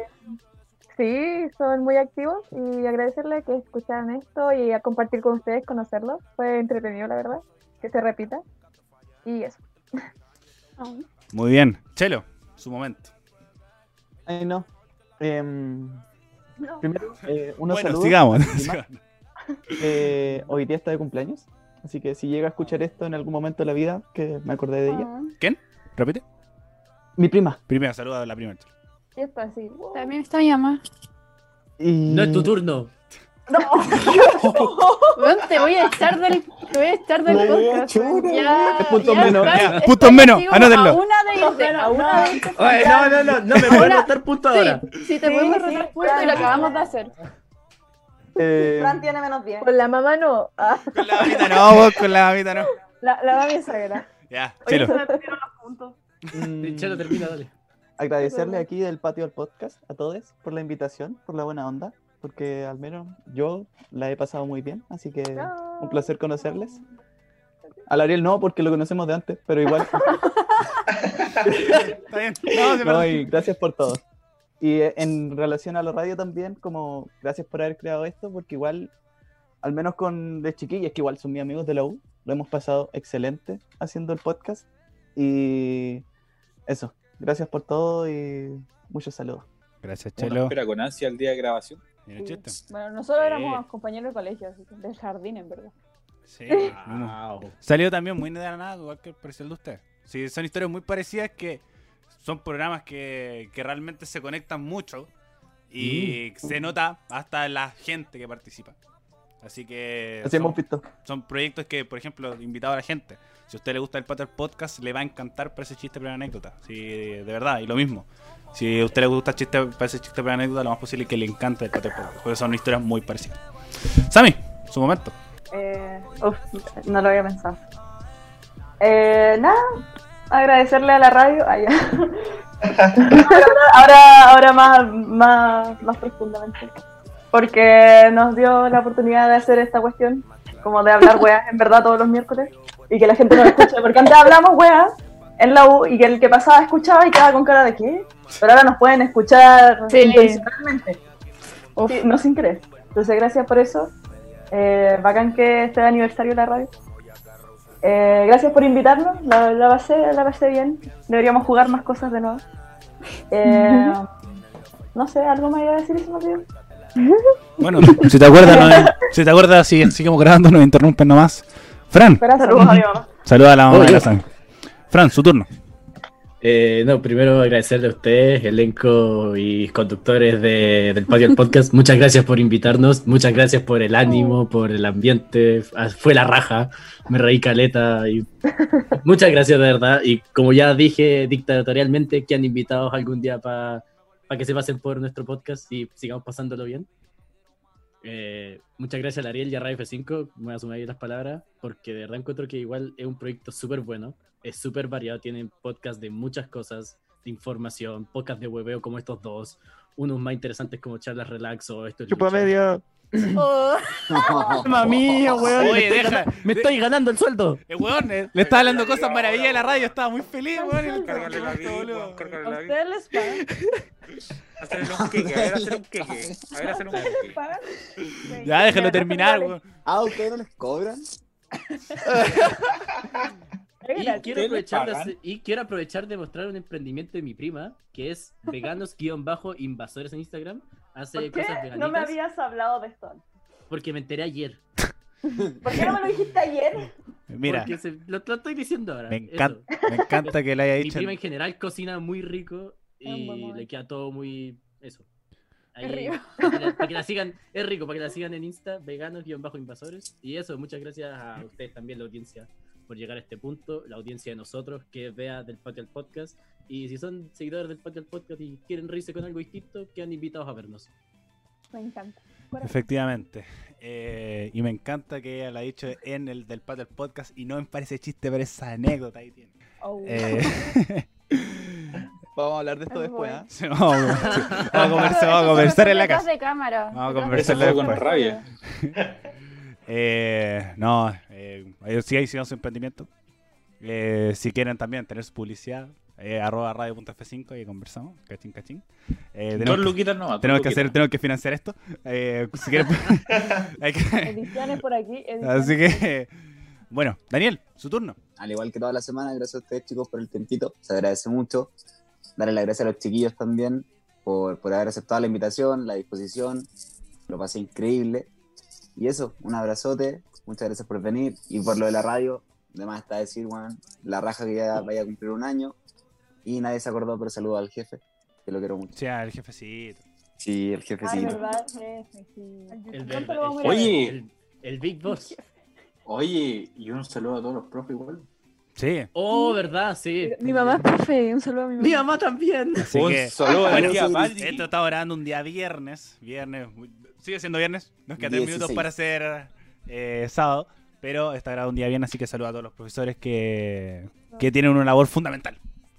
[SPEAKER 6] Sí, son muy activos y agradecerle que escucharan esto y a compartir con ustedes, conocerlo. Fue entretenido, la verdad, que se repita. Y eso.
[SPEAKER 1] Muy bien. Chelo, su momento.
[SPEAKER 9] Ay, no. Em, Primero, eh, unos
[SPEAKER 1] bueno,
[SPEAKER 9] saludos.
[SPEAKER 1] sigamos.
[SPEAKER 9] Y más, eh, hoy día está de cumpleaños, así que si llega a escuchar esto en algún momento de la vida, que me acordé de ella.
[SPEAKER 8] Ah.
[SPEAKER 1] Repite.
[SPEAKER 9] Mi prima.
[SPEAKER 1] Primero, saluda a la primera.
[SPEAKER 6] Y esto así. wow.
[SPEAKER 8] También está mi mamá.
[SPEAKER 9] Y...
[SPEAKER 4] no es tu turno.
[SPEAKER 8] Weón, te voy a echar del, te voy a echar del podcast. weón. Ya,
[SPEAKER 9] Puntos
[SPEAKER 8] ya
[SPEAKER 9] menos.
[SPEAKER 8] estás-
[SPEAKER 1] Ya,
[SPEAKER 8] estás
[SPEAKER 1] puntos menos,
[SPEAKER 8] así como
[SPEAKER 1] anótenlo.
[SPEAKER 8] A una de irte, a una de irte.
[SPEAKER 4] Oye, no, no, no, no me puedo
[SPEAKER 8] Hola.
[SPEAKER 4] anotar punto ahora.
[SPEAKER 8] Sí, si te
[SPEAKER 6] Sí,
[SPEAKER 8] podemos
[SPEAKER 6] sí,
[SPEAKER 8] retar
[SPEAKER 6] claro.
[SPEAKER 8] puntos y lo acabamos de hacer.
[SPEAKER 9] Eh,
[SPEAKER 10] Fran tiene menos 10.
[SPEAKER 6] Con la mamá no. Ah,
[SPEAKER 1] Con la mamita no, vos, con la mamita no.
[SPEAKER 5] La, la va bien sagrada.
[SPEAKER 1] Ya,
[SPEAKER 10] Oye,
[SPEAKER 1] Chelo.
[SPEAKER 10] se me perdieron los puntos.
[SPEAKER 9] mm,
[SPEAKER 4] Chelo, termina, dale.
[SPEAKER 9] agradecerle aquí del patio al podcast a todos por la invitación, por la buena onda, porque al menos yo la he pasado muy bien, así que un placer conocerles. Al Ariel no, porque lo conocemos de antes, pero igual.
[SPEAKER 1] Está bien. No, se
[SPEAKER 9] No,
[SPEAKER 1] perdón.
[SPEAKER 9] y gracias por todo. Y eh, en relación a la radio también, como gracias por haber creado esto, porque igual, al menos con de chiquillas, que igual son mis amigos de la U, lo hemos pasado excelente haciendo el podcast. Y eso, gracias por todo y muchos saludos.
[SPEAKER 1] Gracias,
[SPEAKER 2] Uno
[SPEAKER 1] Chelo.
[SPEAKER 2] espera con ansia el día de grabación.
[SPEAKER 1] Mira el chiste.
[SPEAKER 6] Bueno, nosotros
[SPEAKER 1] Sí.
[SPEAKER 6] éramos compañeros de colegio, así que- del jardín, en verdad.
[SPEAKER 1] Sí, vamos. Salió también muy de la nada, igual que el parcial de usted. Sí, son historias muy parecidas que son programas que, que realmente se conectan mucho y
[SPEAKER 9] Mm.
[SPEAKER 1] se nota hasta la gente que participa. Así que
[SPEAKER 9] Así
[SPEAKER 1] son,
[SPEAKER 9] hemos visto.
[SPEAKER 1] son proyectos que, por ejemplo, invitado a la gente. Si a usted le gusta el Pater Podcast, le va a encantar para ese chiste para anécdota. Sí, de verdad, y lo mismo. Si a usted le gusta el chiste para ese chiste para anécdota, lo más posible es que le encante el Pater Podcast. Porque son historias muy parecidas. Sammy, su momento.
[SPEAKER 10] Eh, uf, no lo había pensado. Eh, nada, agradecerle a la radio. Ah, ya. ahora ahora más, más, más profundamente. Porque nos dio la oportunidad de hacer esta cuestión, como de hablar weas en verdad todos los miércoles, y que la gente nos escuche. Porque antes hablamos weas en la U y que el que pasaba escuchaba y quedaba con cara de qué. Pero ahora nos pueden escuchar
[SPEAKER 8] Sí.
[SPEAKER 10] intencionalmente. Sí, no sin querer. Entonces, gracias por eso. Eh, bacán que esté de aniversario la radio. Eh, gracias por invitarnos, la, la, pasé, la pasé bien. Deberíamos jugar más cosas de nuevo. Eh, no sé, algo me iba a decir y se me olvidó.
[SPEAKER 1] Bueno, si te acuerdas, no- si te acuerdas, si seguimos grabando, nos interrumpen nomás. Fran,
[SPEAKER 10] Saludos a mi mamá.
[SPEAKER 1] saluda a la mamá
[SPEAKER 4] Oye.
[SPEAKER 1] de la Sam. Fran, su turno.
[SPEAKER 4] Eh, no, primero agradecerle a ustedes, elenco y conductores de- del Patio del Podcast. Muchas gracias por invitarnos, muchas gracias por el ánimo, por el ambiente. Ah, Fue la raja, me reí caleta. Y... Muchas gracias de verdad. Y como ya dije dictatorialmente, que han invitado algún día para que se pasen por nuestro podcast y sigamos pasándolo bien. Eh, muchas gracias a Ariel y a Radio F5. Me voy a sumar ahí las palabras porque de verdad encuentro que igual es un proyecto súper bueno. Es súper variado. Tienen podcast de muchas cosas, de información, podcast de hueveo como estos dos, unos más interesantes como charlas relax o esto es
[SPEAKER 9] Chupa
[SPEAKER 4] Lucha.
[SPEAKER 9] media. Mamma mía, weón.
[SPEAKER 4] Me
[SPEAKER 1] Oye,
[SPEAKER 4] estoy
[SPEAKER 1] deja-
[SPEAKER 4] ganando- Me estoy ganando el sueldo.
[SPEAKER 1] El weón eh, le estaba hablando cosas maravillas de la radio, estaba muy feliz, weón. y el
[SPEAKER 2] Cárgale la
[SPEAKER 1] cabrón,
[SPEAKER 2] vida,
[SPEAKER 1] boludo.
[SPEAKER 2] cárgale
[SPEAKER 13] ¿A
[SPEAKER 2] la vida.
[SPEAKER 13] ustedes les pagan?
[SPEAKER 2] Hacerle un queque, a ver, hacer un queque. A ver, hacer un
[SPEAKER 10] pues,
[SPEAKER 2] queque.
[SPEAKER 13] ¿Pagan?
[SPEAKER 1] Ya, déjalo terminar, weón.
[SPEAKER 3] Ah, ¿ustedes no les cobran?
[SPEAKER 4] Y quiero,
[SPEAKER 2] ¿Ustedes
[SPEAKER 4] aprovechar de
[SPEAKER 2] pagan?
[SPEAKER 4] hacer- y quiero aprovechar de mostrar un emprendimiento de mi prima, que es veganos-invasores en Instagram. Hace
[SPEAKER 10] ¿Por qué
[SPEAKER 4] cosas veganitas.
[SPEAKER 10] no me habías hablado de esto?
[SPEAKER 4] Porque me enteré ayer.
[SPEAKER 10] ¿Por qué no me lo dijiste ayer?
[SPEAKER 1] Mira,
[SPEAKER 4] Porque se- lo, lo estoy diciendo ahora.
[SPEAKER 1] me
[SPEAKER 4] eso.
[SPEAKER 1] encanta, me encanta que le haya
[SPEAKER 4] Mi
[SPEAKER 1] dicho.
[SPEAKER 4] prima en general cocina muy rico
[SPEAKER 6] Es un buen
[SPEAKER 4] y
[SPEAKER 6] momento.
[SPEAKER 4] le queda todo muy. Eso. Ahí,
[SPEAKER 6] Es rico.
[SPEAKER 4] Para, que la, para que la sigan, es rico, para que la sigan en Insta, veganos-invasores. Y eso, muchas gracias a ustedes también, la audiencia, por llegar a este punto, la audiencia de nosotros, que vea del Patio al Podcast. Y si son seguidores del Patio al Podcast y quieren reírse con algo distinto, quedan invitados a vernos.
[SPEAKER 6] Me encanta.
[SPEAKER 1] Efectivamente. Eh, y me encanta que ella la haya dicho en el del Pater Podcast y no me parece chiste, pero esa anécdota ahí tiene.
[SPEAKER 6] Oh,
[SPEAKER 1] Eh,
[SPEAKER 9] Vamos a hablar de esto después, ¿ah?
[SPEAKER 1] sí, vamos, a- vamos a conversar, vamos a conversar en la casa.
[SPEAKER 8] de cámara.
[SPEAKER 1] Vamos a
[SPEAKER 8] Detrás de
[SPEAKER 2] Eso
[SPEAKER 1] conversar
[SPEAKER 2] fue con
[SPEAKER 1] después.
[SPEAKER 2] rabia.
[SPEAKER 1] Eh, no, eh, ellos sí hicieron su emprendimiento. Eh, si quieren también tener su publicidad, eh, arroba radio.f5 y conversamos. Cachín, cachín. Eh,
[SPEAKER 2] Dos
[SPEAKER 1] tenemos, que,
[SPEAKER 2] luquitas nomás. dos
[SPEAKER 1] tenemos que
[SPEAKER 2] luquitas.
[SPEAKER 1] hacer, tenemos que financiar esto. Eh, si quieren, hay que-
[SPEAKER 6] Ediciones por aquí. ediciones
[SPEAKER 1] así
[SPEAKER 6] por aquí.
[SPEAKER 1] que, bueno, Daniel, su turno.
[SPEAKER 3] al igual que toda la semana, gracias a ustedes chicos por el tiempito, se agradece mucho. Darle las gracias a los chiquillos también por, por haber aceptado la invitación, la disposición, lo pasé increíble. Y eso, un abrazote, muchas gracias por venir y por lo de la radio, además está decir, weón, la raja que ya vaya a cumplir un año y nadie se acordó, pero saludo al jefe, que lo quiero mucho.
[SPEAKER 1] O sea, el jefecito.
[SPEAKER 3] Sí, el
[SPEAKER 6] Ah,
[SPEAKER 3] jefecito.
[SPEAKER 6] verdad, jefe, sí.
[SPEAKER 4] El,
[SPEAKER 6] ¿Cuánto
[SPEAKER 4] ver-
[SPEAKER 6] lo vamos a ir a
[SPEAKER 2] Oye.
[SPEAKER 6] ver?
[SPEAKER 4] el- el Big Boss.
[SPEAKER 2] Oye, y un saludo a todos los profes igual.
[SPEAKER 1] Sí,
[SPEAKER 4] Oh, ¿verdad? Sí.
[SPEAKER 6] Mi mamá es profe, un saludo a mi mamá.
[SPEAKER 4] Mi mamá también.
[SPEAKER 1] así
[SPEAKER 2] un
[SPEAKER 1] que.
[SPEAKER 2] saludo a
[SPEAKER 1] Bueno,
[SPEAKER 2] tía
[SPEAKER 3] sí,
[SPEAKER 2] Mari.
[SPEAKER 1] Esto está orando un día viernes. Viernes. muy- Sigue siendo viernes. Nos quedan tres minutos
[SPEAKER 3] 16.
[SPEAKER 1] para ser eh, sábado. Pero está grabado un día viernes, así que saludo a todos los profesores que, que tienen una labor fundamental.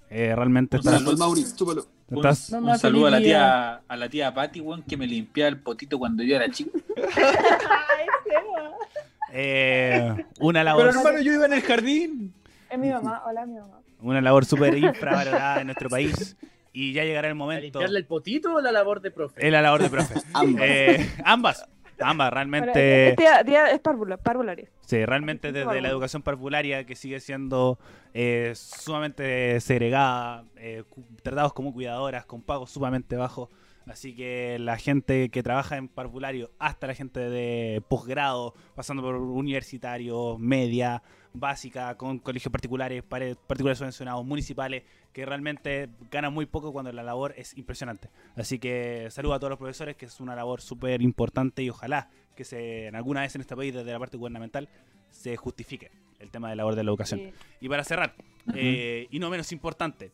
[SPEAKER 1] Eh, realmente está-
[SPEAKER 2] saludo al
[SPEAKER 3] Mauri, chúpalo.
[SPEAKER 1] estás.
[SPEAKER 2] Un saludo a la tía, a la tía Patty, weón, que me limpiaba el potito cuando yo era chico.
[SPEAKER 6] Ay, Seba.
[SPEAKER 1] eh, una labor,
[SPEAKER 2] yo iba en el jardín.
[SPEAKER 6] Es mi mamá, hola mi mamá.
[SPEAKER 1] una labor súper infravalorada en nuestro país. Y ya llegará el
[SPEAKER 4] ¿Para
[SPEAKER 1] momento.
[SPEAKER 4] limpiarle el potito o la labor de profe?
[SPEAKER 1] Es la labor de profe.
[SPEAKER 3] Ambas.
[SPEAKER 1] Eh, ambas. Ambas,
[SPEAKER 6] Pero,
[SPEAKER 1] realmente.
[SPEAKER 6] es- tía- tía es párvula, parvularia.
[SPEAKER 1] Sí, realmente desde la
[SPEAKER 6] Bárbaro.
[SPEAKER 1] educación parvularia que sigue siendo eh, sumamente segregada, eh, cu- tratados como cuidadoras, con pagos sumamente bajos, Así que la gente que trabaja en parvulario, hasta la gente de posgrado, pasando por universitario, media, básica, con colegios particulares, pare- particulares subvencionados, municipales, que realmente ganan muy poco cuando la labor es impresionante. Así que saludo a todos los profesores, que es una labor súper importante y ojalá que se, en alguna vez en este país, desde la parte gubernamental, se justifique el tema de la labor de la educación. Y para cerrar, eh, y no menos importante,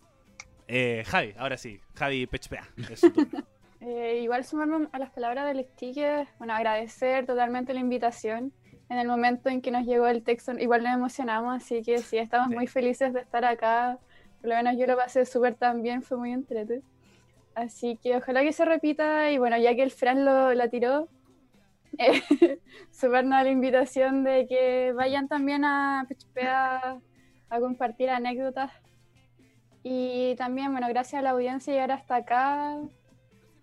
[SPEAKER 1] eh, Javi, ahora sí, Javi Pechpea. es su turno.
[SPEAKER 8] Eh, igual sumarme a las palabras del sticker, bueno, agradecer totalmente la invitación. En el momento en que nos llegó el texto, igual nos emocionamos, así que sí, estamos muy felices de estar acá. Por lo menos yo lo pasé súper también, fue muy entrete. Así que ojalá que se repita y bueno, ya que el Fran lo, la tiró, eh, sumarnos a la invitación de que vayan también a Pichpea a compartir anécdotas. Y también, bueno, gracias a la audiencia llegar hasta acá.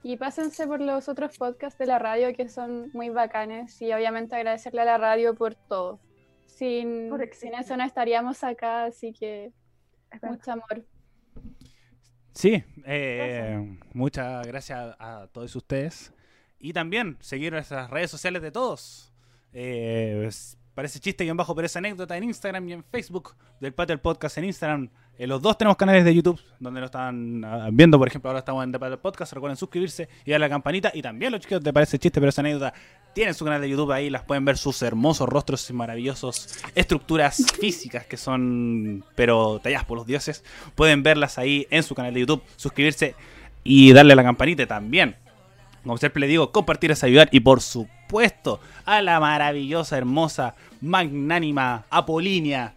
[SPEAKER 8] Y pásense por los otros podcasts de la radio que son muy bacanes y obviamente agradecerle a la radio por todo. Sin,
[SPEAKER 13] Por
[SPEAKER 8] sin eso no estaríamos acá, así que mucho amor.
[SPEAKER 1] Sí, eh, muchas gracias a todos ustedes. Y también seguir nuestras redes sociales de todos. Eh, es- parece chiste guión bajo, pero es anécdota en Instagram y en Facebook del Patio del Podcast en Instagram. Eh, los dos tenemos canales de YouTube donde lo están ah, viendo. Por ejemplo, ahora estamos en The Patio del Podcast. Recuerden suscribirse y darle a la campanita. Y también los chicos de Parece Chiste, pero es anécdota tienen su canal de YouTube ahí. Las pueden ver sus hermosos rostros y maravillosos estructuras físicas que son, pero talladas por los dioses pueden verlas ahí en su canal de YouTube, suscribirse y darle a la campanita también. Como siempre le digo, compartir es ayudar y por supuesto a la maravillosa, hermosa, magnánima Apolínea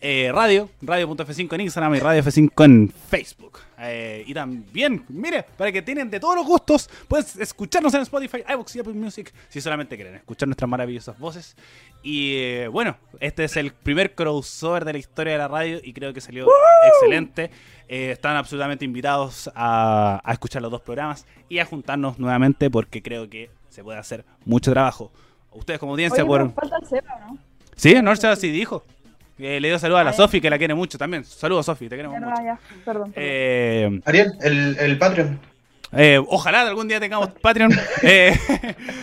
[SPEAKER 1] eh, Radio, radio.f5 en Instagram y Radio F5 en Facebook. Eh, y también, mire, para que tienen de todos los gustos, puedes escucharnos en Spotify, iVoox y Apple Music, si solamente quieren escuchar nuestras maravillosas voces. Y eh, bueno, este es el primer crossover de la historia de la radio y creo que salió excelente. Eh, están absolutamente invitados a, a escuchar los dos programas y a juntarnos nuevamente porque creo que se puede hacer mucho trabajo. Ustedes como audiencia
[SPEAKER 6] Oye,
[SPEAKER 1] por...
[SPEAKER 6] pero falta el Seba, ¿no?
[SPEAKER 1] Sí, Norcia sí dijo. Eh, le dio saludos a la Sofi, que la quiere mucho también. Saludos, Sofi, te queremos mucho.
[SPEAKER 6] Verdad, ya. Perdón.
[SPEAKER 1] Eh,
[SPEAKER 7] Ariel, el, el Patreon.
[SPEAKER 1] eh, ojalá algún día tengamos Patreon eh,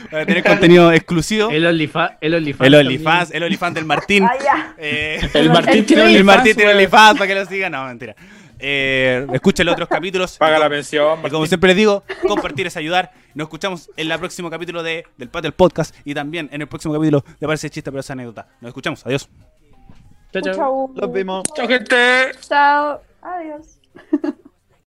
[SPEAKER 1] para tener contenido exclusivo.
[SPEAKER 4] El OnlyFans. El OnlyFans.
[SPEAKER 1] El OnlyFans, el OnlyFans del Martín.
[SPEAKER 6] Ah, ya.
[SPEAKER 1] Eh,
[SPEAKER 2] El Martín tiene
[SPEAKER 1] el
[SPEAKER 2] OnlyFans,
[SPEAKER 1] Martín tiene
[SPEAKER 2] weón.
[SPEAKER 1] OnlyFans para que lo sigan. No, mentira. Eh, escuchen los otros capítulos.
[SPEAKER 2] Paga la pensión.
[SPEAKER 1] Y como siempre les digo, compartir es ayudar. Nos escuchamos en el próximo capítulo de, del Patio del Podcast y también en el próximo capítulo de Parece Chiste, pero es anécdota. Nos escuchamos. Adiós.
[SPEAKER 4] Chao, chao.
[SPEAKER 6] Chau.
[SPEAKER 9] Los vimos.
[SPEAKER 2] Chao, gente.
[SPEAKER 8] Chao.
[SPEAKER 6] Adiós.